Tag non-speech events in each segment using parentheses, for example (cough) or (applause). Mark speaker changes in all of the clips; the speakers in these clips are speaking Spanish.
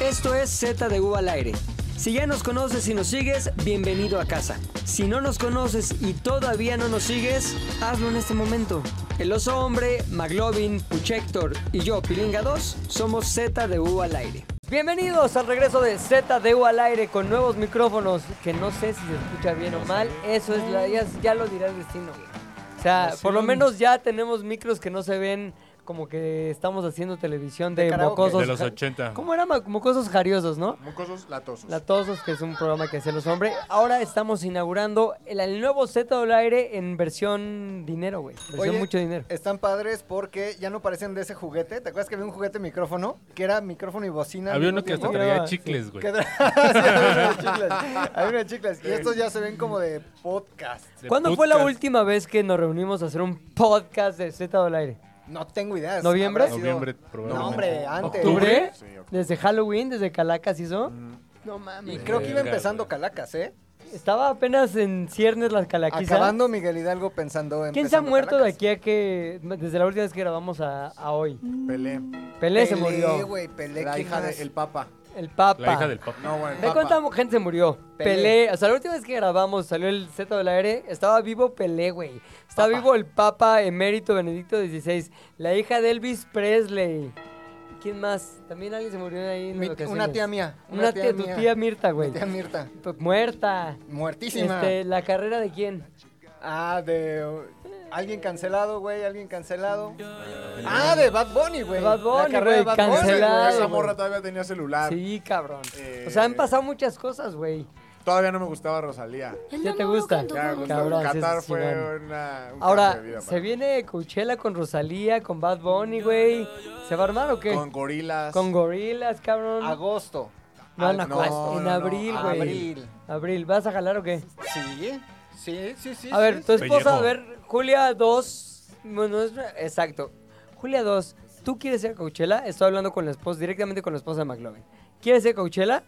Speaker 1: Esto es Z de U al aire. Si ya nos conoces y nos sigues, bienvenido a casa. Si no nos conoces y todavía no nos sigues, hazlo en este momento. El oso hombre, Maglovin, Puchector y yo, Pilinga 2, somos Z de U al aire. Bienvenidos al regreso de Z de U al aire con nuevos micrófonos que no sé si se escucha bien o mal. Eso es la- ya, ya lo dirá el destino. O sea, por lo menos ya tenemos micros que no se ven como que estamos haciendo televisión de,
Speaker 2: karaoke.
Speaker 1: mocosos.
Speaker 3: De los
Speaker 1: ja-
Speaker 3: 80.
Speaker 1: ¿Cómo era? Ma- Mocosos jariosos, ¿no?
Speaker 2: Mucosos latosos.
Speaker 1: Latosos, que es un programa que hacen los hombres. Ahora estamos inaugurando el, el nuevo Z del aire en versión dinero, güey. Versión
Speaker 2: Oye, eh,
Speaker 1: mucho dinero.
Speaker 2: Están padres porque ya no parecen de ese juguete. ¿Te acuerdas que había un juguete micrófono? Que era micrófono y bocina. al
Speaker 3: Había
Speaker 2: mismo
Speaker 3: uno que hasta
Speaker 2: tiempo?
Speaker 3: traía
Speaker 1: Sí.
Speaker 3: chicles, güey.
Speaker 2: Que (laughs) tra- Sí, había uno de chicles. Había uno de chicles. Y estos ya se ven como de podcast.
Speaker 3: De
Speaker 1: ¿Cuándo fue la
Speaker 3: podcast.
Speaker 1: última vez que nos reunimos a hacer un podcast de Z del aire?
Speaker 2: No tengo idea.
Speaker 1: ¿Noviembre?
Speaker 2: Habrá sido-
Speaker 3: Noviembre,
Speaker 2: No,
Speaker 3: probablemente.
Speaker 2: hombre, antes.
Speaker 1: ¿Octubre?
Speaker 3: ¿Octubre?
Speaker 1: ¿Desde Halloween? ¿Desde Calacas hizo? No
Speaker 2: Y
Speaker 1: mames.
Speaker 2: creo que iba
Speaker 3: Verga,
Speaker 2: empezando
Speaker 3: güey.
Speaker 2: Calacas, ¿eh?
Speaker 1: Estaba apenas en ciernes las calaquizas.
Speaker 2: Acabando Miguel Hidalgo pensando en.
Speaker 1: ¿Quién se ha muerto de aquí a que... desde la última vez que grabamos a, a hoy?
Speaker 4: Mm. Pelé,
Speaker 1: Pelé,
Speaker 2: Pelé,
Speaker 1: se murió.
Speaker 2: güey, Pelé,
Speaker 4: la
Speaker 2: ¿quién
Speaker 4: hija
Speaker 2: más?
Speaker 4: del Papa.
Speaker 1: El Papa.
Speaker 3: La hija del papá.
Speaker 4: No, bueno, el
Speaker 1: ¿De
Speaker 4: Papa.
Speaker 1: cuánta gente se murió? Pelé.
Speaker 2: Pelé.
Speaker 1: O sea, la última vez que grabamos salió el Z del aire, estaba vivo Pelé, güey. Estaba vivo el Papa emérito Benedicto XVI, la hija de Elvis Presley. ¿Quién más? También alguien se murió ahí en
Speaker 2: Mi-
Speaker 1: vacaciones.
Speaker 2: una tía mía.
Speaker 1: Una, tía, tu
Speaker 2: mía.
Speaker 1: tía Mirta,
Speaker 2: Mi
Speaker 1: güey.
Speaker 2: tía Mirta.
Speaker 1: P- Muerta.
Speaker 2: Muertísima.
Speaker 1: Este, ¿La carrera de quién?
Speaker 2: Ah, de. uh, Alguien cancelado, güey, alguien cancelado. Ah, de Bad Bunny, güey.
Speaker 1: Bad Bunny,
Speaker 2: La carrera de
Speaker 1: güey,
Speaker 2: Bad Bunny.
Speaker 1: cancelado,
Speaker 4: Esa
Speaker 1: güey.
Speaker 4: morra todavía tenía
Speaker 2: Ah.
Speaker 4: celular.
Speaker 1: Sí, cabrón.
Speaker 4: Eh,
Speaker 1: O sea, han pasado muchas cosas, güey.
Speaker 4: Todavía no me gustaba Rosalía.
Speaker 1: ¿Qué te gusta?
Speaker 4: Ya, Gustavo,
Speaker 1: Cabrón, sí,
Speaker 4: Qatar
Speaker 1: sí,
Speaker 4: fue
Speaker 1: man.
Speaker 4: una. un
Speaker 1: Ahora,
Speaker 4: cambio de vida
Speaker 1: se
Speaker 4: para mí.
Speaker 1: viene Coachella con Rosalía, con Bad Bunny, güey. ¿Se va a armar o qué?
Speaker 4: Con gorilas.
Speaker 1: Con gorilas, cabrón.
Speaker 2: Agosto.
Speaker 1: no, no,
Speaker 4: no,
Speaker 1: agosto, en
Speaker 4: no, no,
Speaker 1: abril, güey. abril.
Speaker 2: Abril.
Speaker 1: ¿vas a jalar o qué?
Speaker 2: Sí, sí, sí, sí.
Speaker 1: A ver,
Speaker 2: sí,
Speaker 1: tu
Speaker 2: sí.
Speaker 1: esposa,
Speaker 3: Pellejo.
Speaker 1: a ver, Julia 2. Bueno, es- exacto. Julia 2, ¿tú quieres ir a Coachella? Estoy hablando con la esposa, directamente con la esposa de McLovin. ¿Quieres ir a Coachella?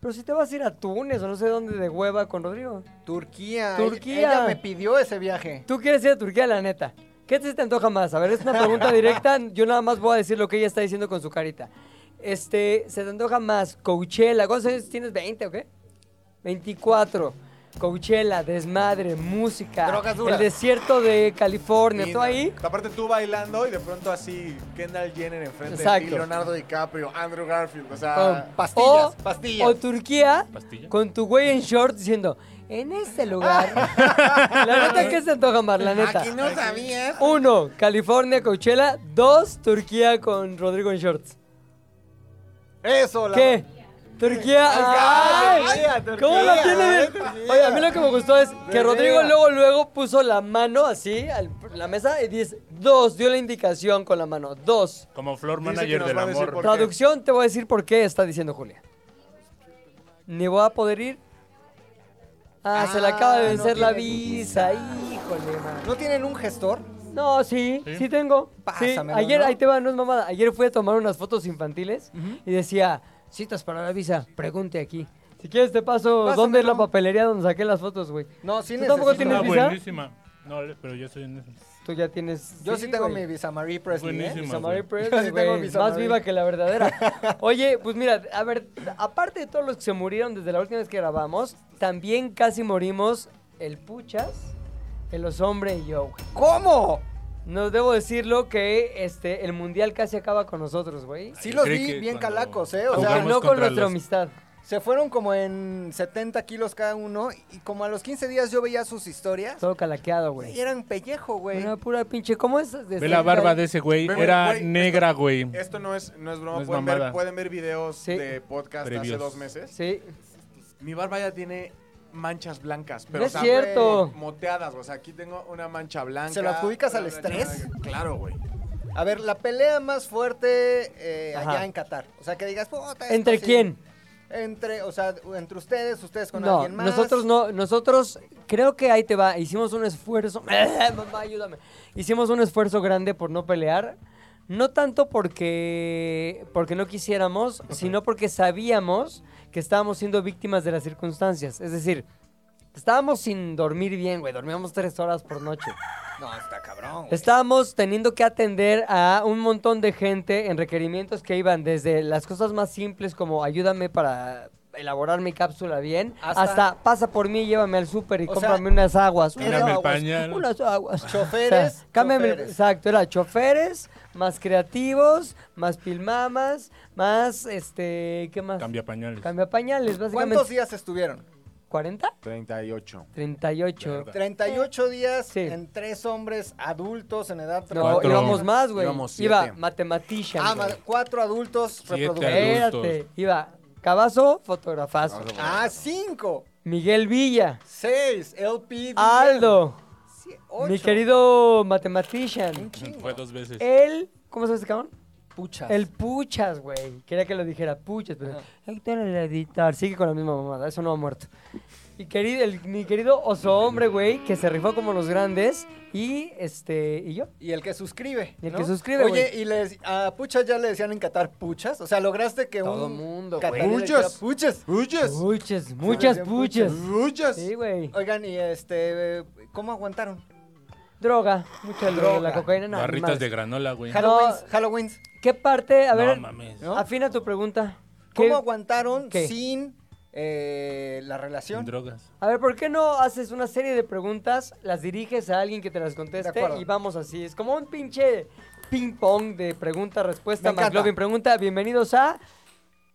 Speaker 1: Pero si te vas a ir a Túnez o no sé dónde de hueva con Rodrigo.
Speaker 2: Turquía.
Speaker 1: Turquía.
Speaker 2: Ella, ella me pidió ese viaje.
Speaker 1: ¿Tú quieres ir a Turquía, la neta? ¿Qué te, te antoja más? A ver, es una pregunta directa. Yo nada más voy a decir lo que ella está diciendo con su carita. Este, ¿se te antoja más Coachella? ¿Cuántos años tienes? ¿20 o qué? 24. Coachella, desmadre, música.
Speaker 2: Drogas duras.
Speaker 1: El desierto de California. ¿Tú
Speaker 4: Linda.
Speaker 1: ahí?
Speaker 4: Aparte tú bailando y de pronto así Kendall Jenner enfrente de
Speaker 1: Exacto.
Speaker 4: ti, Leonardo DiCaprio, Andrew Garfield, o
Speaker 1: Con
Speaker 4: sea,
Speaker 2: pastillas,
Speaker 1: Ah. o,
Speaker 2: pastillas.
Speaker 1: o Turquía
Speaker 3: ¿Pastilla?
Speaker 1: con tu güey en short diciendo, en este lugar. la neta, ¿qué se antoja más? La neta.
Speaker 4: no sabías.
Speaker 1: Uno, California, Coachella. Dos, Turquía con Rodrigo en shorts.
Speaker 2: Eso, la.
Speaker 1: ¿Qué? Turquía.
Speaker 2: Ay,
Speaker 1: ¡Ay!
Speaker 2: Turquía, Turquía,
Speaker 1: ¿Cómo la tiene bien?
Speaker 2: Turquía.
Speaker 1: Oye, a mí lo que me gustó es que
Speaker 2: Turquía.
Speaker 1: Rodrigo luego luego puso la mano así a la mesa y dice dos, dio la indicación con la mano. Dos.
Speaker 3: Como floor
Speaker 4: Dice que
Speaker 3: manager
Speaker 4: nos
Speaker 3: del
Speaker 4: va a decir
Speaker 3: amor.
Speaker 4: por- qué?
Speaker 1: Traducción, te voy a decir por qué está diciendo Julia. Ni voy a poder ir. Ah, se le acaba de
Speaker 2: Ah, no
Speaker 1: vencer la
Speaker 2: tiene
Speaker 1: visa. Híjole, man.
Speaker 2: ¿No tienen un gestor?
Speaker 1: No, sí, sí,
Speaker 3: ¿Sí?
Speaker 1: tengo. Sí,
Speaker 2: Pásamelo,
Speaker 1: ayer,
Speaker 2: ¿no?
Speaker 1: ahí te va, no es mamada. Ayer fui a tomar unas fotos infantiles y decía, citas para la visa, pregunte aquí. Si quieres te paso dónde es la
Speaker 2: Pásamelo.
Speaker 1: papelería donde saqué las fotos, güey.
Speaker 2: No, sí
Speaker 1: ¿Tú tampoco
Speaker 2: necesito.
Speaker 1: tienes
Speaker 3: Ah,
Speaker 1: visa?
Speaker 3: buenísima. No, le- pero yo soy en eso.
Speaker 1: Tú ya tienes...
Speaker 2: Yo sí, tengo
Speaker 1: güey.
Speaker 2: mi visa Marie Presley. ¿eh?
Speaker 3: Buenísimo.
Speaker 1: Visa Mary
Speaker 3: güey.
Speaker 1: Presley,
Speaker 3: (laughs)
Speaker 2: Yo sí tengo
Speaker 1: güey,
Speaker 2: visa
Speaker 1: más
Speaker 2: Mary.
Speaker 1: viva que la verdadera. Oye, pues mira, a ver, aparte de todos los que se murieron desde la última vez que grabamos, también casi morimos el Puchas, el Osombre y yo, güey.
Speaker 2: ¿Cómo?
Speaker 1: No debo decirlo que este el mundial casi acaba con nosotros, güey.
Speaker 2: Sí
Speaker 3: Yo
Speaker 2: los vi
Speaker 3: creí que
Speaker 2: bien
Speaker 3: cuando
Speaker 2: calacos, ¿eh? O sea,
Speaker 3: jugamos
Speaker 1: Terminó con
Speaker 3: contra
Speaker 1: nuestra
Speaker 3: los-
Speaker 1: amistad.
Speaker 2: se fueron como en 70 kilos cada uno. Y como a los 15 días yo veía sus historias.
Speaker 1: Todo calaqueado,
Speaker 2: Y
Speaker 1: güey.
Speaker 2: eran pellejo, güey.
Speaker 1: Una pura pinche. ¿Cómo es? de-
Speaker 3: Ve la barba de ese güey.
Speaker 4: Ve, güey,
Speaker 3: Era
Speaker 4: güey,
Speaker 3: negra, güey.
Speaker 4: Esto no es, no es broma,
Speaker 3: No es
Speaker 4: pueden,
Speaker 3: mamada.
Speaker 4: ver, pueden ver videos
Speaker 1: Sí.
Speaker 4: de podcast de hace
Speaker 3: Previos.
Speaker 4: dos meses.
Speaker 1: Sí.
Speaker 4: Mi barba ya tiene manchas blancas, pero
Speaker 1: No
Speaker 4: o
Speaker 1: es
Speaker 4: sea,
Speaker 1: cierto.
Speaker 4: güey, moteadas, o sea, aquí tengo una mancha blanca.
Speaker 2: ¿Se lo adjudicas al
Speaker 4: una mancha
Speaker 2: estrés?
Speaker 4: blanca. Claro, güey.
Speaker 2: A ver, la pelea más fuerte eh,
Speaker 1: Ajá.
Speaker 2: allá en Qatar. O sea, que digas, puta, esto
Speaker 1: ¿Entre
Speaker 2: sí.
Speaker 1: quién?
Speaker 2: Entre, o sea, entre ustedes, ustedes con
Speaker 1: No,
Speaker 2: alguien más.
Speaker 1: nosotros no, nosotros creo que ahí te va. Hicimos un esfuerzo. (laughs) Mamá, ayúdame. Hicimos un esfuerzo grande por no pelear. No tanto porque, porque no quisiéramos, sino porque sabíamos que estábamos siendo víctimas de las circunstancias. Es decir, estábamos sin dormir bien, güey. Dormíamos tres horas por noche.
Speaker 2: No, está cabrón. güey.
Speaker 1: Estábamos teniendo que atender a un montón de gente en requerimientos que iban desde las cosas más simples como ayúdame para elaborar mi cápsula bien, hasta,
Speaker 2: Hasta-
Speaker 1: pasa por mí, llévame al súper y
Speaker 2: O sea,
Speaker 1: cómprame unas aguas.
Speaker 2: era-
Speaker 1: Unas
Speaker 3: Dame el
Speaker 2: aguas,
Speaker 3: pañal.
Speaker 1: unas aguas.
Speaker 2: Choferes,
Speaker 1: O sea, cámbiame el-
Speaker 2: choferes.
Speaker 1: exacto, era choferes, más creativos, más pilmamas, más este, ¿qué más?
Speaker 3: Cambia pañales.
Speaker 1: Cambia pañales, básicamente.
Speaker 2: ¿Cuántos días estuvieron?
Speaker 1: ¿40?
Speaker 4: 38.
Speaker 1: 38.
Speaker 3: Verga.
Speaker 2: 38 días
Speaker 1: Sí.
Speaker 2: en tres hombres adultos en edad
Speaker 1: No,
Speaker 3: Cuatro.
Speaker 1: íbamos más, güey.
Speaker 4: Íbamos siete.
Speaker 1: Iba matematician.
Speaker 2: Ah,
Speaker 1: güey.
Speaker 2: ma- cuatro adultos
Speaker 3: Siete
Speaker 2: reproductores.
Speaker 1: Espérate, iba Cabazo, fotografazo.
Speaker 4: Vamos a poner.
Speaker 2: Ah, cinco,
Speaker 1: Miguel Villa,
Speaker 2: seis, LP. Miguel,
Speaker 1: Aldo,
Speaker 2: sie- ocho.
Speaker 1: mi querido
Speaker 2: Un
Speaker 1: matematician.
Speaker 2: chingo.
Speaker 3: Fue dos veces.
Speaker 1: El, ¿cómo se llama este cabrón?
Speaker 2: Puchas.
Speaker 1: El Puchas, güey. Quería que lo dijera Puchas, pero Héctor el editor sigue con la misma mamada, eso no ha muerto. Y querido, el- mi querido oso hombre, güey, que se rifó como los grandes y este y yo.
Speaker 2: Y el que suscribe.
Speaker 1: Y el
Speaker 2: ¿no?
Speaker 1: que suscribe,
Speaker 2: Oye,
Speaker 1: güey.
Speaker 2: y les, a Puchas ya le decían en Qatar Puchas. O sea, lograste que
Speaker 1: Todo
Speaker 2: un.
Speaker 1: mundo, güey.
Speaker 2: catarí le dijera
Speaker 4: Puchas.
Speaker 2: Puchas.
Speaker 4: ¡Huyes!
Speaker 1: Puchas, muchas
Speaker 2: decían
Speaker 1: puchas.
Speaker 4: ¡Huyes!
Speaker 1: Sí, güey.
Speaker 2: Oigan, y este. eh, ¿Cómo aguantaron?
Speaker 1: Droga, mucha droga, la cocaína, no, ni
Speaker 3: Barritas
Speaker 1: madres.
Speaker 3: de granola, güey.
Speaker 1: Ja-
Speaker 2: Halloween. Halloween.
Speaker 1: ¿Qué parte? A
Speaker 3: No
Speaker 1: ver,
Speaker 3: mames.
Speaker 2: ¿no?
Speaker 1: afina tu pregunta. ¿Qué-
Speaker 2: ¿Cómo aguantaron
Speaker 1: ¿Qué?
Speaker 2: sin eh, la
Speaker 3: Sin
Speaker 2: relación?
Speaker 3: drogas.
Speaker 1: A ver, ¿por qué no haces una serie de preguntas, las diriges a alguien que te las conteste
Speaker 2: De acuerdo.
Speaker 1: y vamos así? Es como un pinche ping pong de pregunta-respuesta.
Speaker 2: Me encanta.
Speaker 1: McLovin pregunta, bienvenidos a...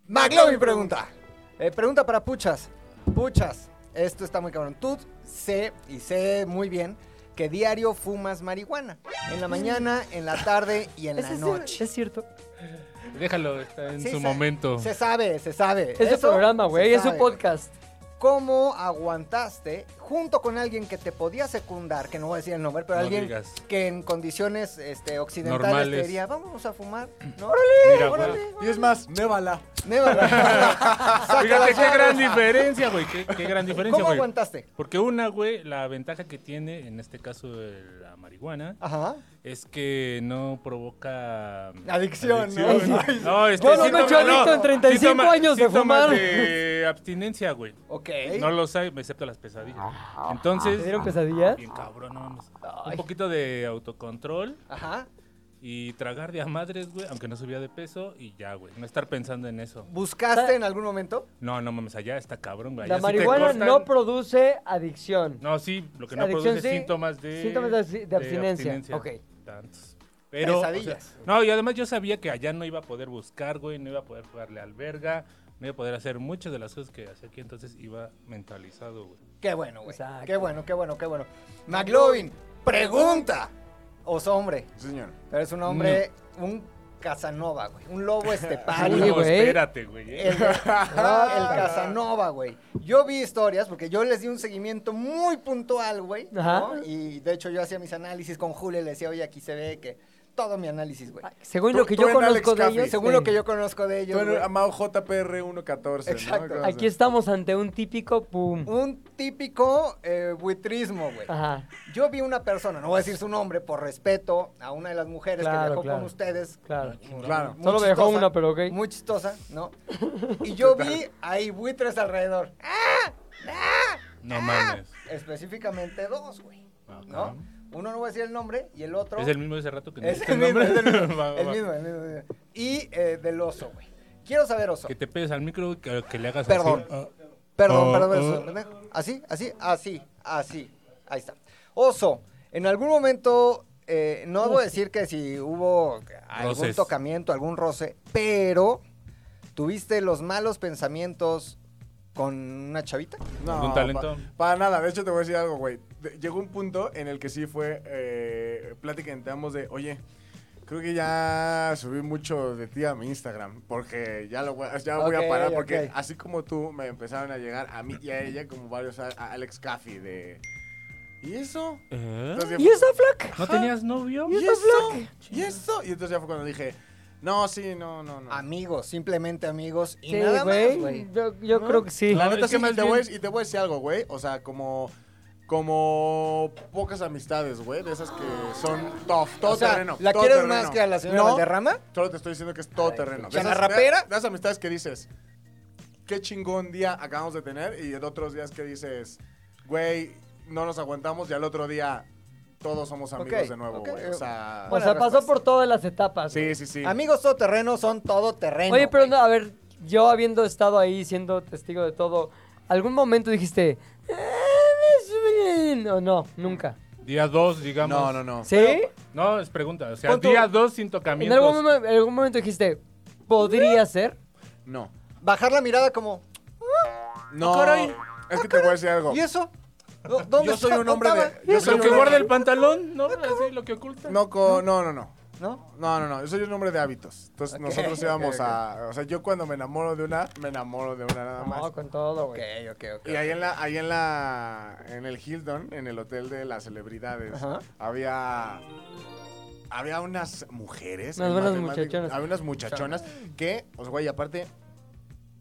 Speaker 2: McLovin pregunta. Eh, pregunta para Puchas. Puchas, esto está muy cabrón. Tú sé y sé muy bien que diario fumas marihuana. En la mañana, en la tarde y en
Speaker 1: ¿Es,
Speaker 2: la
Speaker 1: es-
Speaker 2: noche.
Speaker 1: es cierto.
Speaker 3: Déjalo, está en
Speaker 2: Sí,
Speaker 3: su
Speaker 2: se-
Speaker 3: momento.
Speaker 2: Se sabe, se sabe.
Speaker 1: Es su
Speaker 2: Eso
Speaker 1: programa,
Speaker 2: se
Speaker 1: güey. Es su
Speaker 2: sabe.
Speaker 1: podcast.
Speaker 2: ¿Cómo aguantaste junto con alguien que te podía secundar, que no voy a decir el nombre, pero
Speaker 3: No
Speaker 2: alguien
Speaker 3: digas.
Speaker 2: que en condiciones este, occidentales te
Speaker 3: Normales.
Speaker 2: diría, vamos a fumar? ¿no?
Speaker 3: Mira, güey.
Speaker 2: ¡Órale!
Speaker 4: Y es más, névala.
Speaker 3: (laughs)
Speaker 2: Saca
Speaker 3: Fíjate
Speaker 2: las
Speaker 3: qué
Speaker 2: llaves.
Speaker 3: gran diferencia, güey. Qué, qué gran diferencia,
Speaker 2: ¿Cómo
Speaker 3: güey.
Speaker 2: aguantaste?
Speaker 3: Porque una, güey, la ventaja que tiene, en este caso de la marihuana,
Speaker 2: Ajá.
Speaker 3: es que no provoca... mm,
Speaker 2: Adicción, ¿no? Ay,
Speaker 3: No, es que
Speaker 1: Bueno,
Speaker 3: sí
Speaker 1: me he hecho
Speaker 3: toma-
Speaker 1: adicto en
Speaker 3: sí
Speaker 1: 35
Speaker 3: toma-
Speaker 1: años
Speaker 3: sí
Speaker 1: de
Speaker 3: tomas
Speaker 1: fumar.
Speaker 3: de abstinencia, güey.
Speaker 2: Ok.
Speaker 3: No los hay, excepto las pesadillas. Entonces...
Speaker 1: Ah, ¿Te dieron pesadillas?
Speaker 3: Ah, Bien cabrón, no mames.
Speaker 1: Ay.
Speaker 3: Un poquito de autocontrol
Speaker 2: Ajá.
Speaker 3: y tragar de a madres, güey, aunque no subía de peso y ya, güey. No estar pensando en eso.
Speaker 2: ¿Buscaste en algún momento?
Speaker 3: No, no mames, allá está cabrón, güey.
Speaker 1: La
Speaker 3: Allá sí te
Speaker 1: marihuana
Speaker 3: cortan-
Speaker 1: no produce adicción.
Speaker 3: No, sí, lo que no
Speaker 1: Adicción,
Speaker 3: produce
Speaker 1: sí.
Speaker 3: síntomas de...
Speaker 1: Síntomas de absti- de abstinencia. Ok.
Speaker 3: Tantos. Pero, o sea,
Speaker 2: Pesadillas.
Speaker 3: no, y además yo sabía que allá no iba a poder buscar, güey, no iba a poder jugarle alberga, no iba a poder hacer muchas de las cosas que hacía aquí, entonces iba mentalizado, güey.
Speaker 2: Qué bueno, güey.
Speaker 1: Exacto.
Speaker 2: Qué bueno, qué bueno, qué bueno. McLovin, pregunta. Os hombre.
Speaker 4: Señor.
Speaker 2: Pero es un hombre, un Casanova, güey. Un lobo
Speaker 1: Ay,
Speaker 3: (laughs)
Speaker 1: Uy,
Speaker 2: estepal. Ah, güey.
Speaker 1: güey.
Speaker 3: espérate, güey. eh.
Speaker 2: El, el Casanova, güey. Yo vi historias porque yo les di un seguimiento muy puntual, güey. ¿no?
Speaker 1: Ajá.
Speaker 2: Y de hecho yo hacía mis análisis con Julio y le decía, oye, aquí se ve que todo mi análisis, güey.
Speaker 1: Según
Speaker 4: Tú-
Speaker 1: lo que
Speaker 4: tú
Speaker 1: yo
Speaker 4: en Alex
Speaker 1: conozco de
Speaker 4: Caffey.
Speaker 1: ellos...
Speaker 2: Según lo
Speaker 1: ven.
Speaker 2: que yo conozco de ellos,
Speaker 4: Tú en
Speaker 2: güey,
Speaker 4: el amado JPR 114.
Speaker 2: Exacto.
Speaker 4: ¿no?
Speaker 1: Aquí estamos ante un típico pum.
Speaker 2: un típico eh, buitrismo, güey.
Speaker 1: Ajá.
Speaker 2: Yo vi una persona, no voy a decir su nombre por respeto a una de las mujeres
Speaker 1: Claro,
Speaker 2: que viajó
Speaker 1: claro.
Speaker 2: con ustedes.
Speaker 1: Claro.
Speaker 4: Claro.
Speaker 2: Muy
Speaker 1: Solo viajó
Speaker 2: chistosa,
Speaker 1: una, pero ok.
Speaker 2: Muy chistosa,
Speaker 1: (laughs)
Speaker 2: ¿no? Y yo vi ahí buitres alrededor.
Speaker 3: No mames.
Speaker 2: Específicamente dos, güey.
Speaker 3: Ajá.
Speaker 2: ¿No? Uno no voy a decir el nombre y el otro.
Speaker 3: ¿Es el mismo de ese rato que
Speaker 2: (laughs)
Speaker 3: no
Speaker 2: Es
Speaker 3: dijiste
Speaker 2: el mismo,
Speaker 3: nombre?
Speaker 2: es el mismo,
Speaker 3: (laughs) Va, va,
Speaker 2: el
Speaker 3: va.
Speaker 2: mismo, el mismo, el mismo. Y eh, del oso, güey. Quiero saber, oso.
Speaker 3: Que te pegues al micro y que, que le hagas
Speaker 2: Perdón.
Speaker 3: así. Ah,
Speaker 2: Perdón, perdón,
Speaker 3: Oh, oh.
Speaker 2: perdón, perdón. Así, así, así, así. Ahí está. Oso, en algún momento, eh, no debo decir que si hubo algún
Speaker 3: Roces.
Speaker 2: tocamiento, algún roce, pero tuviste los malos pensamientos con una chavita.
Speaker 3: ¿Algún talento?
Speaker 4: pa- para nada. De hecho, te voy a decir algo, güey. De- Llegó un punto en el que sí fue eh, plática entre ambos de, oye, creo que ya subí mucho de ti a mi Instagram, porque ya lo voy, a- ya voy
Speaker 2: Ok,
Speaker 4: a parar,
Speaker 2: ok.
Speaker 4: porque así como tú, me empezaron a llegar a mí y a ella, como varios, a, a Alex Caffey de... ¿Y eso?
Speaker 3: ¿Eh?
Speaker 4: Entonces,
Speaker 1: ¿Y esa flaca?
Speaker 3: ¿No tenías novio?
Speaker 4: ¿Y eso? ¿Y eso? Y entonces ya fue cuando dije, no, sí, no, no, no.
Speaker 2: Amigos, simplemente amigos. Y
Speaker 1: Sí,
Speaker 2: nada más,
Speaker 1: güey.
Speaker 2: güey.
Speaker 1: Yo, yo
Speaker 4: ¿No?
Speaker 1: creo que sí.
Speaker 4: La
Speaker 3: No,
Speaker 4: neta
Speaker 3: es que
Speaker 4: sí,
Speaker 3: más
Speaker 4: y te,
Speaker 3: bien-
Speaker 4: voy, a- y te voy a decir algo, güey. O sea, como. Como pocas amistades, güey. De esas que son tough, todo
Speaker 2: O sea,
Speaker 4: terreno.
Speaker 2: ¿la
Speaker 4: todo
Speaker 2: quieres
Speaker 4: terreno.
Speaker 2: más que a la señora
Speaker 4: No,
Speaker 2: Valderrama?
Speaker 4: Solo te estoy diciendo que es todo terreno.
Speaker 2: ¿Y a la
Speaker 4: esas-
Speaker 2: rapera?
Speaker 4: De esas amistades que dices, qué chingón día acabamos de tener. Y en otros días que dices, güey, no nos aguantamos. Y al otro día, todos somos amigos
Speaker 2: Ok,
Speaker 4: de nuevo,
Speaker 2: ok,
Speaker 4: güey.
Speaker 2: eh,
Speaker 4: O sea.
Speaker 2: Buena
Speaker 1: o sea, pasó
Speaker 2: respuesta.
Speaker 1: por todas las etapas. güey.
Speaker 4: Sí, sí, sí.
Speaker 2: Amigos todoterreno son todoterreno.
Speaker 1: Oye, pero
Speaker 2: güey.
Speaker 1: no, a ver, yo habiendo estado ahí siendo testigo de todo, ¿algún momento dijiste, "Ah, me suben"? No, no, nunca.
Speaker 3: Día 2, digamos.
Speaker 4: No, no, no.
Speaker 1: ¿Sí?
Speaker 3: No, es pregunta. O sea,
Speaker 1: Pon tú-
Speaker 3: día 2 sin
Speaker 1: ¿En
Speaker 3: tocamientos.
Speaker 1: algún, momen- en algún momento dijiste, podría ser?
Speaker 4: No.
Speaker 2: Bajar la mirada como,
Speaker 4: No.
Speaker 2: Ah, caray.
Speaker 4: Es que te voy a decir algo.
Speaker 2: ¿y eso? ¿Dó- ¿Dónde
Speaker 4: Yo soy
Speaker 2: está-
Speaker 4: un hombre
Speaker 2: dónde
Speaker 4: de. Yo soy
Speaker 3: Lo
Speaker 4: un
Speaker 3: que
Speaker 4: hombre-
Speaker 3: guarda el pantalón, ¿no? Así, lo que oculta.
Speaker 4: No, co- no, no, no.
Speaker 2: estaba? ¿No?
Speaker 4: No, no, no, yo soy un hombre de hábitos. Entonces
Speaker 2: Ok,
Speaker 4: nosotros
Speaker 2: ok,
Speaker 4: íbamos
Speaker 2: ok.
Speaker 4: a... O sea, yo cuando me enamoro de una, me enamoro de una nada más.
Speaker 1: No, con todo,
Speaker 2: Ok,
Speaker 1: güey.
Speaker 2: ok, ok.
Speaker 4: Y ahí en la, ahí en la, en el Hilton, en el hotel de las celebridades,
Speaker 2: Ajá.
Speaker 4: había, había unas mujeres,
Speaker 1: Unas
Speaker 4: en
Speaker 1: buenas
Speaker 4: matemáticas-
Speaker 1: muchachonas.
Speaker 4: había unas muchachonas que, o sea, güey, aparte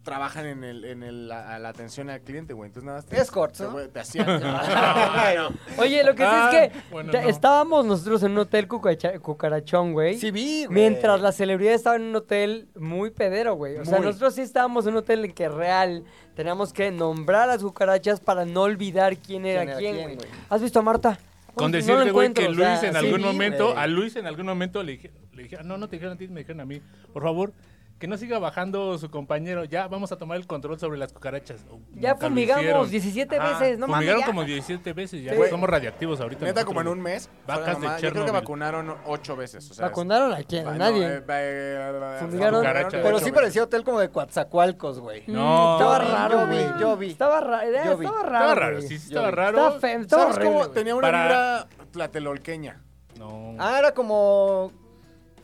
Speaker 4: trabajan en el, en el, la, la atención al cliente, güey. Entonces nada más te,
Speaker 2: Escorts, (laughs)
Speaker 4: te-
Speaker 2: ¿no?
Speaker 4: güey, te hacían. Ah, No, no.
Speaker 1: Oye, lo que sí es
Speaker 3: Ah,
Speaker 1: que
Speaker 3: bueno,
Speaker 1: ya
Speaker 3: no.
Speaker 1: estábamos nosotros en un hotel cucacha- cucarachón, güey.
Speaker 2: Sí vi, (laughs) güey.
Speaker 1: Mientras la celebridad estaba en un hotel muy pedero, güey. O sea,
Speaker 4: Muy.
Speaker 1: nosotros sí estábamos en un hotel en que real teníamos que nombrar a las cucarachas para no olvidar quién era
Speaker 2: era
Speaker 1: quién,
Speaker 2: quién,
Speaker 1: güey.
Speaker 2: güey.
Speaker 1: ¿Has visto a Marta? No
Speaker 3: Con
Speaker 1: lo
Speaker 3: decirte, güey, que
Speaker 1: encuentro,
Speaker 3: Luis
Speaker 1: o sea,
Speaker 3: en
Speaker 1: sí.
Speaker 3: algún momento,
Speaker 2: güey.
Speaker 3: a Luis en algún momento le dije, le dije, "Ah, no, no te dijeron a ti, me dijeron a mí, por favor, que no siga bajando su compañero, ya vamos a tomar el control sobre las cucarachas. Oh,
Speaker 1: Ya
Speaker 3: nunca lo
Speaker 1: fumigamos
Speaker 3: hicieron.
Speaker 1: 17 veces, no mames,
Speaker 3: Fumigaron
Speaker 1: ya.
Speaker 3: como 17 veces, ya
Speaker 1: Sí. Güey,
Speaker 3: somos radiactivos ahorita.
Speaker 4: Neta,
Speaker 3: nosotros,
Speaker 4: como en
Speaker 3: güey.
Speaker 4: un mes,
Speaker 3: Vacas
Speaker 4: fuera nomás-
Speaker 3: de
Speaker 4: yo creo que
Speaker 3: Chernobyl.
Speaker 4: vacunaron ocho veces. O sea,
Speaker 1: ¿Vacunaron a quién? A nadie.
Speaker 4: eh,
Speaker 3: eh,
Speaker 1: Fumigaron.
Speaker 2: Pero sí parecía hotel como de Coatzacoalcos, güey.
Speaker 1: Mm,
Speaker 3: No,
Speaker 1: estaba
Speaker 2: yo vi,
Speaker 1: raro,
Speaker 2: yo
Speaker 1: güey.
Speaker 2: vi, yo vi.
Speaker 1: Estaba raro,
Speaker 2: Yo vi.
Speaker 1: estaba raro.
Speaker 3: Estaba raro,
Speaker 1: güey.
Speaker 3: sí, sí estaba
Speaker 2: vi.
Speaker 3: raro.
Speaker 1: Estaba feo, estaba
Speaker 4: ¿Sabes
Speaker 1: horrible,
Speaker 4: cómo?
Speaker 1: güey.
Speaker 4: Tenía una
Speaker 3: Para-
Speaker 4: vibra tlatelolqueña.
Speaker 3: No.
Speaker 2: Ah, era como...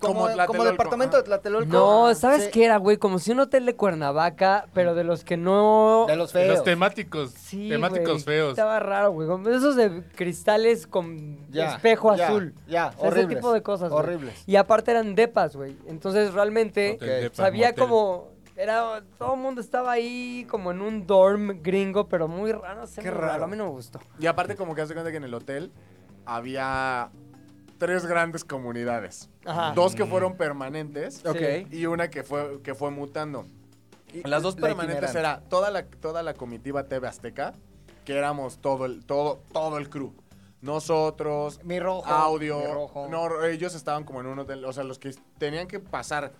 Speaker 4: Como
Speaker 2: Como, como,
Speaker 4: Tlatelolco,
Speaker 2: departamento
Speaker 4: ajá.
Speaker 2: de Tlatelolco.
Speaker 1: No, ¿sabes
Speaker 2: Sí.
Speaker 1: qué era, güey? Como si un hotel de Cuernavaca, pero de los que no...
Speaker 2: De los
Speaker 3: De
Speaker 2: feos.
Speaker 3: los temáticos,
Speaker 1: Sí, güey,
Speaker 3: temáticos feos.
Speaker 1: Estaba raro, güey. como Esos de cristales con
Speaker 2: Ya,
Speaker 1: espejo
Speaker 2: ya,
Speaker 1: azul.
Speaker 2: ya,
Speaker 1: O sea, Ese
Speaker 2: horribles,
Speaker 1: tipo de cosas. güey.
Speaker 2: horribles.
Speaker 1: Y aparte eran depas, güey. Entonces realmente
Speaker 3: Hotel de Pan
Speaker 1: sabía
Speaker 3: Motel.
Speaker 1: como. Era, todo el mundo estaba ahí como en un dorm gringo, pero muy raro. no sé,
Speaker 2: Qué
Speaker 1: muy raro.
Speaker 2: raro.
Speaker 1: A mí no me gustó.
Speaker 4: Y aparte, como que hace cuenta que en el hotel había tres grandes comunidades.
Speaker 1: Ajá.
Speaker 4: Dos que fueron permanentes
Speaker 2: Ok.
Speaker 4: y una que fue, que fue mutando. Las dos permanentes era toda la, toda la comitiva TV Azteca, que éramos todo el, todo, todo el crew. Nosotros,
Speaker 2: Mi rojo.
Speaker 4: audio.
Speaker 2: Mi rojo.
Speaker 4: No, ellos estaban como en un hotel. O sea, los que tenían que pasar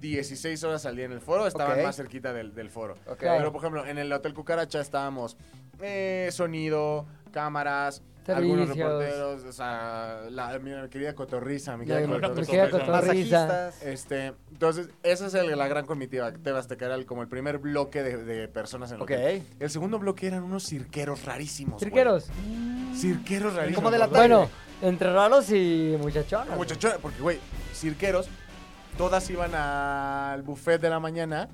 Speaker 4: 16 horas al día en el foro estaban
Speaker 2: Ok.
Speaker 4: más cerquita del, del foro.
Speaker 2: Ok.
Speaker 4: Pero, por ejemplo, en el Hotel Cucaracha estábamos eh, sonido, cámaras, algunos
Speaker 1: Servicios.
Speaker 4: reporteros. O sea, la, mi querida Cotorriza, mi
Speaker 1: Ya,
Speaker 4: querida
Speaker 1: me
Speaker 3: la
Speaker 4: Cotorriza.
Speaker 1: queda
Speaker 3: Cotorrisa.
Speaker 1: con risa.
Speaker 2: Masajistas.
Speaker 4: Este, entonces, esa es el- la gran comitiva que te que era el- como el primer bloque de, de personas en el
Speaker 2: Ok.
Speaker 4: hotel. El segundo bloque eran unos cirqueros rarísimos. güey.
Speaker 1: Cirqueros.
Speaker 4: Cirqueros rarísimos.
Speaker 2: Como de la
Speaker 4: O sea,
Speaker 1: Bueno, entre raros y muchachones.
Speaker 4: muchachones, porque, güey, cirqueros, todas iban al buffet de la mañana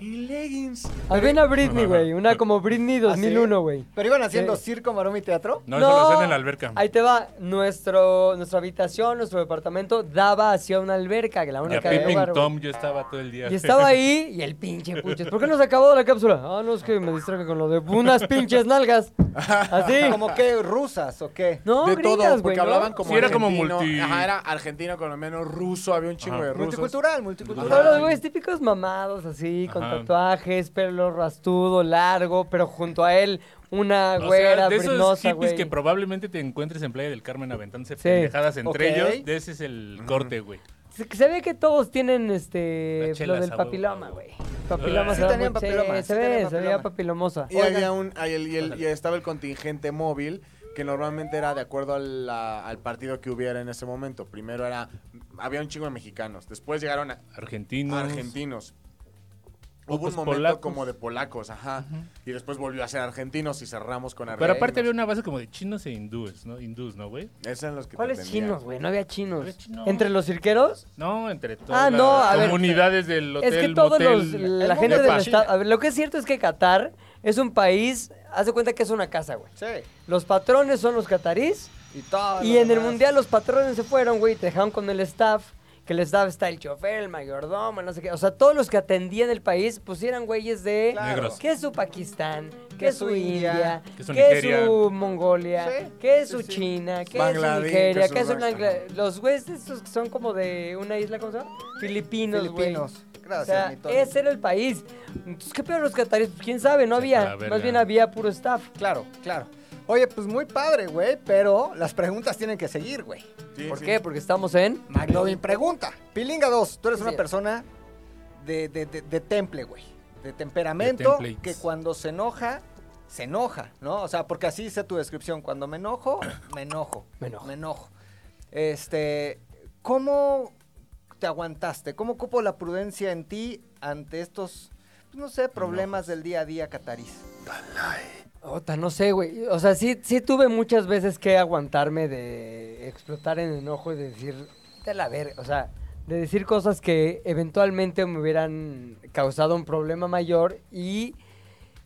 Speaker 4: y leggings.
Speaker 1: Había a Britney, güey. Una como
Speaker 2: ¿Ah,
Speaker 1: Britney 2001, güey.
Speaker 2: Pero iban haciendo
Speaker 1: Sí.
Speaker 2: circo, maroma y teatro.
Speaker 3: No, eso lo hacían en la alberca.
Speaker 1: Ahí te va. Nuestro, nuestra habitación, nuestro departamento daba hacia una alberca, que la
Speaker 3: Y a
Speaker 1: única del
Speaker 3: Pipping
Speaker 1: lugar, güey.
Speaker 3: Tom yo estaba todo el día.
Speaker 1: Y estaba ahí y el pinche puches. ¿Por qué no se acabó la cápsula? Ah, no, es que me distraje con lo de unas pinches nalgas. Así.
Speaker 2: Como que rusas o qué.
Speaker 1: Ah, No,
Speaker 4: de
Speaker 1: gritas,
Speaker 4: todo, porque
Speaker 1: güey, ¿no?
Speaker 4: hablaban como.
Speaker 3: Sí, era como
Speaker 4: argentino,
Speaker 3: multi-
Speaker 4: Ajá, era argentino, colombiano, ruso, había un chingo
Speaker 3: Ajá.
Speaker 4: de rusos.
Speaker 2: Multicultural,
Speaker 1: Todos
Speaker 2: multicultural.
Speaker 1: los güeyes típicos mamados así, con
Speaker 3: Ajá.
Speaker 1: tatuajes, pelo rastudo, largo, pero junto a él una
Speaker 3: O sea,
Speaker 1: güera
Speaker 3: de esos
Speaker 1: brinosa,
Speaker 3: hippies
Speaker 1: güey.
Speaker 3: que probablemente te encuentres en Playa del Carmen aventándose
Speaker 1: Sí.
Speaker 3: pendejadas entre
Speaker 2: Ok.
Speaker 3: ellos, de ese es el corte, güey.
Speaker 1: Se, se ve que todos tienen este
Speaker 3: Las chelas,
Speaker 1: lo del
Speaker 3: a huevo,
Speaker 1: papiloma,
Speaker 3: a huevo.
Speaker 1: güey. Papiloma
Speaker 3: Sí
Speaker 1: se ve
Speaker 2: tenían
Speaker 1: muy- sí,
Speaker 2: papiloma, sí
Speaker 1: se
Speaker 2: tenían
Speaker 1: ve, se veía
Speaker 2: papiloma.
Speaker 1: papilomosa.
Speaker 4: Y había un. ahí el- y el- y estaba el contingente móvil, que normalmente era de acuerdo a la- al partido que hubiera en ese momento. Primero era. Había un chingo de mexicanos. Después llegaron a,
Speaker 3: Argentinos.
Speaker 4: argentinos. Hubo
Speaker 3: Pocos
Speaker 4: un momento
Speaker 3: polacos.
Speaker 4: como de polacos, ajá. Y después volvió a ser argentinos y cerramos con
Speaker 3: Pero
Speaker 4: argentinos.
Speaker 3: aparte había una base como de chinos e hindúes, ¿no? Hindús, ¿no, güey?
Speaker 4: Esos eran los que te
Speaker 1: ¿Cuáles
Speaker 4: atendían.
Speaker 1: chinos, güey? No había chinos.
Speaker 3: había chinos.
Speaker 1: ¿Entre los cirqueros?
Speaker 3: No, entre todas
Speaker 1: Ah, no, a
Speaker 3: las
Speaker 1: ver,
Speaker 3: comunidades del hotel,
Speaker 1: Es que todos
Speaker 3: motel,
Speaker 1: los. La
Speaker 2: el
Speaker 1: gente del
Speaker 3: depa.
Speaker 1: estado. a ver, lo que es cierto es que Qatar es un país. Haz de cuenta que es una casa, güey.
Speaker 2: Sí.
Speaker 1: Los patrones son los catarís.
Speaker 2: Y todo.
Speaker 1: Y
Speaker 2: lo
Speaker 1: en el
Speaker 2: demás.
Speaker 1: mundial los patrones se fueron, güey. y Te dejaron con el staff. Que el staff está el chofer, el mayordomo, no sé qué. O sea, todos los que atendían el país pusieran güeyes de.
Speaker 2: Claro.
Speaker 3: Negros.
Speaker 1: ¿Qué es su Pakistán? ¿Qué es su India?
Speaker 3: que su
Speaker 1: ¿Qué
Speaker 3: Nigeria.
Speaker 1: es su Mongolia?
Speaker 2: Sí,
Speaker 1: ¿Qué es
Speaker 2: sí,
Speaker 1: su
Speaker 2: sí.
Speaker 1: China? ¿Qué es su
Speaker 4: Bangladesh,
Speaker 1: Nigeria?
Speaker 4: que
Speaker 1: ¿Qué es
Speaker 4: su
Speaker 1: su Bangla- Los güeyes estos que son como de una isla, ¿cómo se llama? Filipinos, güey.
Speaker 2: Filipinos.
Speaker 1: O sea,
Speaker 2: Gracias, mi Tony.
Speaker 1: ese era el país. Entonces, ¿qué peor los cataríes? Pues, ¿Quién sabe? No
Speaker 3: Saca la
Speaker 1: había.
Speaker 3: verga.
Speaker 1: Más bien había puro staff.
Speaker 2: Claro, claro. Oye, pues muy padre, güey, pero las preguntas tienen que seguir, güey.
Speaker 4: Sí,
Speaker 1: ¿Por
Speaker 4: sí.
Speaker 1: qué? Porque estamos en...
Speaker 2: McLovin pregunta. Pilinga 2, tú eres
Speaker 1: Sí,
Speaker 2: una
Speaker 1: señor.
Speaker 2: persona de, de- de- de temple, güey. De temperamento
Speaker 3: templates.
Speaker 2: que cuando se enoja, se enoja, ¿no? O sea, porque así dice tu descripción. Cuando me enojo, (coughs) me enojo.
Speaker 1: Me enojo.
Speaker 2: Me enojo. Este, ¿cómo te aguantaste? ¿Cómo cupo la prudencia en ti ante estos, pues, no sé, problemas del día a día, Catariz?
Speaker 1: Ota, no sé, güey. O sea, sí, sí tuve muchas veces que aguantarme de explotar en enojo y de decir, de la verga. O sea, de decir cosas que eventualmente me hubieran causado un problema mayor. Y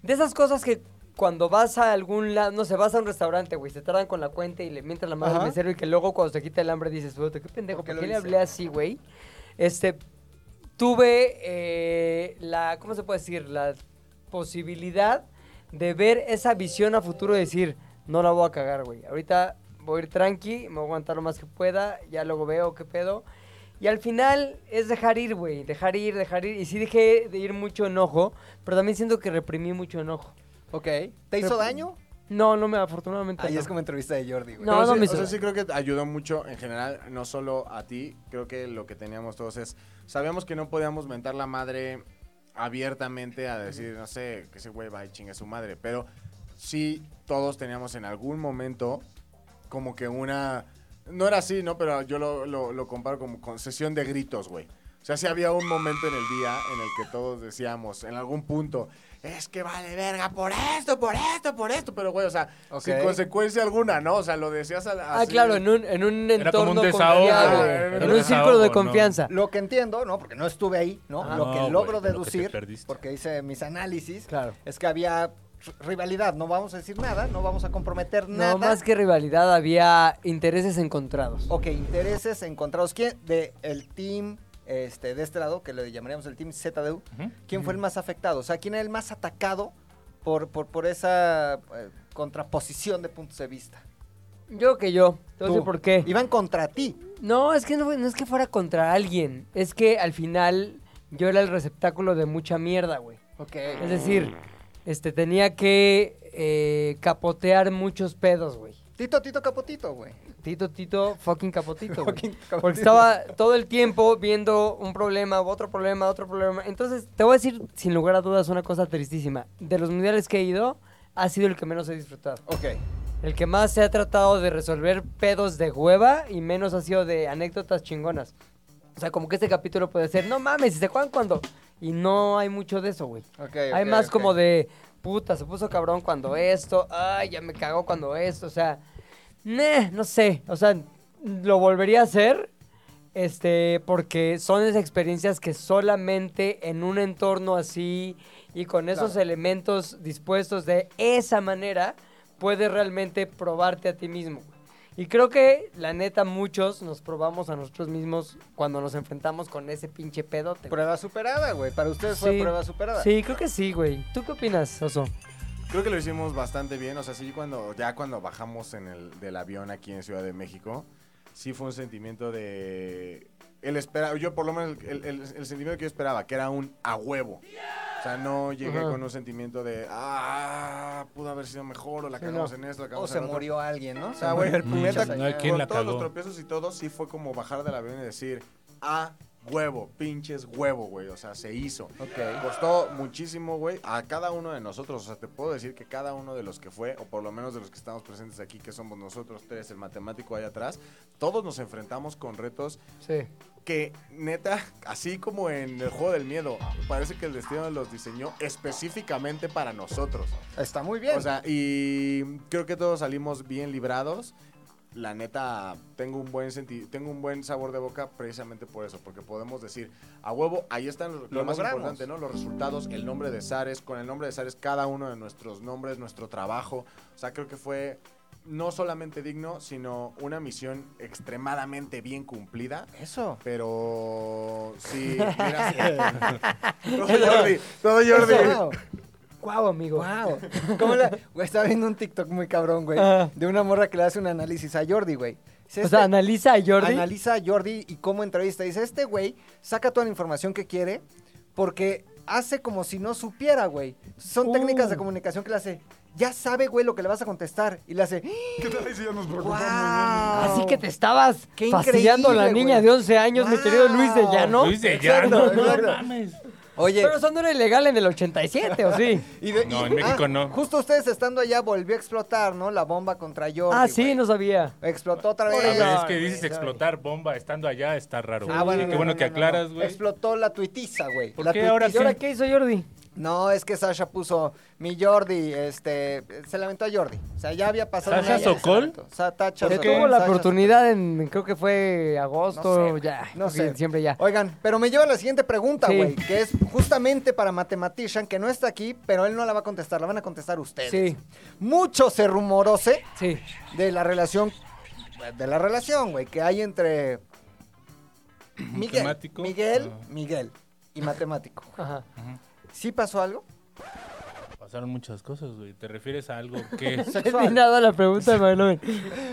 Speaker 1: de esas cosas que cuando vas a algún lado, no sé, vas a un restaurante, güey, se tardan con la cuenta y le mientras la madre al
Speaker 2: Ajá.
Speaker 1: mesero y que luego cuando se quita el hambre dices, puta, qué pendejo,
Speaker 2: ¿Por qué
Speaker 1: ¿por
Speaker 2: lo
Speaker 1: qué le
Speaker 2: hice?
Speaker 1: hablé así, güey? Este, tuve eh, la, ¿cómo se puede decir? La posibilidad de ver esa visión a futuro y decir, no la voy a cagar, güey. Ahorita voy a ir tranqui, me voy a aguantar lo más que pueda, ya luego veo qué pedo. Y al final es dejar ir, güey, dejar ir, dejar ir. Y sí dejé de ir mucho enojo, pero también siento que reprimí mucho enojo.
Speaker 2: Ok. ¿Te hizo
Speaker 1: Pero-
Speaker 2: daño?
Speaker 1: No, no me, afortunadamente
Speaker 2: Ahí
Speaker 1: no.
Speaker 2: es como entrevista de Jordi, güey.
Speaker 1: No,
Speaker 4: Pero sí,
Speaker 1: me
Speaker 4: o sea,
Speaker 1: hizo.
Speaker 4: sí creo que ayudó mucho en general, no solo a ti, creo que lo que teníamos todos es, sabíamos que no podíamos mentar la madre abiertamente a decir, no sé, que ese güey va y chinga a su madre, pero sí todos teníamos en algún momento como que una, no era así, ¿no? Pero yo lo, lo- lo comparo como concesión de gritos, güey. O sea, sí había un momento en el día en el que todos decíamos, en algún punto, es que vale verga por esto, por esto, por esto. Pero, güey, o sea,
Speaker 2: Ok.
Speaker 4: sin consecuencia alguna, ¿no? O sea, lo decías a la-
Speaker 1: Ah,
Speaker 4: así.
Speaker 1: claro, en un, en un
Speaker 3: Era como
Speaker 1: entorno
Speaker 3: un desahogo,
Speaker 1: confiable,
Speaker 4: era un
Speaker 1: en un círculo de
Speaker 3: desahogo, ¿no?
Speaker 1: confianza.
Speaker 2: Lo que entiendo, ¿no? Porque no estuve ahí, ¿no?
Speaker 1: Ah.
Speaker 2: lo que
Speaker 3: No,
Speaker 2: logro
Speaker 3: güey, lo que te
Speaker 2: deducir,
Speaker 3: perdiste.
Speaker 2: porque hice mis análisis,
Speaker 1: Claro.
Speaker 2: es que había r- rivalidad. No vamos a decir nada, no vamos a comprometer nada.
Speaker 1: No, más que rivalidad, había intereses encontrados.
Speaker 2: Ok, intereses encontrados. ¿Quién de el team este, de este lado, que le llamaríamos el team ZDU,
Speaker 3: Ujú.
Speaker 2: quién fue el más afectado? O sea, ¿quién era el más atacado por, por, por esa eh, contraposición de puntos de vista?
Speaker 1: Yo que yo. No sé
Speaker 2: Tú.
Speaker 1: por qué.
Speaker 2: Iban contra ti.
Speaker 1: No, es que no, fue- no es que fuera contra alguien. Es que al final yo era el receptáculo de mucha mierda, güey.
Speaker 2: Ok.
Speaker 1: Es decir, este tenía que eh, capotear muchos pedos, güey.
Speaker 2: Tito, Tito Capotito, güey.
Speaker 1: Tito, Tito, fucking capotito, güey.
Speaker 2: Fucking capotito.
Speaker 1: Porque estaba todo el tiempo viendo un problema, otro problema, otro problema. Entonces, te voy a decir, sin lugar a dudas, una cosa tristísima. De los mundiales que he ido, ha sido el que menos he disfrutado.
Speaker 2: Ok.
Speaker 1: El que más se ha tratado de resolver pedos de hueva y menos ha sido de anécdotas chingonas. O sea, como que este capítulo puede ser, no mames, ¿se acuerdan cuando? Y no hay mucho de eso, güey.
Speaker 2: Ok,
Speaker 1: hay
Speaker 2: ok,
Speaker 1: más
Speaker 2: ok.
Speaker 1: como de, puta, se puso cabrón cuando esto, ay, ya me cagó cuando esto, o sea, "Neh, no sé, o sea, lo volvería a hacer, este, porque son esas experiencias que solamente en un entorno así y con esos
Speaker 2: Claro.
Speaker 1: elementos dispuestos de esa manera puedes realmente probarte a ti mismo. güey. Y creo que la neta muchos nos probamos a nosotros mismos cuando nos enfrentamos con ese pinche pedote. güey.
Speaker 2: Prueba superada, güey. Para ustedes fue
Speaker 1: Sí.
Speaker 2: prueba superada.
Speaker 1: Sí, creo que sí, güey. ¿Tú qué opinas, Oso?
Speaker 4: Creo que lo hicimos bastante bien. O sea, sí, cuando, ya cuando bajamos en el, del avión aquí en Ciudad de México, sí fue un sentimiento de. El espera, yo por lo menos el, el- el- el sentimiento que yo esperaba, que era un a huevo. O sea, no llegué
Speaker 1: Ajá.
Speaker 4: con un sentimiento de, ah, pudo haber sido mejor, o la
Speaker 1: Sí,
Speaker 4: cagamos
Speaker 1: no.
Speaker 4: en esto, la
Speaker 2: O
Speaker 4: cagamos
Speaker 2: se
Speaker 4: en lo otro.
Speaker 2: murió alguien, ¿no?
Speaker 4: O sea, güey, el
Speaker 3: Mm,
Speaker 4: neta,
Speaker 3: no hay quien
Speaker 4: con
Speaker 3: la
Speaker 4: todos los
Speaker 3: cagó.
Speaker 4: tropiezos y todo, sí fue como bajar del avión y decir, a huevo, pinches huevo, güey. O sea, se hizo.
Speaker 2: Ok.
Speaker 4: Costó muchísimo, güey, a cada uno de nosotros. O sea, te puedo decir que cada uno de los que fue, o por lo menos de los que estamos presentes aquí, que somos nosotros tres, el matemático allá atrás, todos nos enfrentamos con retos
Speaker 1: Sí.
Speaker 4: que, neta, (laughs) así como en el juego del miedo, parece que el destino los diseñó específicamente para nosotros.
Speaker 2: Está muy bien.
Speaker 4: O sea, y creo que todos salimos bien librados. La neta, tengo un buen senti- tengo un buen sabor de boca precisamente por eso, porque podemos decir, a huevo, ahí están lo,
Speaker 2: Lo
Speaker 4: más
Speaker 2: logramos.
Speaker 4: importante, ¿no? Los resultados, el nombre de Sares, con el nombre de Sares, cada uno de nuestros nombres, nuestro trabajo. O sea, creo que fue no solamente digno, sino una misión extremadamente bien cumplida.
Speaker 2: eso.
Speaker 4: Pero sí,
Speaker 2: (laughs)
Speaker 4: mira. todo Jordi, todo Jordi.
Speaker 2: Eso.
Speaker 1: Guau, amigo.
Speaker 2: Wow. ¿Cómo la- Güey, estaba viendo un TikTok muy cabrón, güey.
Speaker 1: Ajá.
Speaker 2: De una morra que le hace un análisis a Jordi, güey. Dice,
Speaker 1: O sea,
Speaker 2: este-
Speaker 1: analiza a Jordi.
Speaker 2: analiza a Jordi y cómo entrevista. Dice, este güey saca toda la información que quiere, porque hace como si no supiera, güey. Son técnicas
Speaker 1: Uh.
Speaker 2: de comunicación que le hace, ya sabe, güey, lo que le vas a contestar. Y le hace, "¡Ah!".
Speaker 5: ¿Qué tal ahí si ya nos preguntamos?
Speaker 2: ¡guau!
Speaker 1: Así que te estabas
Speaker 2: Qué
Speaker 1: fastidiando a la
Speaker 2: increíble,
Speaker 1: niña
Speaker 2: güey.
Speaker 1: de 11 años, mi querido
Speaker 2: Wow.
Speaker 1: Luis de Llano.
Speaker 3: Luis de
Speaker 2: Exacto,
Speaker 3: Llano, no
Speaker 2: exacto.
Speaker 3: mames.
Speaker 2: Oye,
Speaker 1: Pero eso no era ilegal en el 87, ¿o (laughs) sí?
Speaker 2: y de-
Speaker 3: No,
Speaker 2: y- ah,
Speaker 3: en México no.
Speaker 2: Justo ustedes estando allá volvió a explotar, ¿no? La bomba contra Jordi.
Speaker 1: ah, sí,
Speaker 2: güey.
Speaker 1: no sabía.
Speaker 2: Explotó otra vez.
Speaker 3: Güey,
Speaker 1: no,
Speaker 3: es que
Speaker 1: güey,
Speaker 3: dices
Speaker 1: no.
Speaker 3: explotar bomba estando allá, está raro.
Speaker 2: Ah, bueno,
Speaker 3: Qué
Speaker 2: no,
Speaker 3: bueno
Speaker 2: no,
Speaker 3: que
Speaker 2: no, no.
Speaker 3: aclaras, güey.
Speaker 2: Explotó la tuitiza, güey.
Speaker 3: ¿Por
Speaker 2: La
Speaker 3: qué ahora
Speaker 1: ¿Y ahora
Speaker 3: sí?
Speaker 1: qué hizo Jordi?
Speaker 2: No, es que Sasha puso mi Jordi, este, se lamentó a Jordi. O sea, ya había pasado.
Speaker 3: ¿Sasha
Speaker 2: una- ya se
Speaker 3: Sokol?
Speaker 2: lamentó. Sa- Tacha
Speaker 1: Porque
Speaker 2: Sokol,
Speaker 1: tuvo la
Speaker 2: Sasha-
Speaker 1: oportunidad en, creo que fue
Speaker 2: No
Speaker 1: agosto,
Speaker 2: sé, güey.
Speaker 1: ya. creo
Speaker 2: No
Speaker 1: que
Speaker 2: sé.
Speaker 1: en Diciembre ya.
Speaker 2: Oigan, pero me lleva a la siguiente pregunta,
Speaker 1: Sí.
Speaker 2: güey, que es justamente para Mathematician, que no está aquí, pero él no la va a contestar, la van a contestar ustedes.
Speaker 1: Sí.
Speaker 2: Mucho se rumorose
Speaker 1: Sí.
Speaker 2: de la relación, de la relación, güey, que hay entre Miguel,
Speaker 3: Matemático.
Speaker 2: Miguel,
Speaker 3: Ah.
Speaker 2: Miguel
Speaker 3: (laughs)
Speaker 2: y matemático.
Speaker 1: Ajá.
Speaker 2: ¿Sí pasó algo?
Speaker 3: Pasaron muchas cosas, güey. ¿Te refieres a algo
Speaker 1: (laughs) (laughs)
Speaker 3: que
Speaker 1: Es bien nada la pregunta de Manuel.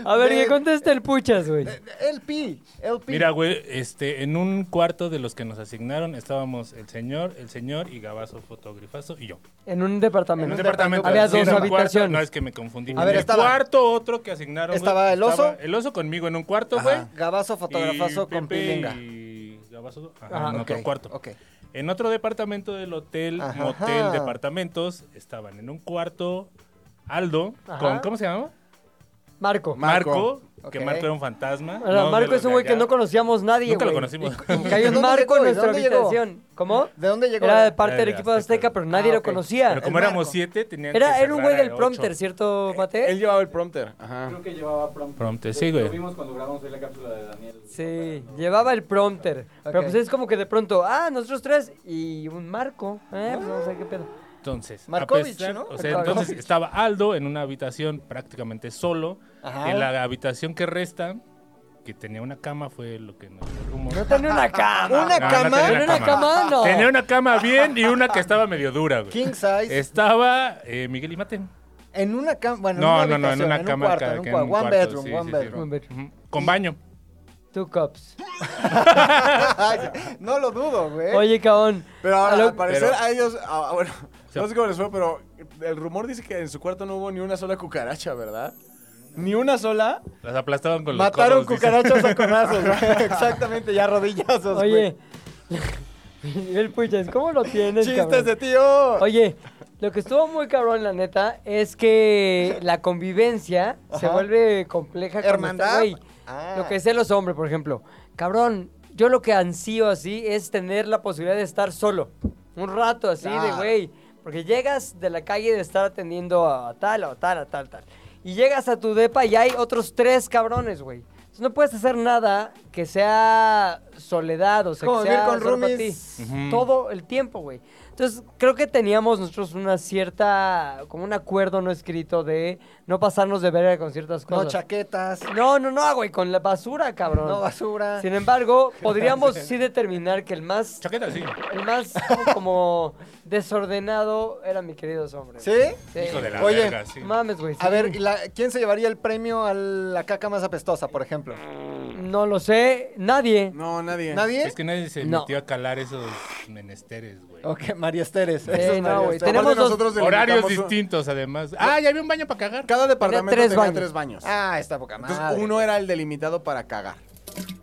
Speaker 1: A ver, que conteste el puchas, güey.
Speaker 2: Eh, El pi, el pi.
Speaker 3: Mira, güey, este, en un cuarto de los que nos asignaron estábamos el señor, el señor y Gabazo, fotógrafazo y yo.
Speaker 1: En un
Speaker 3: En
Speaker 1: departamento.
Speaker 3: un departamento.
Speaker 1: Había dos
Speaker 3: sí, en un cuarto-
Speaker 1: habitaciones.
Speaker 3: No, es que me confundí.
Speaker 2: A ver,
Speaker 3: en el
Speaker 2: estaba-
Speaker 3: cuarto otro que asignaron. güey,
Speaker 2: estaba el oso.
Speaker 3: El oso conmigo en un cuarto, güey.
Speaker 2: Gabazo, fotografazo
Speaker 3: y
Speaker 2: con
Speaker 3: Pepe
Speaker 2: pilinga.
Speaker 3: Y Gabazo ajá,
Speaker 1: Ah,
Speaker 3: en
Speaker 2: Ok,
Speaker 3: otro cuarto.
Speaker 2: ok.
Speaker 3: En otro departamento del hotel,
Speaker 2: Ajá.
Speaker 3: motel, departamentos, estaban en un cuarto Aldo
Speaker 1: Ajá.
Speaker 3: con, ¿cómo se llama?
Speaker 1: Marco.
Speaker 3: Marco,
Speaker 2: Ok.
Speaker 3: que Marco era un fantasma.
Speaker 1: Ahora,
Speaker 3: no de
Speaker 1: Marco
Speaker 3: los
Speaker 1: es un
Speaker 3: de
Speaker 1: güey que
Speaker 3: allá.
Speaker 1: no conocíamos nadie,
Speaker 3: Nunca lo
Speaker 1: güey.
Speaker 3: conocimos.
Speaker 1: Y Cayó
Speaker 2: ¿Dónde
Speaker 1: un Marco
Speaker 2: llegó,
Speaker 1: en
Speaker 2: güey?
Speaker 1: nuestra
Speaker 2: ¿Dónde llegó?
Speaker 1: habitación. ¿Cómo?
Speaker 2: ¿De dónde llegó?
Speaker 1: Era
Speaker 2: la-
Speaker 1: de parte del
Speaker 3: Era de
Speaker 1: equipo de
Speaker 3: Azteca.
Speaker 1: Azteca, pero nadie
Speaker 2: Ah,
Speaker 1: lo
Speaker 2: ok.
Speaker 3: Pero
Speaker 1: conocía.
Speaker 3: como
Speaker 2: El
Speaker 3: éramos
Speaker 2: Marco.
Speaker 3: siete, tenían
Speaker 1: Era,
Speaker 3: que
Speaker 1: era un güey
Speaker 3: cerrar
Speaker 1: del
Speaker 3: a
Speaker 1: prompter,
Speaker 3: ocho.
Speaker 1: ¿cierto, Mate?
Speaker 4: Él llevaba el prompter. Ajá.
Speaker 6: Creo que llevaba prompt.
Speaker 3: Prompter, sí, güey.
Speaker 6: Lo vimos cuando grabamos hoy la cápsula de Daniel.
Speaker 1: Sí, llevaba el prompter. Pero
Speaker 2: Ok.
Speaker 1: pues es como que de pronto, ah, nosotros tres y un Marco. Eh, pues no sé qué pedo.
Speaker 3: Entonces, a
Speaker 2: Markovich,
Speaker 3: pesar-
Speaker 2: ¿no?
Speaker 3: o sea,
Speaker 2: Markovich.
Speaker 3: entonces estaba Aldo en una habitación prácticamente solo.
Speaker 2: Ajá.
Speaker 3: En la habitación que resta, que tenía una cama, fue lo que nos dio el rumor. Ah,
Speaker 1: No tenía (laughs) una cama.
Speaker 2: ¿Una
Speaker 3: No, no
Speaker 2: cama?
Speaker 1: ¿Tenía una cama? No.
Speaker 3: Tenía una cama bien y una que estaba medio dura, güey.
Speaker 2: King size.
Speaker 3: Estaba eh, Miguel y Mate.
Speaker 2: En una cama. Bueno,
Speaker 3: No,
Speaker 2: en una
Speaker 3: no, no, en
Speaker 2: habitación,
Speaker 3: una
Speaker 2: en un
Speaker 3: cama
Speaker 2: cuarto,
Speaker 3: cada
Speaker 2: en un
Speaker 3: quien,
Speaker 2: cuarto.
Speaker 3: un
Speaker 2: One
Speaker 3: cuarto,
Speaker 2: bedroom,
Speaker 3: sí,
Speaker 2: one
Speaker 3: sí, sí.
Speaker 2: bedroom.
Speaker 1: One bedroom.
Speaker 3: Ujú. Con baño.
Speaker 1: Two cups.
Speaker 2: Ay, no lo dudo, güey.
Speaker 1: Oye, caón.
Speaker 4: Pero ahora,
Speaker 1: A lo-
Speaker 4: al parecer
Speaker 3: pero-
Speaker 4: a ellos. ah, bueno,
Speaker 3: sea-
Speaker 4: no sé cómo les fue, pero el rumor dice que en su cuarto no hubo ni una sola cucaracha, ¿verdad? Ni una sola.
Speaker 3: Las aplastaban con los
Speaker 2: Mataron
Speaker 3: codos, dice.
Speaker 2: cucarachas a
Speaker 3: (laughs)
Speaker 2: conazos, güey. Exactamente, ya rodillazos, güey.
Speaker 1: Oye. (laughs) Miguel Puchas, ¿cómo lo tienes,
Speaker 2: Chistes
Speaker 1: cabrón?
Speaker 2: de tío.
Speaker 1: Oye, lo que estuvo muy cabrón, la neta, es que la convivencia se
Speaker 2: Ajá.
Speaker 1: vuelve compleja cuando está,
Speaker 2: Hermandad.
Speaker 1: güey.
Speaker 2: Ah.
Speaker 1: Lo que es los hombres, por ejemplo. Cabrón, yo lo que ansío así es tener la posibilidad de estar solo. Un rato así de,
Speaker 2: Claro.
Speaker 1: güey. Porque llegas de la calle de estar atendiendo a tal, a tal, a tal, tal. Y llegas a tu depa y hay otros tres cabrones, güey. Entonces no puedes hacer nada que sea soledad, o sea,
Speaker 2: Como
Speaker 1: que
Speaker 2: vivir
Speaker 1: sea
Speaker 2: con
Speaker 1: solo para
Speaker 2: roomies.
Speaker 1: ti.
Speaker 3: Ujú.
Speaker 1: Todo el tiempo, güey. Entonces creo que teníamos nosotros una cierta, como un acuerdo no escrito de no pasarnos de verga con ciertas
Speaker 2: No
Speaker 1: cosas.
Speaker 2: chaquetas,
Speaker 1: No, no, no, güey, con la basura, cabrón.
Speaker 2: no basura.
Speaker 1: Sin embargo, podríamos sí determinar que el más,
Speaker 3: Chaqueta, sí.
Speaker 1: el más como desordenado era mi querido hombre.
Speaker 2: ¿Sí?
Speaker 3: Hijo de la
Speaker 2: Oye,
Speaker 3: verga, sí.
Speaker 1: Mames, güey.
Speaker 2: A
Speaker 1: sí.
Speaker 2: ver, ¿y la- ¿quién se llevaría el premio a la caca más apestosa, por ejemplo?
Speaker 1: no lo sé, nadie.
Speaker 4: No, nadie.
Speaker 2: ¿Nadie?
Speaker 3: Es que nadie se
Speaker 1: No.
Speaker 3: metió a calar esos menesteres, güey.
Speaker 2: Ok, María Esteres.
Speaker 1: Sí,
Speaker 2: Eso es
Speaker 1: no,
Speaker 2: María
Speaker 1: güey,
Speaker 2: Esteres.
Speaker 4: Aparte,
Speaker 1: tenemos dos-
Speaker 4: nosotros
Speaker 3: Horarios
Speaker 4: delimitamos un-
Speaker 3: distintos, además. Ah, ya había un baño para cagar.
Speaker 4: Cada departamento
Speaker 1: tres
Speaker 4: tenía
Speaker 1: baños.
Speaker 4: tres baños.
Speaker 2: Ah, está poca madre.
Speaker 4: Entonces, uno era el delimitado para cagar.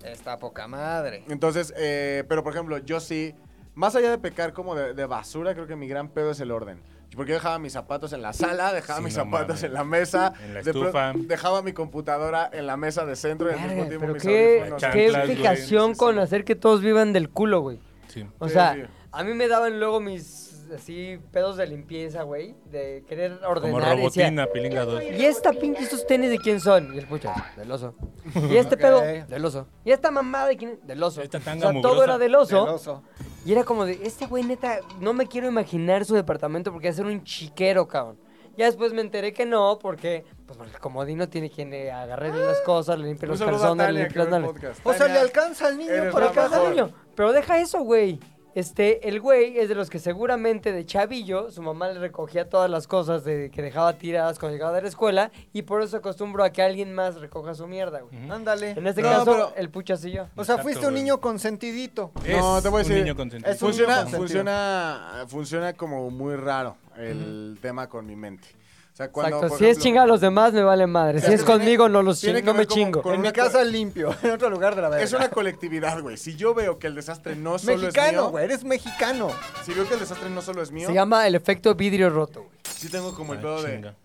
Speaker 2: Está poca madre.
Speaker 4: Entonces, eh, pero por ejemplo, yo sí, más allá de pecar como de, de basura, creo que mi gran pedo es el orden. Porque yo dejaba mis zapatos en la sala, dejaba
Speaker 3: Sí,
Speaker 4: mis
Speaker 3: no
Speaker 4: zapatos
Speaker 3: mames.
Speaker 4: en la mesa,
Speaker 3: En la
Speaker 4: de pro-
Speaker 3: estufa.
Speaker 4: dejaba mi computadora en la mesa de centro y al mismo
Speaker 1: Verga,
Speaker 4: tiempo
Speaker 1: pero
Speaker 4: mis
Speaker 1: qué,
Speaker 4: audífonos.
Speaker 1: qué
Speaker 3: chanclas, güey.
Speaker 1: fijación
Speaker 4: Sí, sí.
Speaker 1: con hacer que todos vivan del culo, güey.
Speaker 3: Sí.
Speaker 1: O
Speaker 4: Sí,
Speaker 1: sea,
Speaker 4: sí.
Speaker 1: a mí me daban luego mis así pedos de limpieza, güey, de querer ordenar.
Speaker 3: Como
Speaker 1: y decía,
Speaker 3: robotina, pilinga 2.
Speaker 1: ¿Y esta pinche estos tenis de quién son? Y el pucha, del oso. ¿Y (laughs) este pedo? Del oso. ¿Y esta mamada de quién es? Del oso.
Speaker 3: Esta
Speaker 1: o
Speaker 3: tanga
Speaker 1: sea, todo
Speaker 3: mugrosa.
Speaker 1: era del oso.
Speaker 2: Del oso.
Speaker 1: Y era como de, este güey neta, no me quiero imaginar su departamento porque es un chiquero, cabrón. Ya después me enteré que no, porque, pues, porque el comodino tiene quien le agarre las cosas, le limpie
Speaker 4: Ah.
Speaker 1: los
Speaker 4: Un saludo a
Speaker 1: calzones, le
Speaker 4: Tania,
Speaker 1: limpie
Speaker 4: que
Speaker 1: las
Speaker 4: ve el
Speaker 1: nalgas.
Speaker 4: podcast.
Speaker 2: O sea,
Speaker 4: Tania,
Speaker 2: le alcanza al niño
Speaker 4: eres
Speaker 2: para
Speaker 4: la
Speaker 1: Pero
Speaker 2: cada
Speaker 1: cada
Speaker 4: mejor.
Speaker 2: niño.
Speaker 1: niño. Pero deja eso, güey. Este, el güey es de los que seguramente de chavillo su mamá le recogía todas las cosas de- que dejaba tiradas cuando llegaba de la escuela y por eso acostumbró a que alguien más recoja su mierda, güey.
Speaker 3: Ujú.
Speaker 2: Ándale.
Speaker 1: En este
Speaker 4: No,
Speaker 1: caso,
Speaker 4: pero-
Speaker 1: el puchas y yo.
Speaker 2: O sea,
Speaker 3: Exacto,
Speaker 2: fuiste un
Speaker 3: güey.
Speaker 2: niño consentidito.
Speaker 3: Es
Speaker 4: No, te voy a
Speaker 3: un
Speaker 4: decir,
Speaker 3: niño consentido.
Speaker 2: es un niño
Speaker 4: Funciona,
Speaker 2: consentido.
Speaker 4: funciona, funciona como muy raro el tema con mi mente. O sea, cuando,
Speaker 1: Exacto.
Speaker 4: por
Speaker 1: Si es
Speaker 4: ejemplo-
Speaker 1: chinga a los demás, me vale madre. Si
Speaker 4: Es
Speaker 1: es
Speaker 4: que tiene-
Speaker 1: conmigo, no, los
Speaker 4: tiene
Speaker 1: chingo,
Speaker 4: que
Speaker 1: no
Speaker 4: ver
Speaker 1: me
Speaker 4: como-
Speaker 1: chingo.
Speaker 4: con
Speaker 2: en
Speaker 4: una
Speaker 2: mi casa limpio, (laughs) en otro lugar de la verga.
Speaker 4: Es una colectividad, güey. Si yo veo que el desastre no solo es mío,
Speaker 2: Mexicano, güey, eres mexicano.
Speaker 4: si veo que el desastre no solo es mío,
Speaker 1: Se llama el efecto vidrio roto, güey.
Speaker 4: sí tengo como el
Speaker 3: Ah,
Speaker 4: pedo de
Speaker 3: chinga.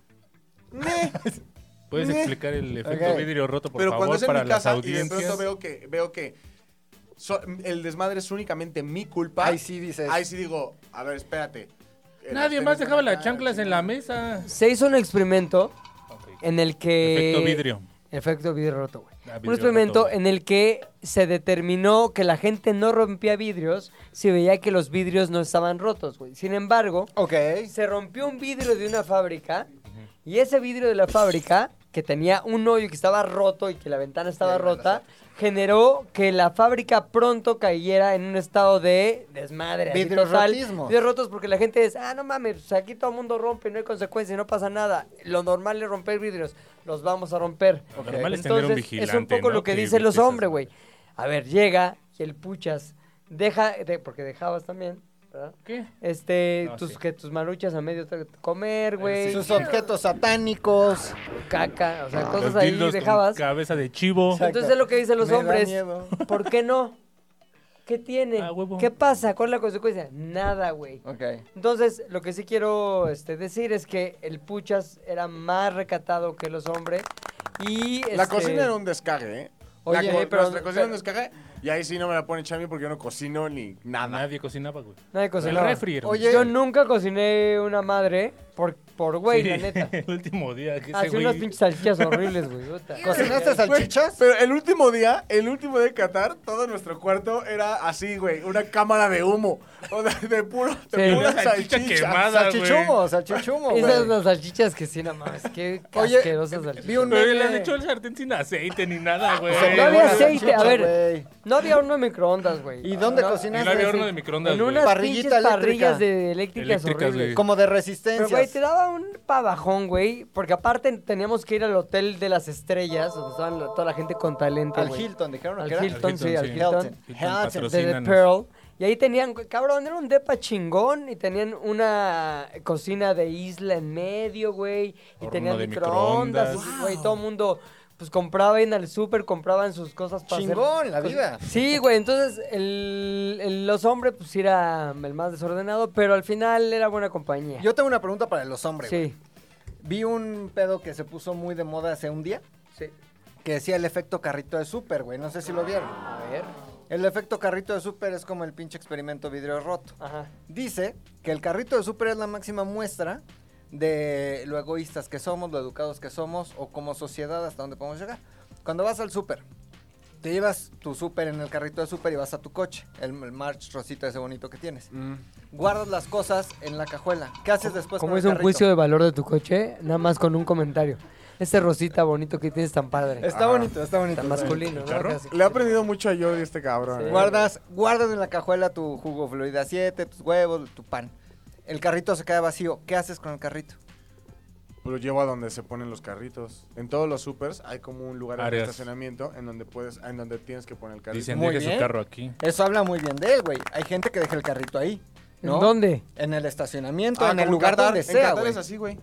Speaker 3: ¿Puedes explicar el efecto
Speaker 2: Ok.
Speaker 3: vidrio roto, por
Speaker 4: Pero cuando
Speaker 3: favor,
Speaker 4: es en
Speaker 3: para
Speaker 4: mi
Speaker 3: las
Speaker 4: casa y de pronto
Speaker 3: audiencias?
Speaker 4: veo que veo que so- el desmadre es únicamente mi culpa.
Speaker 2: Ahí sí dices.
Speaker 4: Ahí sí digo, a ver, espérate. Eh,
Speaker 3: Nadie
Speaker 4: las
Speaker 3: más
Speaker 4: tenis
Speaker 3: dejaba
Speaker 4: están
Speaker 3: las
Speaker 4: acá,
Speaker 3: chanclas en
Speaker 4: chingada.
Speaker 3: la mesa.
Speaker 1: Se hizo un experimento en el que...
Speaker 3: Efecto vidrio.
Speaker 1: Efecto vidrio roto, güey.
Speaker 3: Ah,
Speaker 1: un
Speaker 3: vidrio
Speaker 1: experimento
Speaker 3: roto, güey.
Speaker 1: en el que se determinó que la gente no rompía vidrios si veía que los vidrios no estaban rotos, güey. Sin embargo,
Speaker 2: Ok.
Speaker 1: se rompió un vidrio de una fábrica y ese vidrio de la fábrica, que tenía un hoyo que estaba roto y que la ventana estaba rota, generó que la fábrica pronto cayera en un estado de desmadre. así
Speaker 2: Vidrios
Speaker 1: total.
Speaker 2: rotismos.
Speaker 1: Vidrios rotos porque la gente es, ah, no mames, pues aquí todo el mundo rompe, no hay consecuencias, no pasa nada. Lo normal es romper vidrios, los vamos a romper.
Speaker 3: Lo normal es
Speaker 1: Entonces,
Speaker 3: tener un
Speaker 1: es un
Speaker 3: vigilante,
Speaker 1: poco
Speaker 3: ¿no?
Speaker 1: lo que
Speaker 3: Que
Speaker 1: dicen los
Speaker 3: vigile esas
Speaker 1: hombres, güey. A ver, llega y el puchas deja, de- porque dejabas también, ¿verdad?
Speaker 3: ¿Qué?
Speaker 1: Este,
Speaker 3: No,
Speaker 1: tus,
Speaker 3: sí. Eh,
Speaker 1: que tus maruchas a medio tra- comer, güey.
Speaker 2: Sus objetos satánicos.
Speaker 1: caca, o sea,
Speaker 3: Los
Speaker 1: cosas ahí
Speaker 3: dildos con
Speaker 1: dejababas.
Speaker 3: cabeza de chivo.
Speaker 2: Exacto.
Speaker 1: Entonces es lo que dicen los
Speaker 2: Me da
Speaker 1: hombres.
Speaker 2: miedo.
Speaker 1: (laughs) ¿Por qué no? ¿Qué tiene?
Speaker 3: Ah, huevo.
Speaker 1: ¿Qué pasa? ¿Cuál es la consecuencia? Nada, güey.
Speaker 2: Ok.
Speaker 1: Entonces, lo que sí quiero este, decir es que el puchas era más recatado que los hombres. Y
Speaker 4: La
Speaker 1: este,
Speaker 4: cocina era un descague, ¿eh?
Speaker 1: Oye,
Speaker 4: la, co-
Speaker 1: pero-
Speaker 4: nuestra cocina era un
Speaker 1: pero-
Speaker 4: descague. Y ahí sí no me la pone Chami porque yo no cocino ni
Speaker 1: (laughs)
Speaker 4: nada.
Speaker 3: Nadie cocinaba, güey.
Speaker 1: nadie
Speaker 3: El
Speaker 1: cocinaba.
Speaker 3: refri era un
Speaker 2: Oye,
Speaker 1: Yo nunca cociné una madre por, por güey,
Speaker 3: Sí,
Speaker 1: la
Speaker 3: (laughs)
Speaker 1: neta.
Speaker 3: El último día que ese
Speaker 1: Hacía
Speaker 3: güey...
Speaker 1: unas pinches salchichas horribles, güey. puta.
Speaker 2: ¿Cocinaste salchichas?
Speaker 4: Pero el último día, el último día de Qatar, todo nuestro cuarto era así, güey, una cámara de humo. O sea, de puro, de
Speaker 1: Sí.
Speaker 4: pura
Speaker 3: Una salchicha
Speaker 4: salchicha.
Speaker 3: quemada, güey.
Speaker 2: Salchichumo, salchichumo,
Speaker 1: Esas
Speaker 2: güey.
Speaker 1: las salchichas que sí, no mames. Qué
Speaker 2: Oye,
Speaker 1: asquerosas salchichas.
Speaker 2: Vi un
Speaker 3: Pero le han
Speaker 2: meme.
Speaker 3: hecho el sartén sin aceite ni nada, güey.
Speaker 2: Se
Speaker 1: Ah, No
Speaker 2: acabó
Speaker 1: había
Speaker 2: la
Speaker 1: aceite, a
Speaker 2: salchicha,
Speaker 1: ver.
Speaker 2: güey.
Speaker 1: No había horno de microondas, güey.
Speaker 2: ¿Y dónde
Speaker 1: No,
Speaker 2: cocinaste?
Speaker 3: Y no había horno
Speaker 2: así?
Speaker 3: de microondas,
Speaker 1: En
Speaker 3: güey.
Speaker 1: unas
Speaker 2: Parrillita
Speaker 1: pinches parrillas
Speaker 2: eléctrica.
Speaker 1: de eléctricas,
Speaker 3: Eléctricas,
Speaker 1: horribles.
Speaker 3: güey.
Speaker 2: Como de
Speaker 1: Pero, güey, te
Speaker 2: resistencia.
Speaker 1: daba un pabajón, güey. Porque aparte teníamos que ir al Hotel de las Estrellas, donde estaban la- toda la gente con talento,
Speaker 2: Al
Speaker 1: güey.
Speaker 2: Hilton, dijeron
Speaker 1: Al
Speaker 2: que era.
Speaker 1: Hilton, sí,
Speaker 3: Hilton,
Speaker 1: al
Speaker 3: sí.
Speaker 1: Hilton.
Speaker 3: Hilton,
Speaker 1: De The
Speaker 3: patrocínanos.
Speaker 1: Pearl. Y ahí tenían, cabrón, era un depa chingón y tenían una cocina de isla en medio, güey. Y
Speaker 3: Horno
Speaker 1: tenían
Speaker 3: de
Speaker 1: microondas,
Speaker 3: microondas.
Speaker 1: y, güey. Todo el mundo, pues compraba, iban al súper, compraban sus cosas para hacer
Speaker 2: Chingón, la vida.
Speaker 1: Sí, güey, entonces el- el- los hombres pues era el más desordenado, pero al final era buena compañía.
Speaker 2: Yo tengo una pregunta para los hombres. güey.
Speaker 1: sí,
Speaker 2: Vi un pedo que se puso muy de moda hace un día.
Speaker 1: sí.
Speaker 2: Que decía el efecto carrito de súper, güey. No sé si lo vieron.
Speaker 1: A ver.
Speaker 2: El efecto carrito de súper es como el pinche experimento vidrio roto.
Speaker 1: Ajá.
Speaker 2: Dice que el carrito de súper es la máxima muestra de lo egoístas que somos, lo educados que somos o como sociedad hasta dónde podemos llegar. Cuando vas al súper, te llevas tu súper en el carrito de súper y vas a tu coche, el, el March Rosita ese bonito que tienes.
Speaker 1: Mm.
Speaker 2: Guardas las cosas en la cajuela. ¿Qué haces después
Speaker 1: ¿Cómo
Speaker 2: con
Speaker 1: es
Speaker 2: el
Speaker 1: un
Speaker 2: carrito?
Speaker 1: juicio de valor de tu coche? Nada más con un comentario. Ese rosita bonito que tienes tan padre.
Speaker 2: Está bonito, está bonito.
Speaker 1: tan masculino, ¿no? Casi.
Speaker 4: Le ha aprendido mucho a Jordi este cabrón.
Speaker 1: Sí.
Speaker 4: ¿eh?
Speaker 2: Guardas, guardas en la cajuela tu jugo Florida 7, tus huevos, tu pan. El carrito se queda vacío. ¿Qué haces con el carrito?
Speaker 4: Lo llevo a donde se ponen los carritos. En todos los supers hay como un lugar de
Speaker 3: Áreas.
Speaker 4: estacionamiento en donde puedes, en donde tienes que poner el carrito.
Speaker 3: Dicen,
Speaker 2: Muy
Speaker 3: deje su
Speaker 2: bien.
Speaker 3: carro aquí.
Speaker 2: Eso habla muy bien de él, güey. Hay gente que deja el carrito ahí. ¿no?
Speaker 1: ¿En dónde?
Speaker 2: En el estacionamiento,
Speaker 4: Ah,
Speaker 2: en el
Speaker 4: como en
Speaker 2: lugar
Speaker 4: Qatar,
Speaker 2: donde
Speaker 4: en
Speaker 2: sea,
Speaker 4: Qatar
Speaker 2: güey.
Speaker 4: es así, güey.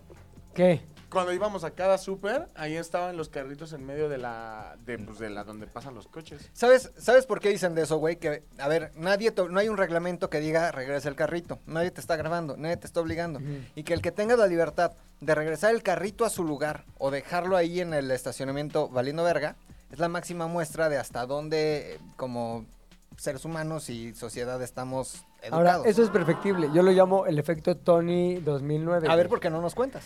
Speaker 1: ¿Qué?
Speaker 4: Cuando íbamos a cada súper, ahí estaban los carritos en medio de la, de, pues, de la donde pasan los coches.
Speaker 2: ¿Sabes, ¿Sabes por qué dicen de eso, güey? Que, a ver, nadie to- no hay un reglamento que diga regresa el carrito. Nadie te está grabando, nadie te está obligando. Y que el que tenga la libertad de regresar el carrito a su lugar o dejarlo ahí en el estacionamiento valiendo verga, es la máxima muestra de hasta dónde, eh, como seres humanos y sociedad, estamos educados.
Speaker 1: Ahora, eso es perfectible. Yo lo llamo el efecto Tony 2009.
Speaker 2: A ver,
Speaker 1: güey.
Speaker 2: ¿por qué no nos cuentas?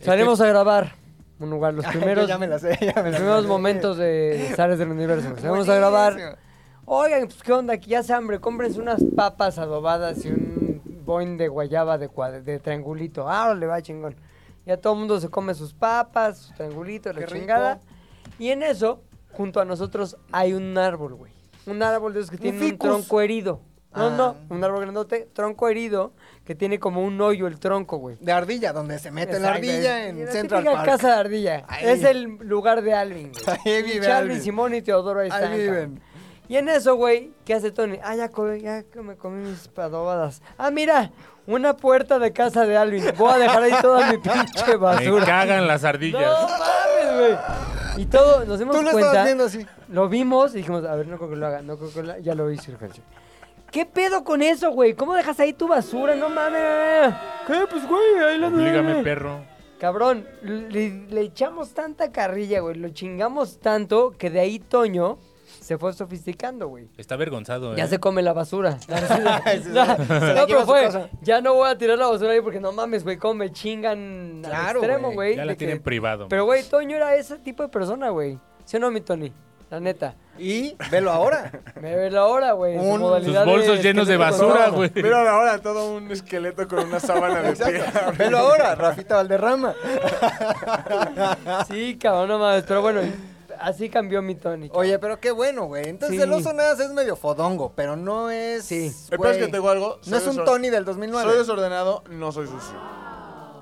Speaker 1: Salimos a grabar un lugar, los
Speaker 2: Ay, (laughs) yo
Speaker 1: primeros,
Speaker 2: ya me la sé, ya me
Speaker 1: los
Speaker 2: la
Speaker 1: primeros
Speaker 2: sé.
Speaker 1: momentos de Sales del
Speaker 2: (laughs)
Speaker 1: Universo. Salimos a grabar. Oigan, pues qué onda, que ya se hambre, cómprense unas papas adobadas y un boing de guayaba de, cuad- de triangulito. Ah, le va chingón. Ya todo el mundo se come sus papas, sus triangulitos, la
Speaker 2: Qué rico.
Speaker 1: chingada. Y en eso, junto a nosotros hay un árbol, güey. Un árbol de esos que
Speaker 2: Un
Speaker 1: tiene un
Speaker 2: ficus.
Speaker 1: tronco herido. No,
Speaker 2: Ah.
Speaker 1: no, un árbol grandote, tronco herido, que tiene como un hoyo el tronco, güey.
Speaker 2: De ardilla, donde se mete la
Speaker 1: Exacto,
Speaker 2: ardilla
Speaker 1: es-
Speaker 2: en
Speaker 1: la
Speaker 2: Central
Speaker 1: típica
Speaker 2: Park.
Speaker 1: casa de ardilla.
Speaker 2: Ahí.
Speaker 1: Es el lugar de Alvin, güey.
Speaker 2: Ahí vive
Speaker 1: Charlie,
Speaker 2: Alvin.
Speaker 1: Simón y Teodoro ahí
Speaker 2: Ahí
Speaker 1: están.
Speaker 2: viven.
Speaker 1: cabrón. Y en eso, güey, ¿qué hace Tony? Ah, ya, co- ya que me comí mis padobadas. Ah, mira, una puerta de casa de Alvin. Voy a dejar ahí toda mi (laughs) pinche
Speaker 3: Me
Speaker 1: basura.
Speaker 3: cagan las
Speaker 1: No
Speaker 3: ardillas.
Speaker 1: mames, güey. Y todo, nos dimos
Speaker 2: Tú lo
Speaker 1: cuenta.
Speaker 2: estabas viendo así.
Speaker 1: Lo vimos y dijimos, a ver, no creo que lo haga, no creo que lo haga. Ya lo hizo el Fercho. ¿Qué pedo con eso, güey? ¿Cómo dejas ahí tu basura? No mames. ¿Qué? Pues, güey, ahí la
Speaker 3: Oblígame, perro.
Speaker 1: Cabrón, le, le echamos tanta carrilla, güey. Lo chingamos tanto que de ahí Toño se fue sofisticando, güey.
Speaker 3: Está avergonzado, ¿eh?
Speaker 1: Ya se come la basura.
Speaker 2: (laughs) sí.
Speaker 1: (laughs) no,
Speaker 2: la
Speaker 1: no,
Speaker 2: lleva a
Speaker 1: pero
Speaker 2: su
Speaker 1: fue.
Speaker 2: casa.
Speaker 1: Ya no voy a tirar la basura ahí porque no mames, güey. Cómo me chingan
Speaker 2: Claro,
Speaker 1: al extremo,
Speaker 2: güey.
Speaker 1: güey.
Speaker 3: Ya la
Speaker 1: de que-
Speaker 3: tienen privado.
Speaker 1: Pero, güey, Toño era ese tipo de persona, güey. ¿Sí o no, mi Tony? La neta.
Speaker 2: Y velo ahora.
Speaker 1: (laughs) Me ve la hora, güey. su
Speaker 2: Un-
Speaker 3: Sus
Speaker 1: modalidad de
Speaker 3: bolsos llenos de
Speaker 1: esqueleto
Speaker 3: basura,
Speaker 1: colorado.
Speaker 3: güey.
Speaker 4: Mira ahora todo un esqueleto con una sábana de
Speaker 2: (laughs)
Speaker 4: piel.
Speaker 2: Exacto. Velo ahora, Rafita Valderrama.
Speaker 1: Sí, cabrón, no mames. Pero
Speaker 2: (laughs)
Speaker 1: bueno, así cambió mi Tony. cabrón.
Speaker 2: Oye, pero qué bueno, güey. Entonces
Speaker 1: Sí.
Speaker 2: el oso nada más es medio fodongo, pero no es.
Speaker 1: Sí.
Speaker 4: El peor
Speaker 2: güey,
Speaker 4: es que te digo algo.
Speaker 2: No
Speaker 4: soy
Speaker 2: es un
Speaker 4: desor-
Speaker 2: Tony del
Speaker 4: Soy
Speaker 2: 2009.
Speaker 4: desordenado, no soy sucio. (laughs)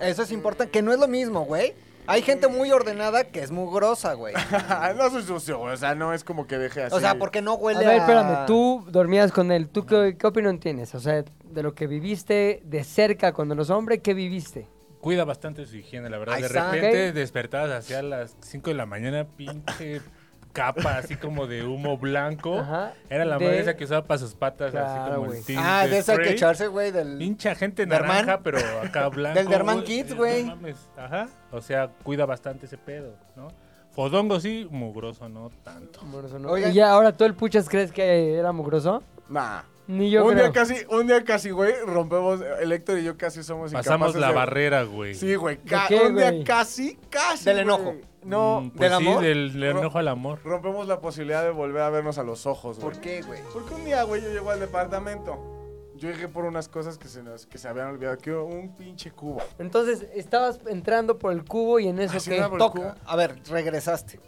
Speaker 2: Eso es importante, que no es lo mismo, güey. Hay gente muy ordenada que es muy grosa, güey.
Speaker 4: no soy sucio, güey. O sea, no es como que deje así.
Speaker 2: O sea, porque no
Speaker 1: A
Speaker 2: huele
Speaker 1: ver, espérame, tú dormías con él, ¿tú qué, qué opinión tienes? O sea, de lo que viviste de cerca con los hombres, ¿qué viviste?
Speaker 3: Cuida bastante su higiene, la verdad.
Speaker 2: Ahí
Speaker 3: De
Speaker 2: está.
Speaker 3: repente
Speaker 1: Ok.
Speaker 3: despertabas hacia las 5 de la mañana, pinche capa así como de humo blanco.
Speaker 1: Ajá.
Speaker 3: Era la
Speaker 1: De-
Speaker 3: madre esa que usaba para sus patas,
Speaker 1: Claro,
Speaker 3: así como
Speaker 1: güey.
Speaker 3: el tinte
Speaker 2: Ah, de esa que
Speaker 3: spray.
Speaker 2: echarse, güey, del.
Speaker 3: Pinche gente
Speaker 2: ¿De Herman?
Speaker 3: naranja, pero acá blanco.
Speaker 2: Del de Herman
Speaker 3: güey.
Speaker 2: Kids,
Speaker 3: Eh,
Speaker 2: güey.
Speaker 3: no mames, Ajá. O sea, cuida bastante ese pedo, ¿no? Fodongo sí, mugroso no tanto.
Speaker 1: Mugroso, ¿no?
Speaker 2: Oigan.
Speaker 1: ¿Y ya ahora tú el puchas crees que era mugroso?
Speaker 4: Nah.
Speaker 1: Ni yo
Speaker 4: un,
Speaker 1: creo.
Speaker 4: día casi, un día casi, güey, rompemos. El Héctor y yo casi somos
Speaker 3: Pasamos
Speaker 4: incapaces
Speaker 3: la
Speaker 4: de-
Speaker 3: barrera, güey.
Speaker 4: Sí, güey. ca-
Speaker 1: qué,
Speaker 4: un día
Speaker 1: güey?
Speaker 4: casi, casi.
Speaker 2: Del
Speaker 4: güey.
Speaker 2: enojo.
Speaker 4: No,
Speaker 3: Mm, pues
Speaker 4: del
Speaker 3: sí,
Speaker 4: amor.
Speaker 3: del
Speaker 4: Ro-
Speaker 3: enojo al amor.
Speaker 4: Rompemos la posibilidad de volver a vernos a los ojos, güey.
Speaker 2: ¿Por qué, güey?
Speaker 4: Porque un día, güey, yo llego al departamento. Yo llegué por unas cosas que se, nos, que se habían olvidado. Que era un pinche cubo.
Speaker 1: Entonces, estabas entrando por el cubo y en eso
Speaker 4: Así
Speaker 1: qué?
Speaker 4: era, güey.
Speaker 2: Toca. A ver, regresaste.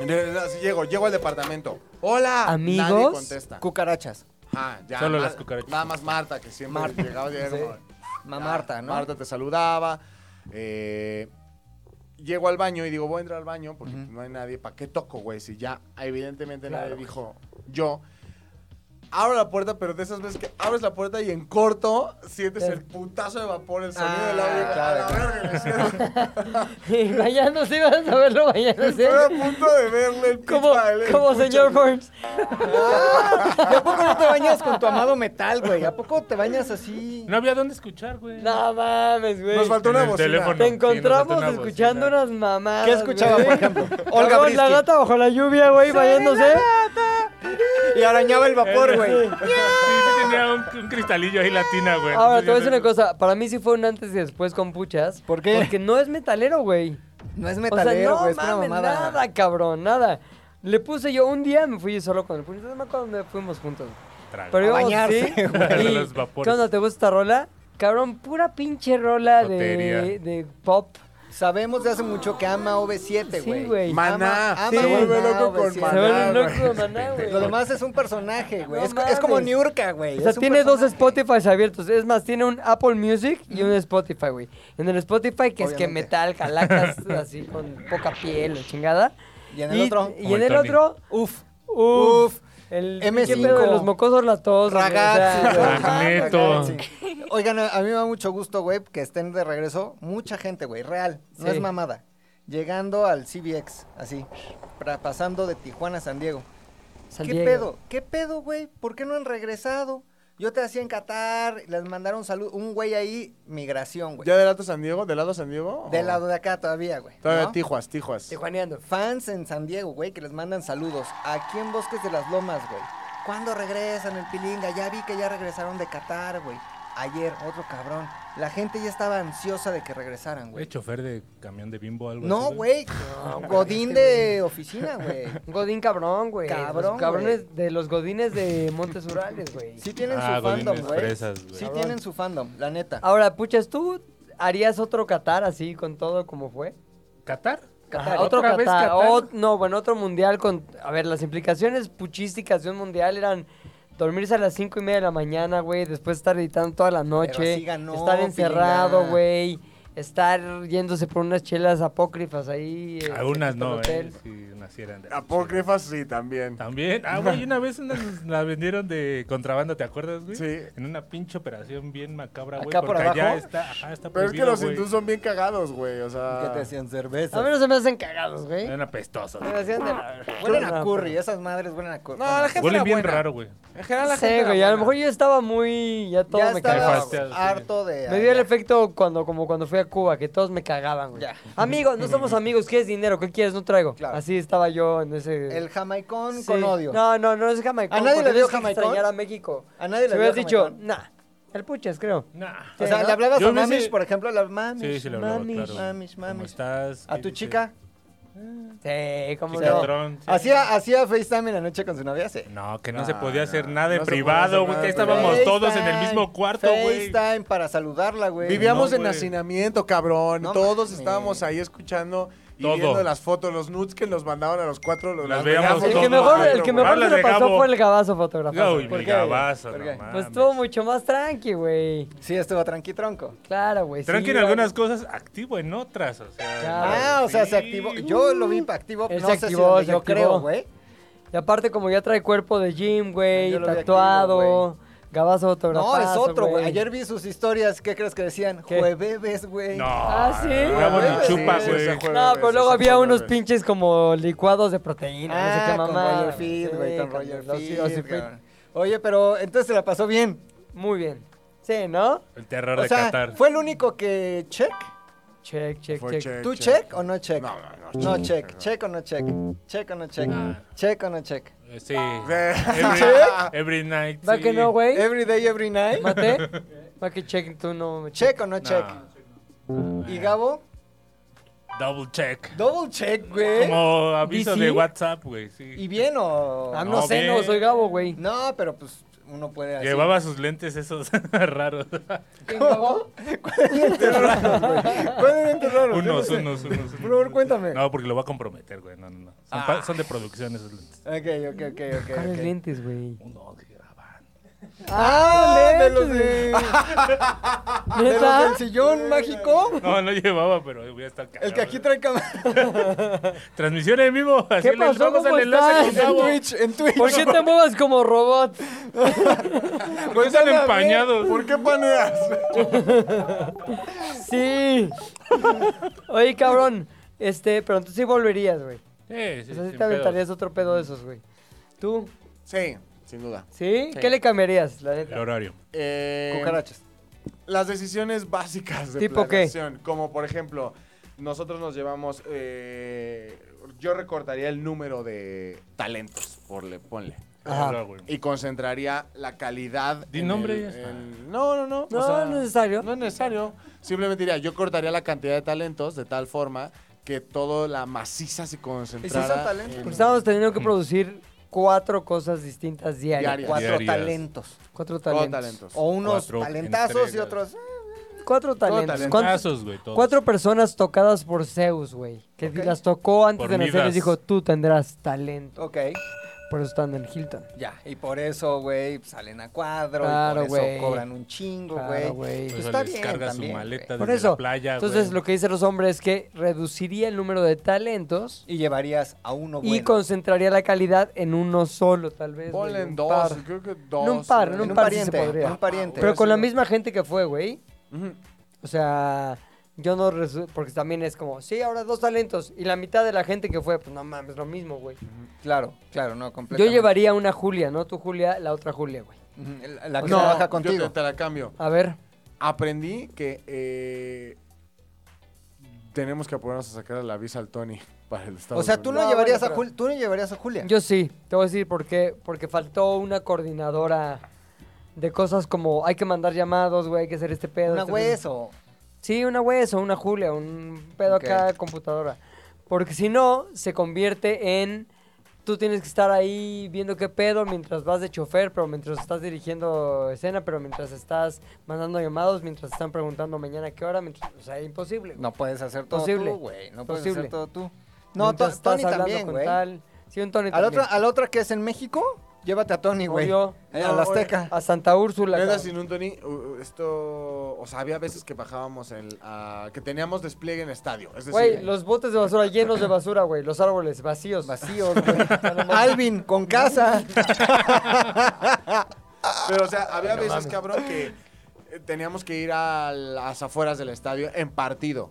Speaker 4: Entonces, así llego, llego al departamento. ¡Hola!
Speaker 1: ¿Amigos?
Speaker 4: Nadie contesta.
Speaker 2: Cucarachas.
Speaker 4: Ah, ya.
Speaker 3: Solo
Speaker 4: na-
Speaker 3: las cucarachas.
Speaker 4: Nada más Marta, que siempre
Speaker 2: Marta.
Speaker 4: llegaba y era como,
Speaker 2: Ma
Speaker 4: ya,
Speaker 2: Marta, ¿no?
Speaker 4: Ah, Marta te saludaba. eh, llego al baño y digo, voy a entrar al baño porque no hay nadie. ¿Para qué toco, güey? Si ya evidentemente nadie dijo yo. Abro la puerta, pero de esas veces que abres la puerta y en corto sientes
Speaker 1: El-
Speaker 4: el putazo de vapor, el sonido
Speaker 2: Ah,
Speaker 4: del audio.
Speaker 2: claro,
Speaker 4: a la verga, me
Speaker 2: (laughs)
Speaker 1: (laughs)
Speaker 4: siento-
Speaker 1: Y bañándose, vas a verlo bañándose.
Speaker 4: Estoy a punto de verle el
Speaker 1: Como,
Speaker 4: pipa, el- el
Speaker 1: como
Speaker 4: pucho,
Speaker 1: señor
Speaker 4: güey.
Speaker 1: Burns.
Speaker 2: ¿Y a poco no te bañas con tu amado metal, güey? ¿A poco te bañas así?
Speaker 3: No había dónde escuchar, güey.
Speaker 1: No mames, güey.
Speaker 4: Nos faltó
Speaker 3: En
Speaker 4: una
Speaker 3: el
Speaker 4: bocina.
Speaker 3: teléfono.
Speaker 1: Te
Speaker 3: Sí, nos faltó
Speaker 1: encontramos
Speaker 3: una
Speaker 1: escuchando
Speaker 3: bocina.
Speaker 1: unas mamadas.
Speaker 2: ¿Qué escuchaba,
Speaker 1: güey?
Speaker 2: por (laughs) ejemplo? Olga
Speaker 1: Cabrón, La
Speaker 2: Briskin.
Speaker 1: gata bajo la lluvia, güey, bañándose.
Speaker 2: Y arañaba el vapor, güey.
Speaker 3: Sí, sí tenía un, un cristalillo ahí latina, güey.
Speaker 1: Ahora, Ah, te voy a decir una cosa. Para mí sí fue un antes y después con puchas.
Speaker 2: ¿Por qué?
Speaker 1: Porque no es metalero, güey.
Speaker 2: No es
Speaker 1: O sea,
Speaker 2: metalero,
Speaker 1: no
Speaker 2: güey. es una
Speaker 1: mames,
Speaker 2: mamada.
Speaker 1: nada, cabrón, nada. Le puse yo, un día me fui yo solo con el puñetazo, no me acuerdo dónde fuimos juntos.
Speaker 3: Traga.
Speaker 1: Pero íbamos,
Speaker 2: bañarse, (laughs)
Speaker 1: sí,
Speaker 3: güey.
Speaker 1: y,
Speaker 3: Los vapores.
Speaker 1: ¿Qué onda, te gusta esta rola? Cabrón, pura pinche rola
Speaker 3: Jotería.
Speaker 1: de, de pop.
Speaker 2: Sabemos de hace mucho que ama OV7,
Speaker 1: Sí,
Speaker 2: güey.
Speaker 1: güey.
Speaker 4: Maná.
Speaker 2: Ama- ama
Speaker 1: Sí.
Speaker 2: Maná,
Speaker 1: Se vuelve
Speaker 4: loco con
Speaker 2: OV7.
Speaker 1: Se vuelve
Speaker 4: Maná,
Speaker 1: loco de
Speaker 4: güey.
Speaker 1: maná, güey.
Speaker 2: Lo demás es un personaje, güey.
Speaker 1: No
Speaker 2: es, es como
Speaker 1: mames.
Speaker 2: Niurka, güey.
Speaker 1: O sea,
Speaker 2: es un
Speaker 1: tiene dos
Speaker 2: personaje.
Speaker 1: Spotify abiertos. Es más, tiene un Apple Music y un Spotify, güey. En el Spotify, que es que
Speaker 2: Obviamente.
Speaker 1: metal,
Speaker 2: (laughs)
Speaker 1: calacas, así con poca piel, la chingada.
Speaker 2: Y en el otro,
Speaker 1: Y
Speaker 3: Como
Speaker 1: en
Speaker 3: el
Speaker 1: el
Speaker 3: Tony.
Speaker 1: otro, uff, uff.
Speaker 2: Uf.
Speaker 1: El
Speaker 2: M5.
Speaker 1: pinche pedo de los mocosos latosos. güey, o (laughs) sea,
Speaker 2: Ragazzi.
Speaker 3: Ragazzi. Magneto.
Speaker 2: Ragazzi. (laughs) Oigan, a a mí me da mucho gusto, güey, que estén de regreso. Mucha gente, güey, real. No
Speaker 1: Sí.
Speaker 2: es mamada. Llegando al CBX, así. pra- Pasando de Tijuana a San Diego.
Speaker 1: San
Speaker 2: ¿Qué
Speaker 1: Diego.
Speaker 2: pedo? ¿Qué pedo, güey? ¿Por qué no han regresado? Yo te hacía en Qatar, les mandaron salud. Un güey ahí, migración, güey.
Speaker 4: ¿Ya del lado San Diego? ¿Del lado San Diego?
Speaker 2: Del
Speaker 4: ¿O?
Speaker 2: lado de acá todavía, güey.
Speaker 4: Todavía
Speaker 2: ¿no?
Speaker 4: Tijuas, Tijuas.
Speaker 1: Tijuaneando.
Speaker 2: Fans en San Diego, güey, que les mandan saludos. Aquí en Bosques de las Lomas, güey. ¿Cuándo regresan el Pilinga? Ya vi que ya regresaron de Qatar, güey. Ayer, otro cabrón. La gente ya estaba ansiosa de que regresaran,
Speaker 3: Güey,
Speaker 2: güey.
Speaker 3: chofer de camión de bimbo o algo
Speaker 2: No,
Speaker 3: así,
Speaker 2: güey. Godín
Speaker 1: este
Speaker 2: de oficina, güey.
Speaker 1: (laughs) Un Godín cabrón, güey.
Speaker 2: Cabrón,
Speaker 1: Los cabrones de los godines de Montes Urales, güey.
Speaker 2: Sí tienen
Speaker 3: Ah,
Speaker 2: su fandom,
Speaker 3: godines
Speaker 2: güey.
Speaker 3: fresas, güey.
Speaker 2: Sí tienen su fandom, la neta.
Speaker 1: Ahora, puchas, ¿tú harías otro Qatar así con todo como fue?
Speaker 3: ¿Qatar?
Speaker 1: Ajá,
Speaker 3: Qatar,
Speaker 1: otro
Speaker 3: ¿otra
Speaker 1: Qatar,
Speaker 3: vez Qatar?
Speaker 1: ot- no, bueno, otro mundial con... A ver, las implicaciones puchísticas de un mundial eran dormirse a las cinco y media de la mañana, güey, después estar editando toda la noche,
Speaker 2: así ganó,
Speaker 1: estar encerrado,
Speaker 2: Pilinga.
Speaker 1: güey, estar yéndose por unas chelas apócrifas ahí. eh,
Speaker 3: Algunas
Speaker 1: en el
Speaker 3: no,
Speaker 1: hotel.
Speaker 3: ¿eh? Si nacieran de
Speaker 4: Apócrifas sí, también.
Speaker 3: También. Ah, güey, una vez una nos la vendieron de contrabando, ¿te acuerdas, güey?
Speaker 4: Sí.
Speaker 3: En una pinche operación bien macabra, güey.
Speaker 2: ¿Acá por
Speaker 3: porque allá
Speaker 2: abajo?
Speaker 3: está, ajá, está
Speaker 4: Pero es que
Speaker 3: prohibido,
Speaker 4: los
Speaker 3: güey.
Speaker 4: hindús son bien cagados, güey. O
Speaker 1: Ah,
Speaker 4: sea.
Speaker 2: ¿Qué te hacían cerveza?
Speaker 1: A mí no se me hacen cagados, güey.
Speaker 3: Eran apestosos.
Speaker 1: Me hacían de la-
Speaker 2: Huelen
Speaker 1: No,
Speaker 2: a curry, esas madres huelen a curry.
Speaker 7: No, la gente
Speaker 3: Huelen
Speaker 7: era
Speaker 3: bien
Speaker 7: buena.
Speaker 3: raro, güey.
Speaker 7: En general la
Speaker 1: Sí,
Speaker 7: gente era
Speaker 1: güey, a lo
Speaker 7: buena.
Speaker 1: mejor yo estaba muy... Ya todo
Speaker 2: ya
Speaker 1: me
Speaker 2: estaba
Speaker 1: cagaba,
Speaker 3: estabas-
Speaker 1: güey.
Speaker 3: güey.
Speaker 2: harto de...
Speaker 1: Me dio el efecto cuando, como cuando fui a Cuba, que todos me cagaban, güey.
Speaker 2: Ya.
Speaker 1: Amigos, no
Speaker 2: (laughs)
Speaker 1: somos amigos, ¿quieres dinero? ¿Qué quieres? No traigo.
Speaker 2: Claro.
Speaker 1: Así estaba yo en ese...
Speaker 2: El jamaicón
Speaker 1: Sí.
Speaker 2: con odio.
Speaker 1: No, no, no es jamaicón.
Speaker 2: ¿A nadie
Speaker 1: porque
Speaker 2: le dio
Speaker 1: tienes que
Speaker 2: jamaicón?
Speaker 1: extrañar a México.
Speaker 2: A nadie
Speaker 1: Si
Speaker 2: le
Speaker 1: hubieras
Speaker 2: dio
Speaker 1: dicho,
Speaker 2: jamaicón.
Speaker 1: nah, el puchas, creo.
Speaker 3: Nah.
Speaker 2: O sea,
Speaker 1: Sí,
Speaker 2: ¿le hablabas
Speaker 3: Yo
Speaker 2: a
Speaker 3: me hice-
Speaker 2: mamis, por ejemplo? La mamis,
Speaker 3: Sí, sí, le hablaba,
Speaker 2: mamis,
Speaker 3: claro.
Speaker 2: mamis,
Speaker 3: ¿Cómo
Speaker 2: mamis.
Speaker 3: estás?
Speaker 2: ¿A
Speaker 3: ¿Qué
Speaker 2: tu
Speaker 3: dices?
Speaker 2: chica?
Speaker 1: Sí, como
Speaker 2: Sí,
Speaker 1: no.
Speaker 2: claro.
Speaker 3: Chicatrón. sí.
Speaker 2: ¿Hacía, ¿Hacía FaceTime en la noche con su novia? Sí. Ah,
Speaker 3: No, que no se
Speaker 4: Ah,
Speaker 3: podía hacer
Speaker 4: no.
Speaker 3: nada en
Speaker 4: No se podía hacer
Speaker 3: privado, güey.
Speaker 4: nada
Speaker 3: Que
Speaker 4: en
Speaker 3: estábamos
Speaker 4: privado.
Speaker 3: todos en el
Speaker 2: FaceTime,
Speaker 3: mismo cuarto, güey.
Speaker 2: FaceTime para saludarla, güey.
Speaker 4: Vivíamos
Speaker 3: Pues, No,
Speaker 4: en
Speaker 3: güey.
Speaker 4: hacinamiento, cabrón.
Speaker 2: No
Speaker 4: Todos
Speaker 2: mames.
Speaker 4: estábamos ahí escuchando y
Speaker 3: Todo.
Speaker 4: viendo las fotos, los nudes que nos mandaban a los cuatro. Los,
Speaker 3: Las veíamos
Speaker 1: El
Speaker 3: todos,
Speaker 1: que mejor, el
Speaker 3: güey.
Speaker 1: que mejor
Speaker 3: Hablas
Speaker 1: se lo
Speaker 3: de
Speaker 1: pasó
Speaker 3: Gabo.
Speaker 1: fue el gabazo fotografiado.
Speaker 3: Uy,
Speaker 2: ¿Por
Speaker 3: mi
Speaker 2: qué?
Speaker 3: gabazo,
Speaker 2: ¿Por
Speaker 3: no
Speaker 2: qué?
Speaker 3: mames.
Speaker 1: Pues estuvo mucho más tranqui, güey.
Speaker 2: Sí, estuvo tranqui tronco.
Speaker 1: Claro, güey.
Speaker 3: Tranqui
Speaker 1: sí,
Speaker 3: en
Speaker 1: güey.
Speaker 3: algunas cosas, activo en otras. O sea,
Speaker 1: Claro.
Speaker 2: Ah, o sea,
Speaker 3: sí.
Speaker 2: se activó. Yo lo vi activo,
Speaker 1: Él
Speaker 2: no
Speaker 1: se
Speaker 2: sé si
Speaker 1: activó,
Speaker 2: donde
Speaker 1: se
Speaker 2: yo
Speaker 1: activó.
Speaker 2: creo, güey.
Speaker 1: Y aparte, como ya trae cuerpo de gym, güey,
Speaker 2: Yo lo vi activo,
Speaker 1: tatuado, gabazo
Speaker 2: No,
Speaker 1: fotografiado.
Speaker 2: es otro, güey. Ayer vi sus historias, ¿qué crees que decían?
Speaker 1: ¿Qué?
Speaker 2: Jueves, güey.
Speaker 3: No.
Speaker 1: Ah, ¿sí?
Speaker 3: Gabo ni
Speaker 2: Ah, sí,
Speaker 3: chupa,
Speaker 2: sí,
Speaker 3: güey.
Speaker 1: No, pero luego había unos pinches como licuados de proteína, no sé
Speaker 2: Ah,
Speaker 1: qué
Speaker 2: con
Speaker 1: mamá.
Speaker 2: Roger Feed, güey,
Speaker 1: Sí,
Speaker 2: con
Speaker 1: con
Speaker 2: Roger
Speaker 1: los
Speaker 2: Feed,
Speaker 1: Ozzy Feed.
Speaker 2: cabrón. Oye, pero entonces se la pasó bien.
Speaker 1: Muy bien. Sí, ¿no?
Speaker 3: El terror
Speaker 2: O
Speaker 3: de
Speaker 2: sea,
Speaker 3: Qatar.
Speaker 2: ¿fue el único que check?
Speaker 1: Check, check, check.
Speaker 2: ¿Tú check o no check?
Speaker 4: No, no, no.
Speaker 2: No check, check o no check. Check o no check. Check o no check. (laughs)
Speaker 3: Eh, Sí.
Speaker 4: Sí.
Speaker 3: Every, every night.
Speaker 1: ¿Va
Speaker 3: sí.
Speaker 1: que no, güey?
Speaker 2: Every day, every night.
Speaker 1: (laughs) ¿Mate? ¿Va que check tú no? me
Speaker 2: Check o no check. ¿Y Gabo?
Speaker 3: Double check.
Speaker 2: Double check, güey.
Speaker 3: Como aviso
Speaker 1: ¿DC?
Speaker 3: de WhatsApp, güey. Sí.
Speaker 2: ¿Y bien o.?
Speaker 1: Ah, no,
Speaker 3: No,
Speaker 1: sé, no,
Speaker 3: bien.
Speaker 1: soy Gabo, güey.
Speaker 2: No, pero pues uno puede así. (laughs)
Speaker 3: Llevaba sus lentes esos (laughs) raros.
Speaker 2: ¿Cómo? ¿Cuáles dientes raros, güey? ¿Cuáles dientes raros? Yo no
Speaker 3: unos,
Speaker 2: sé.
Speaker 3: unos, unos,
Speaker 2: Por favor,
Speaker 3: unos.
Speaker 2: cuéntame.
Speaker 3: No, porque lo va a comprometer, güey. No, no, no. Son,
Speaker 1: Ah.
Speaker 3: pa- son de producción esos lentes.
Speaker 2: Ok, ok, ok, ok.
Speaker 1: ¿Cuáles
Speaker 2: ok.
Speaker 1: lentes, güey?
Speaker 3: Uno que graban.
Speaker 2: ¡Ah!
Speaker 1: Ah,
Speaker 2: ¡De los, de,
Speaker 1: lentes,
Speaker 2: de los
Speaker 1: ¿Neta?
Speaker 2: del sillón mágico!
Speaker 3: No, no llevaba, pero voy a estar cagado.
Speaker 2: El que aquí trae (laughs) cámara.
Speaker 3: Transmisión en vivo. así le
Speaker 1: pasó?
Speaker 3: entramos
Speaker 1: ¿Cómo
Speaker 3: al enlace
Speaker 1: estás?
Speaker 3: con Gabo.
Speaker 2: Twitch, en Twitch.
Speaker 1: ¿Por qué te muevas como robot?
Speaker 3: ¿Por qué están empañados?
Speaker 4: ¿Por qué paneas?
Speaker 1: (laughs) Sí. Oye, cabrón. Este, pero tú sí volverías, güey.
Speaker 3: Sí, sí,
Speaker 1: O sea, sí
Speaker 3: sin
Speaker 1: Pues te aventarías
Speaker 3: pedos.
Speaker 1: otro pedo de esos, güey. ¿Tú?
Speaker 4: Sí, sin duda.
Speaker 1: ¿Sí?
Speaker 4: Sí.
Speaker 1: ¿Qué le cambiarías, la
Speaker 3: El
Speaker 1: neta?
Speaker 3: horario.
Speaker 4: Eh,
Speaker 2: Cucarachas.
Speaker 4: Las decisiones básicas de
Speaker 1: ¿Tipo qué?
Speaker 4: planeación, como por ejemplo, nosotros nos llevamos, eh, yo recortaría el número de talentos, por le, ponle,
Speaker 1: Ajá.
Speaker 3: Ahora, güey.
Speaker 4: y concentraría la calidad.
Speaker 3: Di
Speaker 4: en
Speaker 3: nombre
Speaker 4: el-
Speaker 3: y ya está.
Speaker 4: en- no, no, no.
Speaker 1: No,
Speaker 4: o sea,
Speaker 1: no es necesario.
Speaker 4: No es necesario. Simplemente diría, yo cortaría la cantidad de talentos de tal forma que toda la maciza se concentrara.
Speaker 2: son talentos?
Speaker 4: en-
Speaker 1: Porque estábamos teniendo que producir cuatro cosas distintas diarias.
Speaker 4: Diarias.
Speaker 2: Cuatro
Speaker 3: Diarias.
Speaker 2: talentos.
Speaker 1: Cuatro
Speaker 4: todo
Speaker 1: talentos.
Speaker 4: talentos.
Speaker 2: O unos
Speaker 3: Cuatro
Speaker 2: talentazos y
Speaker 3: entregas.
Speaker 2: otros. eh,
Speaker 1: Cuatro talentos.
Speaker 4: talentos.
Speaker 1: ¿Cuántos-
Speaker 3: Casos, güey, todos.
Speaker 1: Cuatro personas tocadas por Zeus, güey. Que
Speaker 2: Ok.
Speaker 1: las tocó antes
Speaker 3: Por
Speaker 1: de nacer. Les
Speaker 3: Midas.
Speaker 1: dijo, tú tendrás talento.
Speaker 2: Ok,
Speaker 1: Por eso están en Hilton.
Speaker 2: ya. Y por eso, güey, pues, salen a cuadro.
Speaker 1: Claro,
Speaker 2: y por
Speaker 1: güey.
Speaker 2: eso cobran un chingo, güey. Pues,
Speaker 1: Claro, güey.
Speaker 3: Por eso
Speaker 2: Está
Speaker 3: Pues, les
Speaker 2: bien
Speaker 3: carga
Speaker 2: también,
Speaker 3: su maleta
Speaker 1: Por
Speaker 3: desde
Speaker 1: eso.
Speaker 3: la playa,
Speaker 1: Entonces,
Speaker 3: güey.
Speaker 1: lo que dicen los hombres es que reduciría el número de talentos
Speaker 2: Y llevarías a uno bueno.
Speaker 1: y concentraría la calidad en uno solo, tal vez. güey,
Speaker 4: Ponle en
Speaker 1: un
Speaker 4: dos,
Speaker 1: par.
Speaker 4: creo que dos.
Speaker 1: En un par,
Speaker 2: en un,
Speaker 1: par sí se
Speaker 2: pariente.
Speaker 1: podría.
Speaker 2: en un pariente.
Speaker 1: Pero con la
Speaker 4: sí.
Speaker 1: misma gente que fue, güey.
Speaker 4: Ujú.
Speaker 1: O sea, yo no resu- porque también es como, sí, ahora dos talentos y la mitad de la gente que fue, pues no mames, lo mismo, güey.
Speaker 2: Claro, claro, no,
Speaker 1: Yo
Speaker 2: completamente.
Speaker 1: llevaría una Julia, ¿no? Tu Julia, la otra Julia, güey.
Speaker 2: Ujú, La, la que
Speaker 4: No,
Speaker 2: trabaja
Speaker 4: Yo
Speaker 2: contigo.
Speaker 4: te- te la cambio.
Speaker 1: A ver,
Speaker 4: aprendí que eh, tenemos que ponernos a sacar la visa al Tony para el Estados
Speaker 2: O sea, tú no,
Speaker 1: No,
Speaker 2: llevarías
Speaker 1: bueno,
Speaker 2: a
Speaker 1: pero-
Speaker 2: Jul- tú no llevarías a Julia.
Speaker 1: yo sí, te voy a decir por qué, porque faltó una coordinadora de cosas como hay que mandar llamados, güey, hay que hacer este pedo.
Speaker 2: una
Speaker 1: este
Speaker 2: güez
Speaker 1: pedo.
Speaker 2: o
Speaker 1: Sí, una güey o una Julia, un pedo
Speaker 2: Ok.
Speaker 1: acá computadora. Porque si no, se convierte en... Tú tienes que estar ahí viendo qué pedo mientras vas de chofer, pero mientras estás dirigiendo escena, pero mientras estás mandando llamados, mientras están preguntando mañana qué hora, mientras, o sea, imposible. güey.
Speaker 2: no puedes hacer todo
Speaker 1: Posible.
Speaker 2: tú, güey. No puedes
Speaker 1: Posible.
Speaker 2: hacer todo tú. No,
Speaker 1: Mientras
Speaker 2: to- Tony
Speaker 1: hablando
Speaker 2: también,
Speaker 1: con
Speaker 2: güey.
Speaker 1: tal- Sí, un Tony
Speaker 2: ¿A la,
Speaker 1: también.
Speaker 2: otra, ¿A la otra que es en México? Llévate a Tony, güey.
Speaker 1: Murió.
Speaker 2: Eh,
Speaker 4: No,
Speaker 2: a la Azteca.
Speaker 1: A Santa Úrsula.
Speaker 4: Neta,
Speaker 1: cabrón.
Speaker 4: sin un Tony, uh, esto. O sea, había veces que bajábamos el. a- que teníamos despliegue en estadio. Es decir,
Speaker 1: Güey, los botes de basura llenos de basura, güey. Los árboles vacíos. (laughs)
Speaker 2: Vacíos, güey. (laughs) Alvin, con casa.
Speaker 4: Pero, o sea, había veces, cabrón, que eh, teníamos que ir a las afueras del estadio en partido.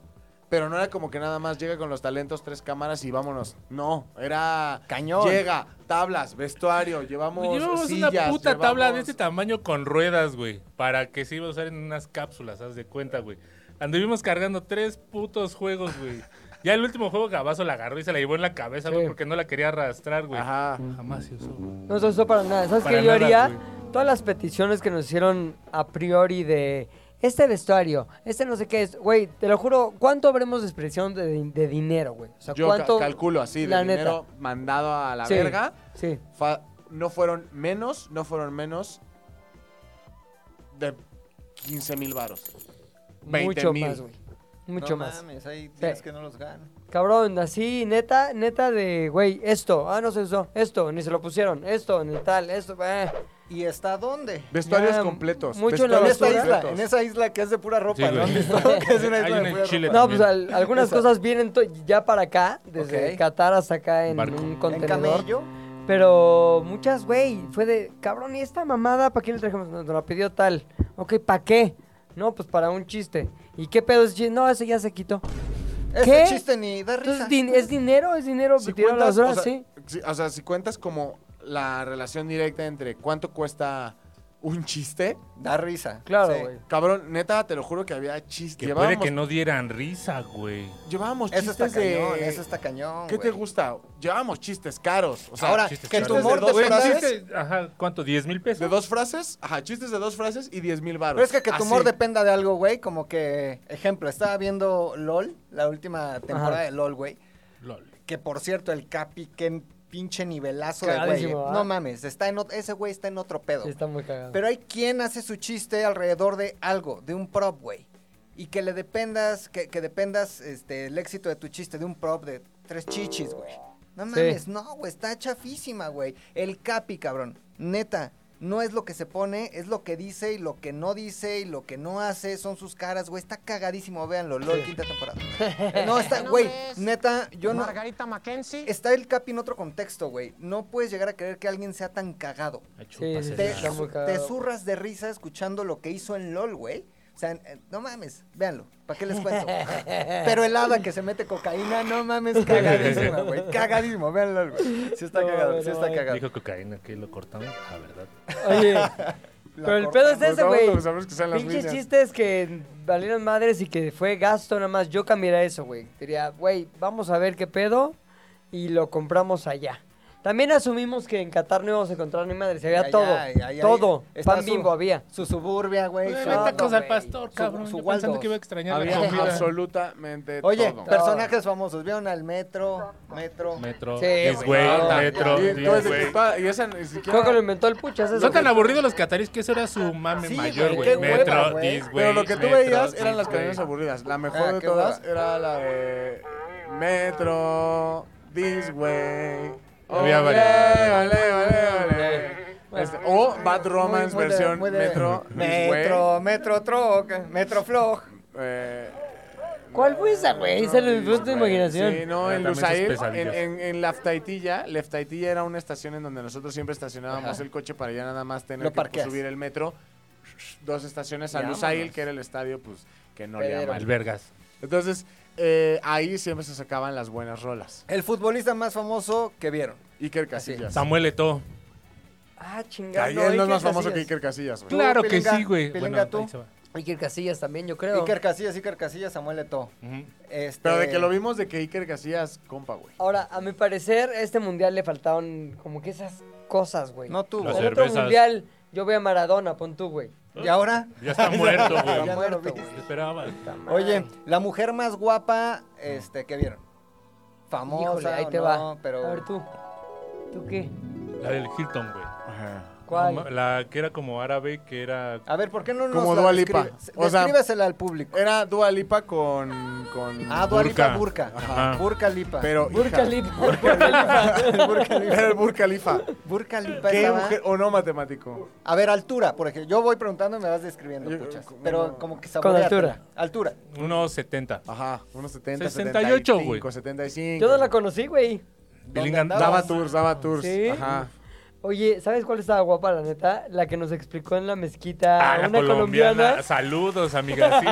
Speaker 4: Pero no era como que nada más llega con los talentos, tres cámaras y vámonos. No, era.
Speaker 2: Cañón.
Speaker 4: Llega, tablas, vestuario, llevamos.
Speaker 3: Llevamos
Speaker 4: sillas,
Speaker 3: Pues una puta
Speaker 4: llevamos-
Speaker 3: tabla de este tamaño con ruedas, güey. Para que se iba a usar en unas cápsulas, haz de cuenta, güey. Anduvimos cargando tres putos juegos, güey. Ya el último juego Gabazo la agarró y se la llevó en la cabeza, güey,
Speaker 1: Sí.
Speaker 3: porque no la quería arrastrar, güey.
Speaker 4: Ajá.
Speaker 3: Jamás se usó, güey.
Speaker 1: No se usó para nada. ¿Sabes
Speaker 3: Para
Speaker 1: qué yo
Speaker 3: nada,
Speaker 1: haría?
Speaker 3: güey.
Speaker 1: Todas las peticiones que nos hicieron a priori de este vestuario, este no sé qué es. Güey, te lo juro, ¿cuánto habremos desperdiciado de, de dinero, güey? O sea,
Speaker 4: Yo ca-
Speaker 1: ¿cuánto?
Speaker 4: calculo así, de
Speaker 1: La neta.
Speaker 4: dinero mandado a la
Speaker 1: Sí,
Speaker 4: verga.
Speaker 1: Sí.
Speaker 4: fa- no fueron menos, no fueron menos de 15 mil varos. 20
Speaker 1: Mucho
Speaker 4: mil.
Speaker 1: más, güey. Mucho más.
Speaker 7: Mames, ahí
Speaker 1: tienes
Speaker 7: que no los ganan.
Speaker 1: Cabrón, así, neta, neta de, güey, esto, ah, no se usó, esto, ni se lo pusieron, esto, ni tal, esto, eh.
Speaker 2: ¿Y está dónde?
Speaker 4: Vestuarios
Speaker 1: Ya,
Speaker 4: completos.
Speaker 1: mucho en la
Speaker 2: En
Speaker 4: vestuarios
Speaker 1: basura.
Speaker 2: esta isla,
Speaker 4: completos.
Speaker 2: en esa isla que es de pura ropa,
Speaker 3: Sí,
Speaker 2: ¿no?
Speaker 3: güey.
Speaker 2: (laughs) Que es una
Speaker 3: Hay
Speaker 2: isla
Speaker 3: una
Speaker 2: de
Speaker 3: en
Speaker 2: pura
Speaker 3: Chile
Speaker 2: ropa.
Speaker 1: No,
Speaker 3: también.
Speaker 1: pues al- algunas cosas vienen to- ya para acá, desde
Speaker 2: Ok.
Speaker 1: Qatar hasta acá en
Speaker 3: Barco.
Speaker 1: un
Speaker 2: En
Speaker 1: contenedor.
Speaker 2: camello.
Speaker 1: Pero muchas, güey, fue de, cabrón, ¿y esta mamada para quién le trajimos? Nos la pidió tal. Ok, ¿para qué? No, pues para un chiste. ¿Y qué pedo es chiste? No, ese ya se quitó.
Speaker 2: Ese
Speaker 1: ¿Qué?
Speaker 2: chiste ni da risa.
Speaker 1: Entonces, din- ¿es dinero? ¿Es dinero?
Speaker 4: Si
Speaker 1: tirado a la
Speaker 4: cuentas,
Speaker 1: basura?
Speaker 4: o sea,
Speaker 1: sí.
Speaker 4: si- o sea, si cuentas como la relación directa entre cuánto cuesta un chiste,
Speaker 2: Da risa.
Speaker 1: Claro,
Speaker 2: sí.
Speaker 1: güey.
Speaker 4: cabrón, neta, te lo juro que había chistes.
Speaker 3: Que puede que no dieran risa, güey.
Speaker 4: llevábamos
Speaker 2: Eso
Speaker 4: chistes
Speaker 2: está cañón,
Speaker 4: de...
Speaker 2: eso está cañón.
Speaker 4: ¿Qué te
Speaker 2: güey.
Speaker 4: gusta? Llevábamos chistes caros. O sea,
Speaker 2: Ahora,
Speaker 3: Ah, chistes
Speaker 2: que tu
Speaker 3: caros.
Speaker 2: humor
Speaker 4: Chistes de
Speaker 2: te
Speaker 4: dos
Speaker 2: prenda-
Speaker 4: frases.
Speaker 3: Chiste, Ajá, ¿cuánto? ¿10 mil pesos?
Speaker 4: de dos frases, ajá, chistes de dos frases y 10 mil varos.
Speaker 2: Pero es que que
Speaker 3: Ah,
Speaker 2: tu
Speaker 4: Así.
Speaker 2: humor dependa de algo, güey. Como que, ejemplo, estaba viendo LOL, la última temporada
Speaker 1: Ajá.
Speaker 2: de LOL, güey.
Speaker 3: LOL.
Speaker 2: Que por cierto, el Capi, qué pinche nivelazo de
Speaker 1: Cagadísimo,
Speaker 2: güey. eh.
Speaker 1: ¿ah?
Speaker 2: No mames, está en ot- ese güey está en otro pedo.
Speaker 1: Sí, está muy cagado.
Speaker 2: Pero hay quien hace su chiste alrededor de algo, de un prop, güey. Y que le dependas, que, que dependas este, el éxito de tu chiste de un prop de tres chichis, güey. No
Speaker 1: Sí.
Speaker 2: mames, no, güey, está chafísima, güey. El capi, cabrón. Neta, no es lo que se pone, es lo que dice y lo que no dice y lo que no hace, son sus caras, güey. Está cagadísimo, véanlo, LOL, quinta temporada. No, está, güey, neta, yo no...
Speaker 5: Margarita Mackenzie.
Speaker 2: Está el capi en otro contexto, güey. No puedes llegar a creer que alguien sea tan cagado.
Speaker 3: A
Speaker 1: Sí, sí,
Speaker 3: chuparse
Speaker 2: Te,
Speaker 3: la-
Speaker 1: Está muy
Speaker 2: te
Speaker 1: cagado.
Speaker 2: zurras de risa escuchando lo que hizo en LOL, güey. O sea, eh, no mames, véanlo, ¿para qué
Speaker 1: (laughs)
Speaker 2: les cuento? Pero el hada que se mete cocaína, no mames, cagadísima, güey. Cagadísimo, véanlo, güey. Sí está
Speaker 1: No,
Speaker 2: cagado,
Speaker 1: no,
Speaker 2: sí está
Speaker 1: no.
Speaker 2: cagado.
Speaker 3: Dijo cocaína que lo cortamos, la verdad.
Speaker 1: Oye,
Speaker 2: La
Speaker 1: pero el pedo
Speaker 2: cortamos,
Speaker 1: es ese,
Speaker 4: Vamos a
Speaker 1: güey.
Speaker 4: saber que sean las
Speaker 1: Pinches
Speaker 4: líneas.
Speaker 1: chistes que valieron madres y que fue gasto nada más. Yo cambiaría eso, güey. Diría, güey, vamos a ver qué pedo y lo compramos allá. También asumimos que en Qatar no íbamos a encontrar ni madres. Había
Speaker 2: Allá,
Speaker 1: todo.
Speaker 2: allá, allá.
Speaker 1: todo.
Speaker 2: Está
Speaker 1: Pan
Speaker 2: su-
Speaker 1: bimbo había.
Speaker 2: Su suburbia, güey.
Speaker 3: Güey,
Speaker 2: su-
Speaker 1: no,
Speaker 3: Vete tacos al
Speaker 1: güey.
Speaker 3: pastor,
Speaker 2: Su-
Speaker 3: cabrón.
Speaker 2: su
Speaker 3: yo pensando
Speaker 2: Waldo.
Speaker 3: que iba a extrañar la
Speaker 4: Había
Speaker 3: comida.
Speaker 4: absolutamente
Speaker 2: Oye,
Speaker 4: todo.
Speaker 2: personajes famosos, ¿vieron al metro? Metro.
Speaker 3: Metro,
Speaker 1: Sí,
Speaker 3: This
Speaker 1: güey,
Speaker 3: Way,
Speaker 1: no,
Speaker 3: Metro,
Speaker 4: Y,
Speaker 3: This
Speaker 4: todo ese
Speaker 3: Way.
Speaker 4: tipo- y esa ni siquiera-
Speaker 1: Creo que lo inventó el Puchas. ese,
Speaker 3: Son tan
Speaker 1: güey.
Speaker 3: aburridos los cataríes que eso era su mame
Speaker 2: Sí,
Speaker 3: mayor,
Speaker 1: güey, qué
Speaker 3: güey.
Speaker 2: hueva,
Speaker 3: Metro,
Speaker 2: güey.
Speaker 3: This Way.
Speaker 4: Pero lo que tú
Speaker 3: Metro,
Speaker 4: veías
Speaker 3: This
Speaker 4: eran las
Speaker 3: Way.
Speaker 4: cadenas aburridas. La mejor
Speaker 2: Ah,
Speaker 4: de
Speaker 2: qué
Speaker 4: todas
Speaker 2: hueva.
Speaker 4: era la de Metro, This Way. Oh, Ole,
Speaker 3: Había varias.
Speaker 4: ole, ole, ole. Este, o Bad Romance
Speaker 2: Muy- muy de-
Speaker 4: versión
Speaker 2: muy de-
Speaker 4: Metro, This Way.
Speaker 2: Metro, metro troc, metro floj.
Speaker 4: Eh,
Speaker 1: ¿Cuál fue esa, Ah, güey? Esa le
Speaker 4: This
Speaker 1: dio tu
Speaker 4: Way.
Speaker 1: imaginación.
Speaker 4: Sí, no,
Speaker 3: Ah,
Speaker 4: en
Speaker 3: también sus
Speaker 4: Lusail, en,
Speaker 3: pesadillas.
Speaker 4: en, en Laftaitilla, Laftaitilla era una estación en donde nosotros siempre estacionábamos el coche para ya nada más tener
Speaker 2: Lo
Speaker 4: que pues,
Speaker 2: parqueas.
Speaker 4: subir el metro. Dos estaciones a
Speaker 2: Ya,
Speaker 4: Lusail,
Speaker 2: vámonos.
Speaker 4: que era el estadio, pues, que no le
Speaker 2: Pero-
Speaker 4: llaman.
Speaker 3: Albergas.
Speaker 4: Entonces, eh, ahí siempre se sacaban las buenas rolas.
Speaker 2: El futbolista más famoso que vieron.
Speaker 4: Iker Casillas.
Speaker 3: Samuel Eto'o.
Speaker 1: Ah, chingado.
Speaker 4: Ahí él no es
Speaker 1: Iker
Speaker 4: más famoso que
Speaker 1: Casillas.
Speaker 4: Iker Casillas, güey.
Speaker 3: Claro que
Speaker 2: Pilinga?
Speaker 3: sí, güey.
Speaker 2: Pilinga,
Speaker 3: Bueno,
Speaker 2: tú.
Speaker 3: ahí se va.
Speaker 1: Iker Casillas también, yo creo.
Speaker 2: Iker Casillas, Iker Casillas, Samuel Eto'o.
Speaker 3: Ujú.
Speaker 2: Este,
Speaker 4: Pero de que lo vimos de que Iker Casillas, compa, güey.
Speaker 1: Ahora, a mi parecer, a este mundial le faltaron como que esas cosas, güey.
Speaker 2: No tuvo.
Speaker 3: Las
Speaker 1: El otro
Speaker 3: cervezas.
Speaker 1: mundial, yo voy a Maradona, pon tú, güey.
Speaker 2: ¿Y ahora?
Speaker 3: Ya está muerto,
Speaker 2: (laughs) Ya
Speaker 3: güey.
Speaker 2: muerto,
Speaker 1: muerto,
Speaker 2: güey.
Speaker 3: Te Esperaba.
Speaker 2: Oye, la mujer más guapa, este, ¿qué vieron? Famosa,
Speaker 1: Híjole, ahí
Speaker 2: o
Speaker 1: te
Speaker 2: no,
Speaker 1: va.
Speaker 2: pero
Speaker 1: A ver tú. ¿Tú qué?
Speaker 3: La del Hilton, güey.
Speaker 4: Ajá.
Speaker 1: ¿Cuál?
Speaker 3: No ma- La que era como árabe, que era...
Speaker 2: A ver, ¿por qué no nos
Speaker 4: Como
Speaker 2: la
Speaker 4: Dua Lipa.
Speaker 2: describes?
Speaker 4: O sea- eh,
Speaker 2: Descríbesela al público.
Speaker 4: Era Dua Lipa con. con
Speaker 2: Ah, Dua Lipa
Speaker 3: Burka.
Speaker 2: Burka.
Speaker 3: Ajá.
Speaker 2: Burka Lipa.
Speaker 4: pero.
Speaker 1: Burka
Speaker 4: hija,
Speaker 1: Lipa.
Speaker 3: (laughs)
Speaker 1: Burka Lipa.
Speaker 4: (laughs)
Speaker 2: Burka Lipa.
Speaker 4: Era el Burka Lipa.
Speaker 2: Burka Lipa
Speaker 4: ¿Qué
Speaker 2: estaba-
Speaker 4: mujer? ¿O no matemático?
Speaker 2: A ver, altura, por ejemplo. Yo voy preguntando y me vas describiendo,
Speaker 4: Yo-
Speaker 2: puchas.
Speaker 4: como-
Speaker 2: Pero como que
Speaker 1: Con altura.
Speaker 2: saboreártela. Altura.
Speaker 3: Unos 70.
Speaker 4: Ajá, unos 70,
Speaker 3: 68,
Speaker 4: 78,
Speaker 3: güey.
Speaker 4: 75.
Speaker 1: Yo no la conocí, güey.
Speaker 3: Bilingan-
Speaker 4: Daba tours, daba tours.
Speaker 1: ¿Sí?
Speaker 4: Ajá.
Speaker 1: Oye, ¿sabes cuál estaba guapa, la neta? La que nos explicó en la mezquita
Speaker 3: Ah, la
Speaker 1: una colombiana.
Speaker 3: colombiana. Saludos, amiga. Sí.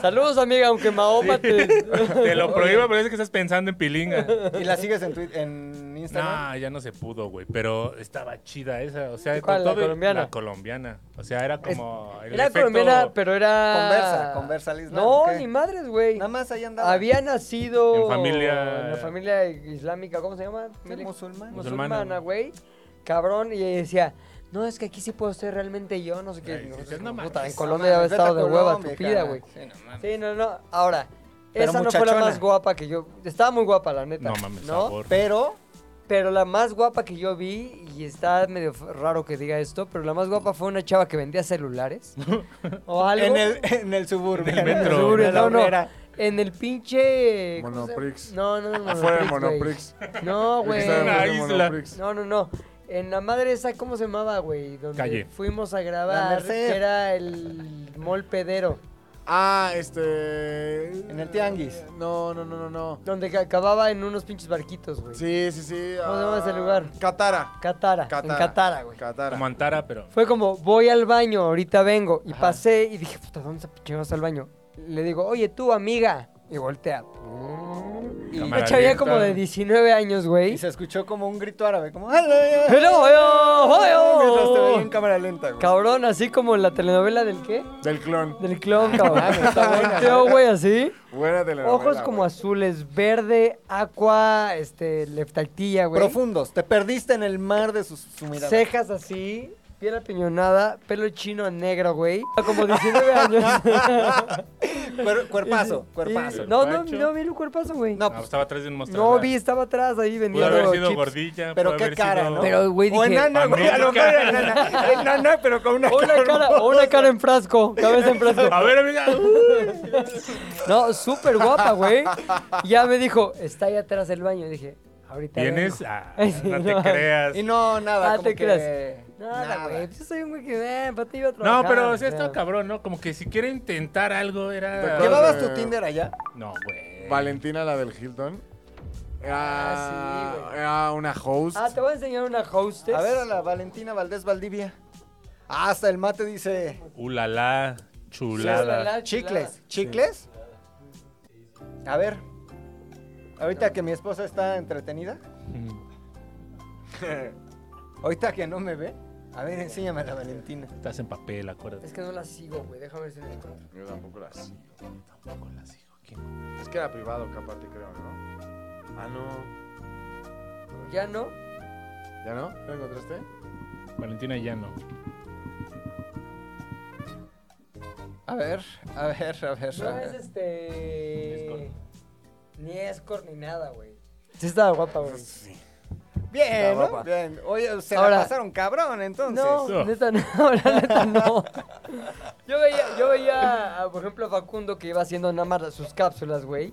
Speaker 1: Saludos, amiga, aunque Mahoma te...
Speaker 3: Te lo prohíbo, pero es que estás pensando en pilinga.
Speaker 2: ¿Y la sigues en, Twi- en Instagram?
Speaker 3: No, ya no se pudo, güey. Pero estaba chida esa. O sea,
Speaker 1: ¿Cuál,
Speaker 3: con
Speaker 1: la
Speaker 3: todo-
Speaker 1: colombiana?
Speaker 3: La colombiana. O sea, era como. el
Speaker 1: Era
Speaker 3: efecto-
Speaker 1: colombiana, pero era...
Speaker 2: Conversa, conversa al Islam,
Speaker 1: No,
Speaker 2: ¿o qué?
Speaker 1: ni madres, güey.
Speaker 2: Nada más ahí andaba.
Speaker 1: Había nacido...
Speaker 3: En familia-
Speaker 1: En la familia islámica, ¿cómo se llama?
Speaker 2: Sí,
Speaker 1: Familia-
Speaker 2: musulmán.
Speaker 1: Musulmana, güey. Cabrón, y ella decía... No, es que aquí sí puedo ser realmente yo, no sé qué.
Speaker 3: Ay, sí, sí,
Speaker 1: Puta,
Speaker 3: no
Speaker 1: en
Speaker 3: mames.
Speaker 1: Colombia había
Speaker 2: Vete a
Speaker 1: estado de hueva
Speaker 2: Colombia,
Speaker 1: tupida,
Speaker 2: cara.
Speaker 1: güey.
Speaker 2: Sí, no mames.
Speaker 1: Sí, no, no. Ahora,
Speaker 2: Pero
Speaker 1: esa no fue la
Speaker 2: muchachona.
Speaker 1: más guapa que yo. Estaba muy guapa, la neta.
Speaker 3: No mames,
Speaker 1: ¿no?
Speaker 3: favor.
Speaker 2: Pero,
Speaker 1: Pero la más guapa que yo vi, y está medio f- raro que diga esto, pero la más guapa fue una chava que vendía celulares. o algo.
Speaker 2: en el, en el suburbio.
Speaker 3: En
Speaker 1: En
Speaker 3: el
Speaker 1: el
Speaker 3: metro.
Speaker 1: suburbio,
Speaker 2: En la
Speaker 1: no, no.
Speaker 2: obrera.
Speaker 1: En el pinche. ¿cómo se llama?
Speaker 4: Monoprix.
Speaker 1: pues, No, no, no.
Speaker 4: Afuera del
Speaker 1: Monoprix, güey.
Speaker 4: Monoprix.
Speaker 1: No,
Speaker 4: El que
Speaker 1: güey.
Speaker 4: estaba
Speaker 3: Una
Speaker 4: enfrente del
Speaker 3: isla.
Speaker 4: Monoprix.
Speaker 1: No, no, no. En la madre esa, ¿cómo se llamaba, güey? Donde
Speaker 3: Calle.
Speaker 1: fuimos a grabar.
Speaker 2: Merced.
Speaker 1: Que era el mall pedero.
Speaker 4: Ah, este.
Speaker 2: En el tianguis.
Speaker 4: No, no, no, no, no.
Speaker 1: Donde ca- acababa en unos pinches barquitos, güey.
Speaker 4: Sí, sí, sí.
Speaker 1: ¿Cómo se llama
Speaker 4: ah,
Speaker 1: ese lugar?
Speaker 4: Catara.
Speaker 1: Catara, en
Speaker 4: Catara.
Speaker 1: Catara, güey.
Speaker 4: Catara.
Speaker 3: Como Antara, pero.
Speaker 1: Fue como, voy al baño, ahorita vengo. Y pasé y dije, puta, ¿dónde se pinche vas al baño? Le digo, oye, tú, amiga. Y voltea. Y
Speaker 3: Cámara
Speaker 1: una chavilla
Speaker 3: lenta.
Speaker 1: como de 19 años,
Speaker 2: Mm. Y
Speaker 1: güey.
Speaker 2: se escuchó como un grito árabe, como... "Alá".
Speaker 1: Pero, oyo, oyo.
Speaker 2: Mientras te veía en cámara lenta, güey.
Speaker 1: Cabrón, así como en la telenovela del qué?
Speaker 4: Del clon.
Speaker 1: Del clon, cabrón.
Speaker 2: mames, Ah, está buena.
Speaker 1: Volteó, güey, así.
Speaker 4: Buena telenovela.
Speaker 1: Ojos como
Speaker 4: güey.
Speaker 1: azules, verde, aqua, este, leftactilla, güey.
Speaker 2: Profundos, te perdiste en el mar de su, su mirada.
Speaker 1: Cejas así, piel apiñonada, pelo chino negro, güey. Ah, Como (laughs) 19 años.
Speaker 2: Cuer- cuerpazo,
Speaker 1: Y-
Speaker 2: cuerpazo.
Speaker 1: y- no, no,
Speaker 3: Cuerpacho.
Speaker 1: no vi el cuerpazo, güey.
Speaker 2: No,
Speaker 1: pues, No,
Speaker 3: Ah, estaba atrás de un mostrador.
Speaker 1: vi, estaba atrás ahí
Speaker 3: Pudo
Speaker 1: vendiendo
Speaker 3: haber sido
Speaker 1: chips.
Speaker 3: gordilla.
Speaker 2: Pero
Speaker 3: pudo
Speaker 2: qué
Speaker 3: haber
Speaker 2: cara,
Speaker 3: sido-
Speaker 2: ¿no?
Speaker 1: Pero, güey,
Speaker 2: o
Speaker 1: dije,
Speaker 2: enana, güey, a lo mejor era
Speaker 3: (laughs)
Speaker 2: enana. Enana, pero con una
Speaker 1: (laughs) una cara, (laughs) o una cara en frasco, cabeza en frasco.
Speaker 3: A ver, amiga. uy.
Speaker 1: No, súper guapa, güey. Y Ya me dijo, está ahí atrás del baño. Dije, ahorita
Speaker 3: ¿Vienes?
Speaker 1: vengo.
Speaker 3: Ah,
Speaker 1: Ay, sí,
Speaker 3: no te
Speaker 1: no.
Speaker 3: creas.
Speaker 2: Y no, nada,
Speaker 1: Ah,
Speaker 2: como
Speaker 1: te
Speaker 2: que...
Speaker 1: creas. Nada,
Speaker 2: nada.
Speaker 1: güey, yo soy un güey que, eh, para ti iba a
Speaker 3: No,
Speaker 1: trabajar.
Speaker 3: pero o
Speaker 1: o
Speaker 3: sea, estaba
Speaker 1: sea.
Speaker 3: cabrón, ¿no? Como que si quiere intentar algo era.
Speaker 4: ¿Te acuerdas?
Speaker 2: ¿Llevabas tu Tinder allá?
Speaker 3: No, güey.
Speaker 4: Valentina, la del Hilton. Era,
Speaker 1: Ah, sí, güey.
Speaker 4: era una host.
Speaker 1: Ah, te voy a enseñar una hostess.
Speaker 2: A ver a la Valentina Valdés Valdivia. Ah, Hasta el mate dice...
Speaker 3: Ulala,
Speaker 1: Ulala,
Speaker 3: chulada.
Speaker 1: chulada.
Speaker 2: Chicles. ¿Chicles? A ver. Ahorita que mi esposa está
Speaker 4: (laughs)
Speaker 2: entretenida. Ahorita que no me ve. A ver, enséñame a la Valentina.
Speaker 3: Estás en papel, acuérdate.
Speaker 1: Es que no la sigo, güey, déjame ver si la encuentro.
Speaker 4: Yo tampoco la sigo.
Speaker 3: Tampoco las digo. ¿Quién?
Speaker 4: Es que era privado, que aparte creo, ¿no? Ah, no.
Speaker 1: Ya no.
Speaker 4: ¿Ya no? ¿Ya ¿La encontraste?
Speaker 3: Valentina Llano.
Speaker 2: A ver, a ver, a ver.
Speaker 1: No
Speaker 2: a
Speaker 1: es
Speaker 2: ver.
Speaker 1: este. Ni escort ni nada, güey. Sí estaba guapa, güey.
Speaker 2: Bien,
Speaker 1: Está
Speaker 2: ¿no?
Speaker 1: guapa.
Speaker 2: Bien. Oye, se
Speaker 1: Ahora-
Speaker 2: la pasaron cabrón, entonces.
Speaker 1: No,
Speaker 3: No.
Speaker 1: neta no, la neta no. (laughs) Yo veía, yo veía, a, por ejemplo, a Facundo que iba haciendo nada más sus cápsulas, güey.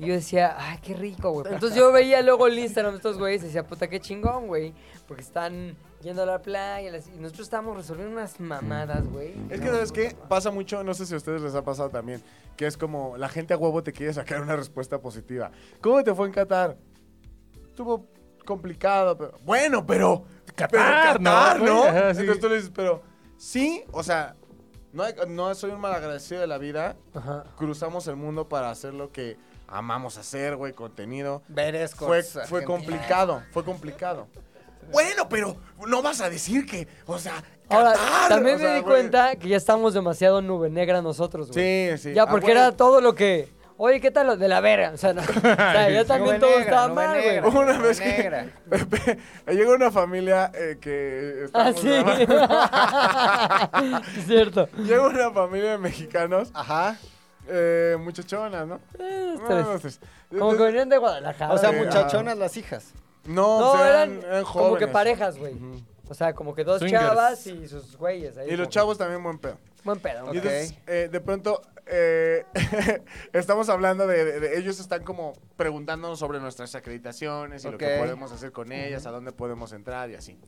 Speaker 1: Y yo decía, ay, qué rico, güey. Entonces yo veía luego el Instagram de estos güeyes y decía, puta, qué chingón, güey. Porque están yendo a la playa las- y nosotros estábamos resolviendo unas mamadas, güey.
Speaker 4: Es que, ¿sabes qué? Pasa mucho, no sé si a ustedes les ha pasado también, que es como la gente a huevo te quiere sacar una respuesta positiva. ¿Cómo te fue en Qatar? Estuvo complicado, pero. Bueno, pero.
Speaker 3: Qatar,
Speaker 4: pero Qatar,
Speaker 3: ¿no?
Speaker 4: ¿no?
Speaker 3: Ajá, sí.
Speaker 4: Entonces tú le dices, pero. Sí, o sea, no, hay- no soy un malagradecido de la vida.
Speaker 1: Ajá.
Speaker 4: Cruzamos el mundo para hacer lo que amamos hacer, güey, contenido.
Speaker 2: Ver escorts
Speaker 4: Fue, fue
Speaker 2: argentinos.
Speaker 4: complicado, fue complicado. Bueno, pero no vas a decir que, o sea,
Speaker 1: Ahora,
Speaker 4: Qatar,
Speaker 1: también
Speaker 4: o
Speaker 1: me
Speaker 4: sea,
Speaker 1: di
Speaker 4: güey.
Speaker 1: cuenta que ya estamos demasiado nube negra nosotros, güey.
Speaker 4: Sí, sí.
Speaker 1: Ya,
Speaker 4: Ah,
Speaker 1: porque
Speaker 4: bueno. (laughs)
Speaker 1: era todo lo que. Oye, ¿qué tal lo de la verga? O sea, no- o sea, ya también
Speaker 2: Nube
Speaker 1: todo
Speaker 2: negra,
Speaker 1: estaba
Speaker 2: nube
Speaker 1: mal,
Speaker 2: negra.
Speaker 1: güey.
Speaker 4: Una vez
Speaker 2: Negra.
Speaker 4: que (laughs) llegó una familia eh, que
Speaker 1: Ah,
Speaker 4: estábamos
Speaker 1: (laughs)
Speaker 4: grabando.
Speaker 1: sí. (laughs) Es Cierto.
Speaker 4: Llega una familia de mexicanos,
Speaker 2: Ajá.
Speaker 4: eh, muchachonas, ¿no?
Speaker 1: Eh,
Speaker 4: No,
Speaker 1: tres.
Speaker 4: no, tres.
Speaker 1: Como que venían de Guadalajara.
Speaker 2: O sea,
Speaker 4: Sí,
Speaker 1: güey.
Speaker 4: mucha- (laughs)
Speaker 2: muchachonas las hijas.
Speaker 4: No,
Speaker 1: No,
Speaker 4: eran,
Speaker 1: eran
Speaker 4: eran
Speaker 1: como que
Speaker 4: jóvenes.
Speaker 1: parejas, güey. O sea, como que dos
Speaker 3: Swingers.
Speaker 1: chavas y sus güeyes. Ahí
Speaker 4: Y los
Speaker 1: como-
Speaker 4: chavos también buen pedo.
Speaker 1: Buen pedo.
Speaker 4: Y
Speaker 1: güey.
Speaker 4: entonces, eh, de pronto, eh, (laughs) estamos hablando de, de- de- ellos están como preguntándonos sobre nuestras acreditaciones y lo
Speaker 2: Ok.
Speaker 4: que podemos hacer con ellas, a dónde podemos entrar y así.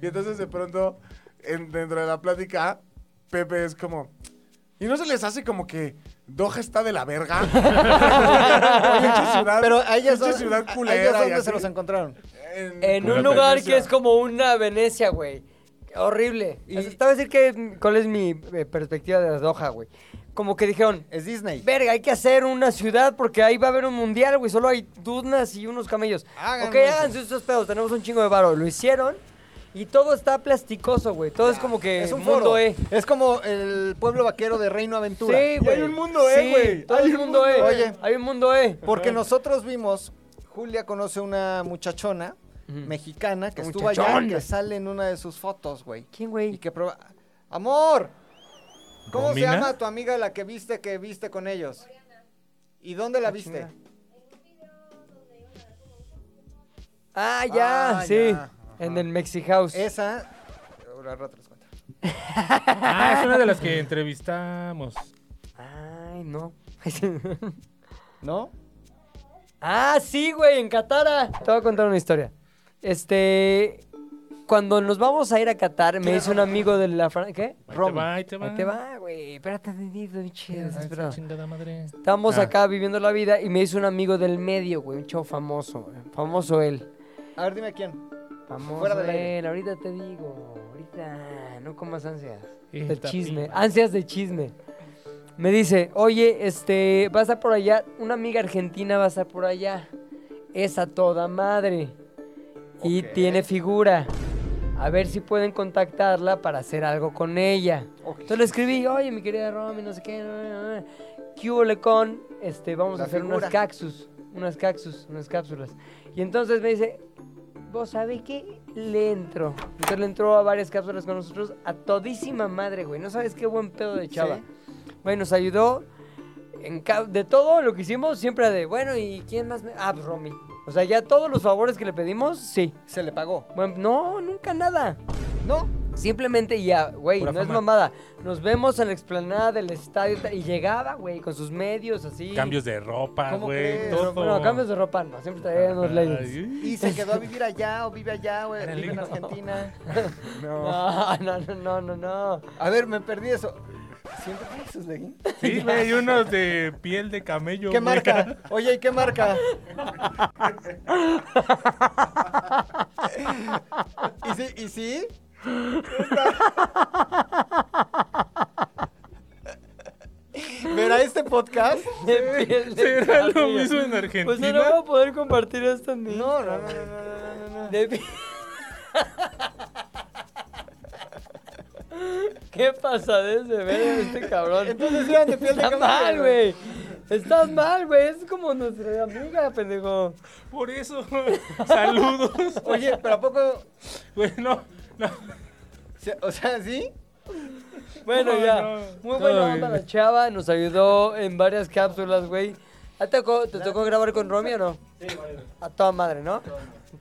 Speaker 4: Y entonces, de pronto, en- dentro de la plática, Pepe es como, ¿y no se les hace como que Doha está de la verga? Pinche ciudad-
Speaker 2: Pero a ellas,
Speaker 4: pinche
Speaker 2: dónde-
Speaker 4: ciudad
Speaker 2: a ellas
Speaker 4: culera y
Speaker 2: dónde
Speaker 4: así.
Speaker 2: se los encontraron.
Speaker 4: En,
Speaker 1: En
Speaker 4: como
Speaker 1: un
Speaker 4: la
Speaker 1: lugar que
Speaker 4: Venecia.
Speaker 1: es como una Venecia, güey. Horrible.
Speaker 8: Y-
Speaker 1: O sea, te voy a decir que, cuál es mi eh, perspectiva de Doha, güey. Como que dijeron,
Speaker 2: Es Disney.
Speaker 1: verga, hay que hacer una ciudad porque ahí va a haber un mundial, güey. Solo hay dunas y unos camellos.
Speaker 2: Háganlo.
Speaker 1: Ok, háganse estos pedos, tenemos un chingo de varo. Lo hicieron y todo está plasticoso, güey. Todo es como que
Speaker 2: es un
Speaker 1: mundo,
Speaker 2: foro.
Speaker 1: eh.
Speaker 2: Es como el pueblo vaquero de Reino Aventura.
Speaker 1: Sí, güey.
Speaker 7: hay un mundo,
Speaker 2: E,
Speaker 7: eh,
Speaker 1: Sí,
Speaker 7: güey.
Speaker 1: Todo
Speaker 7: Hay
Speaker 1: el
Speaker 7: un
Speaker 1: mundo, eh.
Speaker 7: mundo,
Speaker 2: oye.
Speaker 1: Hay un mundo, eh.
Speaker 2: Porque nosotros vimos, Julia conoce una muchachona mexicana que estuvo allá,
Speaker 1: Muchachona.
Speaker 2: que sale en una de sus fotos, güey.
Speaker 1: ¿Quién,
Speaker 2: Y
Speaker 1: güey?
Speaker 2: que prueba... Amor, ¿cómo
Speaker 3: ¿Romina?
Speaker 2: se llama tu amiga la que viste que viste con ellos? ¿Y dónde la viste?
Speaker 1: Ah, ya,
Speaker 4: Ah,
Speaker 1: sí.
Speaker 4: ya.
Speaker 1: En el Mexi House.
Speaker 2: Esa... Ahora al rato les cuento.
Speaker 3: Ah, es una de
Speaker 1: (laughs)
Speaker 3: las que entrevistamos.
Speaker 1: Ay, no. (laughs)
Speaker 2: ¿No?
Speaker 1: ah, sí, güey, en ah. Catara. Te voy a contar una historia. Este. Cuando nos vamos a ir a Qatar, me dice un amigo de la Fran- ¿Qué?
Speaker 3: Ahí te
Speaker 2: Romy.
Speaker 3: va, ahí te va.
Speaker 1: Ahí te va, güey. Espérate, tantito, pinche desesperado.
Speaker 3: Chingada madre.
Speaker 1: Estamos
Speaker 3: Ah.
Speaker 1: acá viviendo la vida y me hizo un amigo del medio, güey. Un chavo famoso, güey, Famoso él.
Speaker 2: A ver, dime quién.
Speaker 1: Famoso
Speaker 2: Fuera
Speaker 1: él.
Speaker 2: del aire.
Speaker 1: Ahorita te digo. Ahorita. No comas ansias. De
Speaker 3: Esta
Speaker 1: chisme.
Speaker 3: pinta.
Speaker 1: Ansias de chisme. Me dice, oye, este, vas a estar por allá. Una amiga argentina va a estar por allá. Es a toda madre. Y
Speaker 2: Ok.
Speaker 1: tiene figura. A ver si pueden contactarla para hacer algo con ella. Entonces le escribí, oye, mi querida Romy, no sé qué. na, na, na. ¿Qué hubo le con? Este, vamos
Speaker 2: La
Speaker 1: a hacer
Speaker 2: figura.
Speaker 1: unas caxus. Unas caxus, unas cápsulas. Y entonces me dice, ¿vos sabés qué? Le entro. Entonces le entró a varias cápsulas con nosotros. A todísima madre, güey. No sabes qué buen pedo de chava.
Speaker 2: Sí.
Speaker 1: Güey, nos ayudó. en ca- de todo lo que hicimos, siempre de, bueno, ¿y quién más? me- Ah, pues, Romy. O sea, ya todos los favores que le pedimos, sí.
Speaker 2: Se le pagó.
Speaker 1: Bueno, no, nunca nada.
Speaker 2: ¿No?
Speaker 1: Simplemente ya, güey, no
Speaker 3: Pura
Speaker 1: es
Speaker 3: fama.
Speaker 1: mamada. Nos vemos en la explanada del estadio y tal, y llegaba, güey, con sus medios así.
Speaker 3: Cambios de ropa,
Speaker 2: ¿Cómo
Speaker 3: güey.
Speaker 2: crees?
Speaker 3: Todo.
Speaker 1: Bueno, cambios de ropa no, siempre traía unos leggings.
Speaker 2: ¿Y se quedó a vivir allá o vive allá, güey?
Speaker 3: Ándale.
Speaker 2: Vive en Argentina. (laughs)
Speaker 1: No, no, no, no, no, no.
Speaker 2: A ver, me perdí eso. ¿Siempre tienes sus leggings?
Speaker 1: (laughs)
Speaker 3: Sí, güey, unos de piel de camello.
Speaker 2: ¿Qué
Speaker 3: güey.
Speaker 2: marca? Oye, ¿y qué marca? ¿Y sí? ¿Y sí? ¿Verá este podcast?
Speaker 1: De piel de
Speaker 3: (laughs) ¿Será lo
Speaker 1: camello.
Speaker 3: mismo en Argentina?
Speaker 1: Pues no, no voy a poder compartir esto ni.
Speaker 2: No, no, no, no, no, no, no, no.
Speaker 1: De pi- ¿Qué pasa de ese verga este cabrón?
Speaker 2: Entonces eran de piel de
Speaker 1: Está
Speaker 2: camello.
Speaker 1: mal, güey. Estás mal, güey. Es como nuestra amiga, pendejo.
Speaker 3: Por eso. (laughs) Saludos.
Speaker 2: Oye, pero ¿a poco?
Speaker 3: Güey, no. no.
Speaker 2: se- O sea, ¿sí?
Speaker 1: Bueno,
Speaker 3: No,
Speaker 1: ya.
Speaker 3: no.
Speaker 1: Muy
Speaker 3: Todo
Speaker 1: buena onda
Speaker 3: bien.
Speaker 1: la chava. Nos ayudó en varias cápsulas, güey. ¿Ah, ¿Te tocó, te tocó grabar con Romy o no? Sí, A toda madre, ¿no?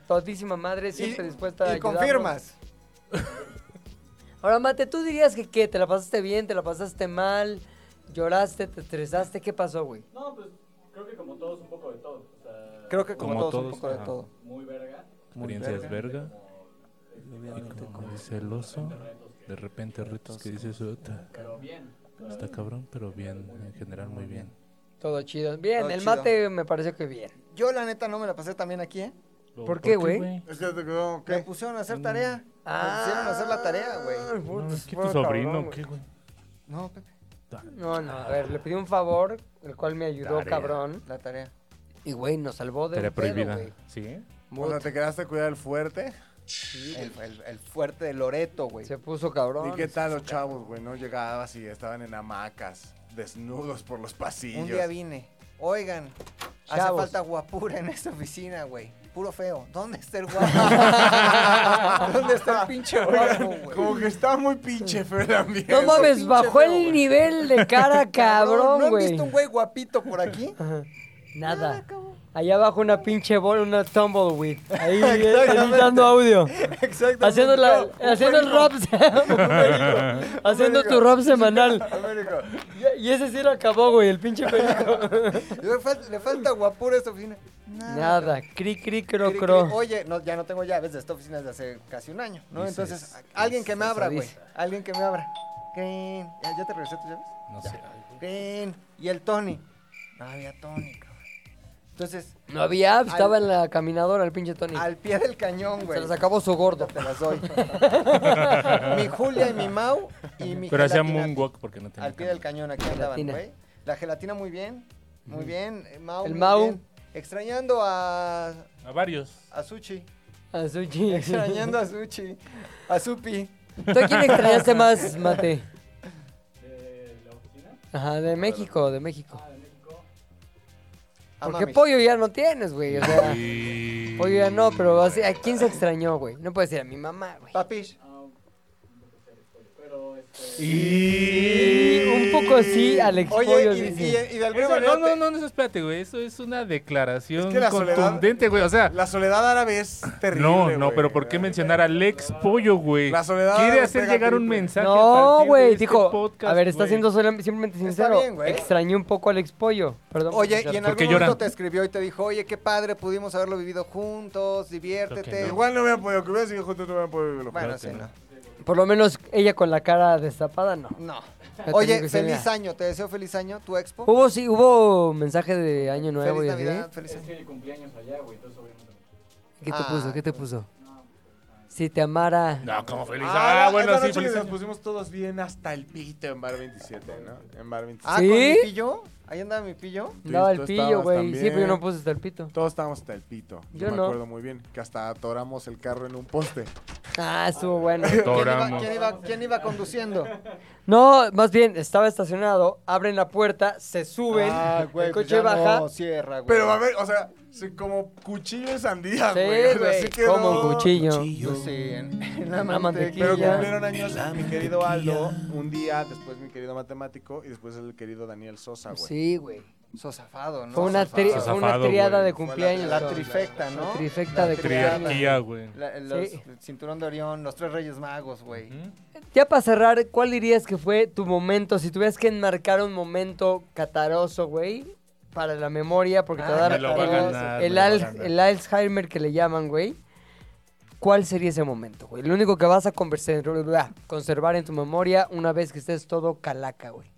Speaker 1: Todísima madre, siempre dispuesta a
Speaker 2: Y
Speaker 1: ayudarnos.
Speaker 2: confirmas.
Speaker 1: Ahora, Mate, ¿tú dirías que qué? ¿Te la pasaste bien? ¿Te la pasaste mal? ¿Lloraste? ¿Te estresaste? ¿Qué pasó, güey?
Speaker 6: No, pues creo que como todos, un poco de todo. O sea,
Speaker 2: Creo que como,
Speaker 3: Como
Speaker 2: todos, un
Speaker 3: todos,
Speaker 2: poco de
Speaker 3: ajá.
Speaker 2: todo.
Speaker 6: muy verga.
Speaker 3: Experiencias verga. Y como dice el oso, de repente retos que dices otra. Está cabrón, pero bien, en general muy bien.
Speaker 1: Todo chido. Bien,
Speaker 2: Todo
Speaker 1: el
Speaker 2: chido.
Speaker 1: mate me pareció que bien.
Speaker 2: Yo la neta no me la pasé también aquí, ¿eh?
Speaker 3: ¿Por,
Speaker 1: qué, güey?
Speaker 4: Es que te quedó,
Speaker 2: Me
Speaker 4: ¿qué?
Speaker 2: pusieron a hacer tarea.
Speaker 1: Ah.
Speaker 2: Me pusieron a hacer la tarea, güey.
Speaker 3: No, es que tu
Speaker 1: Pobre Ah, pues cabrón,
Speaker 3: sobrino,
Speaker 1: güey.
Speaker 3: ¿qué, güey?
Speaker 2: No, Pepe,
Speaker 1: No, no, a ver, le pedí un favor, el cual me ayudó,
Speaker 3: Tarea.
Speaker 1: cabrón.
Speaker 2: la tarea.
Speaker 1: Y, güey, nos salvó de.
Speaker 3: Tarea
Speaker 1: un pedo,
Speaker 3: prohibida.
Speaker 1: güey.
Speaker 3: ¿Sí?
Speaker 4: O sea,
Speaker 1: Mut,
Speaker 4: te quedaste a cuidar el fuerte.
Speaker 2: El, el- el fuerte de Loreto, güey.
Speaker 1: Se puso cabrón.
Speaker 4: ¿Y qué tal los chavos, güey? No llegabas y estaban en hamacas, desnudos por los pasillos.
Speaker 2: Un día vine. Oigan, hace
Speaker 1: Chavos.
Speaker 2: falta guapura en esta oficina, güey. Puro feo. ¿Dónde
Speaker 1: (laughs)
Speaker 2: está el guapo? ¿Dónde está el pinche guapo, güey?
Speaker 4: Como que está muy pinche feo el ambiente.
Speaker 1: No mames,
Speaker 2: pinche
Speaker 1: bajó
Speaker 2: feo,
Speaker 1: el
Speaker 2: güey.
Speaker 1: nivel de cara,
Speaker 2: (laughs) ¿No
Speaker 1: cabrón,
Speaker 2: han
Speaker 1: güey. (laughs)
Speaker 2: visto un güey guapito por aquí?
Speaker 1: Nada. Allá abajo una pinche bola, una tumbleweed. Ahí eh,
Speaker 2: Exactamente.
Speaker 1: editando audio.
Speaker 2: Exactamente.
Speaker 1: Haciendo, la, haciendo el rap. (laughs)
Speaker 2: (laughs)
Speaker 1: haciendo tu rap semanal.
Speaker 2: Américo.
Speaker 1: Y y ese sí lo acabó, güey, el
Speaker 2: (laughs)
Speaker 1: pinche perico.
Speaker 2: Le falta, le falta guapura a esta oficina.
Speaker 1: (laughs) Nada, cri cri cro
Speaker 2: Cri, cri.
Speaker 1: cro.
Speaker 2: Oye, no, ya no tengo llaves de esta oficina desde hace casi un año, ¿no?
Speaker 8: Dices,
Speaker 2: Entonces, a- alguien que me abra, güey.
Speaker 8: avisa.
Speaker 2: Alguien que me abra. Green. ¿Ya, ya te regresé tus llaves?
Speaker 3: No sé.
Speaker 2: Green. Y el Tony. No había Tony, cabrón. Entonces,
Speaker 1: No había,
Speaker 2: Al-
Speaker 1: estaba en la caminadora el pinche Tony.
Speaker 2: al pie del cañón, güey.
Speaker 1: Se los acabó su
Speaker 2: (laughs)
Speaker 1: gordo.
Speaker 2: Te las doy.
Speaker 3: (laughs)
Speaker 2: mi Julia y mi Mau y mi
Speaker 3: Pero hacía
Speaker 2: gelatina.
Speaker 3: moonwalk porque no tenía.
Speaker 2: Al pie del
Speaker 3: cámara.
Speaker 2: cañón aquí andaban,
Speaker 1: Gelatina.
Speaker 2: güey. La gelatina muy bien, muy bien. Eh, Mau,
Speaker 1: El
Speaker 2: muy
Speaker 1: Mau.
Speaker 2: bien. Extrañando a,
Speaker 3: A varios.
Speaker 2: a
Speaker 1: (laughs)
Speaker 2: Suchi.
Speaker 1: A su chi.
Speaker 2: Extrañando a Suchi. A Supi.
Speaker 1: ¿Tú a quién extrañaste más, Mate?
Speaker 6: De la oficina.
Speaker 1: Ajá, de México, de México.
Speaker 6: Ah, de México.
Speaker 2: A
Speaker 3: Ah,
Speaker 1: Porque
Speaker 2: mamis.
Speaker 1: pollo ya no tienes, güey. O sea,
Speaker 3: Y-
Speaker 1: pollo ya no, pero así, ¿a quién se extrañó, güey? No puede ser a mi mamá, güey.
Speaker 2: Papish.
Speaker 6: Ah, un poco feo el spoiler, Pero este.
Speaker 1: Y un poco sí, Alex Pollo.
Speaker 2: Oye, y,
Speaker 1: sí, sí.
Speaker 2: y- eh, y de alguna
Speaker 3: Eso-
Speaker 2: manera.
Speaker 3: no, no,
Speaker 2: te-
Speaker 3: no, no, espérate, güey. Eso es una declaración
Speaker 4: Es que la soledad-
Speaker 3: contundente, güey. O sea,
Speaker 4: (laughs) La soledad árabe es terrible.
Speaker 3: no, no,
Speaker 4: güey.
Speaker 3: pero ¿por qué mencionar a Lex Pollo, güey?
Speaker 4: La soledad
Speaker 3: Quiere
Speaker 4: nos
Speaker 3: hacer
Speaker 4: pega
Speaker 3: llegar un
Speaker 4: triple.
Speaker 3: mensaje. a
Speaker 1: No,
Speaker 3: partir de
Speaker 1: güey,
Speaker 3: este
Speaker 1: dijo.
Speaker 3: podcast,
Speaker 1: a ver, está
Speaker 3: güey.
Speaker 1: siendo solam- simplemente sincero.
Speaker 2: bien, güey.
Speaker 1: Extrañé un poco al expollo. Perdón. por
Speaker 2: Oye,
Speaker 1: escuchar.
Speaker 2: y en
Speaker 3: ¿Por qué
Speaker 2: algún momento
Speaker 3: lloran?
Speaker 2: te escribió y te dijo, oye, qué padre, pudimos haberlo vivido juntos, diviértete.
Speaker 3: Creo que no.
Speaker 4: Eh, Igual no hubiera podido, que hubiera sido juntos, no hubiera podido Ah, vivirlo.
Speaker 2: Bueno,
Speaker 3: Creo
Speaker 2: sí,
Speaker 3: que
Speaker 2: no.
Speaker 3: no.
Speaker 1: Por lo menos ella con la cara destapada, no.
Speaker 2: No.
Speaker 1: Ya tenía
Speaker 2: Oye,
Speaker 1: que ser,
Speaker 2: feliz
Speaker 1: mira.
Speaker 2: año, te deseo feliz año, tu expo.
Speaker 1: Hubo, sí, hubo mensaje de año nuevo
Speaker 2: feliz
Speaker 1: y así.
Speaker 2: Navidad, feliz
Speaker 6: Es
Speaker 2: año.
Speaker 6: que el cumpleaños allá, güey. Entonces obviamente.
Speaker 1: ¿Qué te
Speaker 2: Ah,
Speaker 1: puso? ¿Qué te puso? Si te amara.
Speaker 3: No, como feliz.
Speaker 4: Ah,
Speaker 3: Ah,
Speaker 4: bueno,
Speaker 3: bueno,
Speaker 4: esta
Speaker 3: sí,
Speaker 4: noche
Speaker 3: feliz.
Speaker 4: Nos pusimos todos bien hasta el pito en Bar 27, ¿no? En Bar 27.
Speaker 2: Ah,
Speaker 1: ¿Sí?
Speaker 2: ¿con mi pillo? Ahí andaba mi pillo.
Speaker 4: Tú-
Speaker 1: Daba el
Speaker 4: tú
Speaker 1: pillo,
Speaker 4: estabas
Speaker 1: güey. Sí, pero yo no
Speaker 4: también.
Speaker 1: puse hasta el pito.
Speaker 4: Todos estábamos hasta el pito.
Speaker 1: Yo
Speaker 4: Yo me
Speaker 1: no.
Speaker 4: acuerdo muy bien. Que hasta atoramos el carro en un poste.
Speaker 1: Ah, estuvo bueno.
Speaker 2: ¿Quién iba,
Speaker 3: Doramos.
Speaker 2: quién iba- quién iba conduciendo?
Speaker 1: No, más bien, estaba estacionado, abren la puerta, se suben,
Speaker 2: Ah,
Speaker 1: el coche baja.
Speaker 2: pues cierra, güey.
Speaker 4: Pero a ver, o sea, se- como cuchillo en sandía,
Speaker 1: Sí,
Speaker 4: Ah, güey. O sea,
Speaker 1: güey,
Speaker 4: sí quedó-
Speaker 1: como un cuchillo.
Speaker 2: Yo sé, en, en la
Speaker 1: La mantequilla.
Speaker 4: Pero
Speaker 1: Y ya.
Speaker 4: cumplieron años mi querido Aldo, un día, después mi querido matemático y después el querido Daniel Sosa, güey.
Speaker 1: Sí, güey.
Speaker 2: Sosafado, ¿no?
Speaker 1: Fue una,
Speaker 2: Sosafado.
Speaker 1: tri- fue una
Speaker 3: Zafado,
Speaker 1: triada
Speaker 3: güey.
Speaker 1: de cumpleaños.
Speaker 2: La
Speaker 1: cabrón.
Speaker 2: trifecta, ¿no?
Speaker 1: La trifecta de
Speaker 2: triada.
Speaker 3: Triarquía, güey.
Speaker 2: La- los-
Speaker 1: Sí.
Speaker 2: El cinturón de Orión, los tres reyes magos, güey.
Speaker 1: Ya para cerrar, ¿cuál dirías que fue tu momento? Si tuvieras que enmarcar un momento cataroso, güey, para la memoria, porque te
Speaker 2: Ah,
Speaker 1: va a
Speaker 2: me
Speaker 1: dar
Speaker 2: lo va a
Speaker 1: el-
Speaker 3: ganar,
Speaker 1: el,
Speaker 3: me lo va a
Speaker 1: al-
Speaker 3: ganar.
Speaker 1: el Alzheimer que le llaman, güey. ¿Cuál sería ese momento, güey? Lo único que vas a conversar- conservar en tu memoria una vez que estés todo calaca, güey.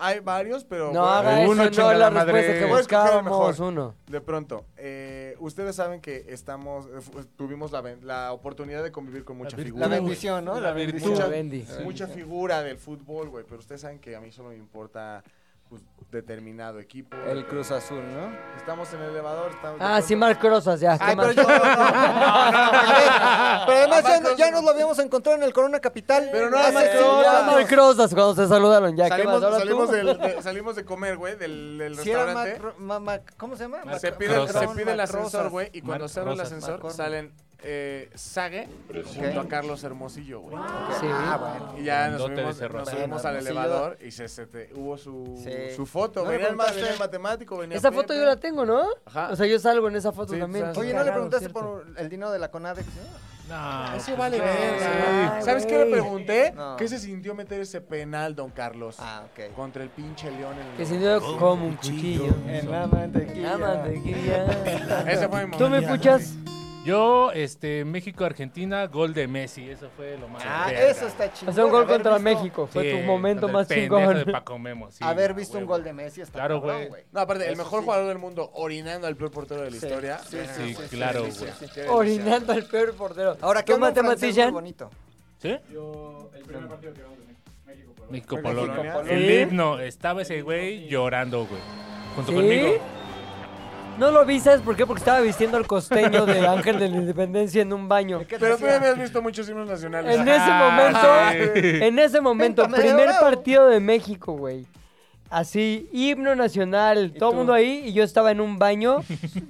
Speaker 4: Hay varios, pero
Speaker 1: No
Speaker 4: bueno,
Speaker 1: haga
Speaker 3: uno,
Speaker 1: eso, no
Speaker 3: chingada
Speaker 1: la
Speaker 3: madre.
Speaker 1: respuesta que
Speaker 4: Voy a escoger el
Speaker 1: buscábamos,
Speaker 4: mejor.
Speaker 1: uno.
Speaker 4: de pronto, eh, ustedes saben que estamos, eh, fu- tuvimos la, ben- la oportunidad de convivir con mucha
Speaker 3: virtud.
Speaker 4: figura.
Speaker 2: La bendición, ¿no? La
Speaker 3: virtud.
Speaker 2: bendición.
Speaker 4: Mucha-
Speaker 1: Bendy.
Speaker 4: Sí. mucha figura del fútbol, güey, pero ustedes saben que a mí solo me importa pues, determinado equipo.
Speaker 2: El Cruz Azul, ¿no?
Speaker 4: Estamos en el elevador, estamos...
Speaker 1: Ah, sí, Marc Rosas, ya. ¿qué
Speaker 2: Ay, pero
Speaker 1: más?
Speaker 2: yo. no, no, no, a ver, Pero además ya, no-
Speaker 4: Marcos-
Speaker 2: ya nos lo habíamos encontrado en el Corona Capital.
Speaker 4: Pero no
Speaker 2: hace
Speaker 4: Marcos-
Speaker 2: cinco
Speaker 1: Ya,
Speaker 2: años.
Speaker 1: Marc Rosas, cuando se saludaron, ya. ¿Qué
Speaker 4: salimos,
Speaker 1: más? Ahora
Speaker 4: salimos
Speaker 1: tú. (laughs)
Speaker 4: del- de, salimos de comer, güey, del, del
Speaker 2: Si era
Speaker 4: restaurante.
Speaker 2: Mac- Ma- Mac- ¿Cómo se llama?
Speaker 4: se
Speaker 2: Mac-
Speaker 4: pide, el- se
Speaker 2: Macron,
Speaker 4: pide el
Speaker 2: Mac
Speaker 4: ascensor,
Speaker 2: Rosas.
Speaker 4: güey, y cuando
Speaker 3: Marc
Speaker 4: se abre el
Speaker 3: Rosas,
Speaker 4: ascensor
Speaker 2: Marc
Speaker 4: salen eh, Sage junto a Carlos Hermosillo, güey.
Speaker 1: Sí,
Speaker 4: Y ya nos
Speaker 3: Grandote de
Speaker 4: subimos,
Speaker 3: ese
Speaker 4: nos
Speaker 3: Rosas.
Speaker 4: subimos
Speaker 2: Bueno,
Speaker 4: al
Speaker 2: Hermosillo.
Speaker 4: elevador y se, se te- hubo su,
Speaker 2: Sí.
Speaker 4: su foto.
Speaker 2: No le
Speaker 4: venía el,
Speaker 2: preguntaste.
Speaker 4: venía el matemático, venía
Speaker 1: Esa foto
Speaker 4: Pepe.
Speaker 1: yo la tengo, ¿no?
Speaker 4: Ajá.
Speaker 1: O sea, yo salgo en esa foto
Speaker 4: Sí,
Speaker 1: también.
Speaker 4: sal-
Speaker 1: Qué
Speaker 2: Oye, ¿no le
Speaker 1: cagado,
Speaker 2: preguntaste
Speaker 1: ¿cierto?
Speaker 2: por el dinero de la CONADEX?
Speaker 3: No,
Speaker 4: Eso
Speaker 3: pues,
Speaker 4: vale
Speaker 3: no,
Speaker 4: verga.
Speaker 1: Ay,
Speaker 4: ¿Sabes qué le
Speaker 1: güey.
Speaker 4: pregunté?
Speaker 2: No.
Speaker 4: ¿Qué se sintió meter ese penal, don Carlos?
Speaker 2: Ah, ok.
Speaker 4: Contra el pinche León. en el
Speaker 1: Que
Speaker 4: noventa.
Speaker 1: sintió como un cuchillo.
Speaker 2: En la mantequilla.
Speaker 1: Ah,
Speaker 2: (laughs)
Speaker 1: mantequilla.
Speaker 4: Ese fue mi
Speaker 1: ¿Tú me
Speaker 4: momento.
Speaker 1: escuchas?
Speaker 3: Yo, este, México-Argentina, gol de Messi. Eso fue lo más.
Speaker 2: Ah,
Speaker 3: verga.
Speaker 2: eso está chingón.
Speaker 1: O sea, un gol
Speaker 2: Haber
Speaker 1: contra
Speaker 2: visto-
Speaker 1: México. Fue
Speaker 3: Sí,
Speaker 1: tu momento
Speaker 3: contra el
Speaker 1: más
Speaker 3: pendejo
Speaker 1: chingón.
Speaker 3: de Paco Memo, sí,
Speaker 2: Haber
Speaker 3: a
Speaker 2: visto un
Speaker 3: huevo.
Speaker 2: gol de Messi está
Speaker 3: Claro,
Speaker 2: cabrón,
Speaker 3: güey.
Speaker 4: No, aparte, el
Speaker 2: Eso
Speaker 4: mejor
Speaker 2: sí.
Speaker 4: jugador del mundo orinando al peor portero de la
Speaker 2: Sí,
Speaker 4: historia.
Speaker 2: sí,
Speaker 4: Verga,
Speaker 2: sí,
Speaker 4: güey,
Speaker 3: sí,
Speaker 4: qué
Speaker 3: claro,
Speaker 4: delicia,
Speaker 3: güey.
Speaker 4: qué delicia.
Speaker 1: Orinando al peor portero.
Speaker 2: Ahora, ¿qué
Speaker 1: ¿Tú,
Speaker 2: habla un francés muy
Speaker 1: matematician?
Speaker 2: bonito?
Speaker 3: ¿Sí?
Speaker 6: Yo, el primer partido que vamos de México. México, por
Speaker 3: México-Polonia.
Speaker 4: México-Polonia.
Speaker 3: El
Speaker 1: ¿Sí?
Speaker 3: himno. Estaba ese güey llorando, güey. Junto
Speaker 1: ¿Sí?
Speaker 3: conmigo.
Speaker 1: No lo vi, ¿sabes por qué? Porque estaba vistiendo al costeño de Ángel de la Independencia en un
Speaker 2: (laughs)
Speaker 1: baño.
Speaker 2: ¿Qué te
Speaker 4: Pero tú ya
Speaker 2: decía?
Speaker 4: habías visto muchos himnos nacionales.
Speaker 1: En ese
Speaker 3: Ajá,
Speaker 1: momento,
Speaker 3: sí.
Speaker 1: en ese momento,
Speaker 2: Véntame,
Speaker 1: primer
Speaker 2: bravo.
Speaker 1: partido de México, güey. Así, himno nacional, todo el mundo ahí y yo estaba en un
Speaker 3: (laughs)
Speaker 1: baño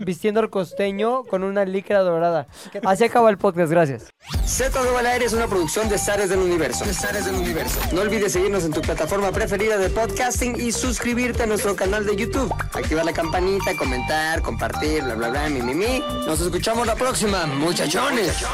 Speaker 1: vistiendo al costeño con una licra dorada. Así acaba el podcast, gracias.
Speaker 8: Z2 al aire es una producción de Zares del Universo. del Universo. No olvides seguirnos en tu plataforma preferida de podcasting y suscribirte a nuestro canal de YouTube. Activar la campanita, comentar, compartir, bla, bla, bla, mi, mi, mi. Nos escuchamos la próxima, muchachones.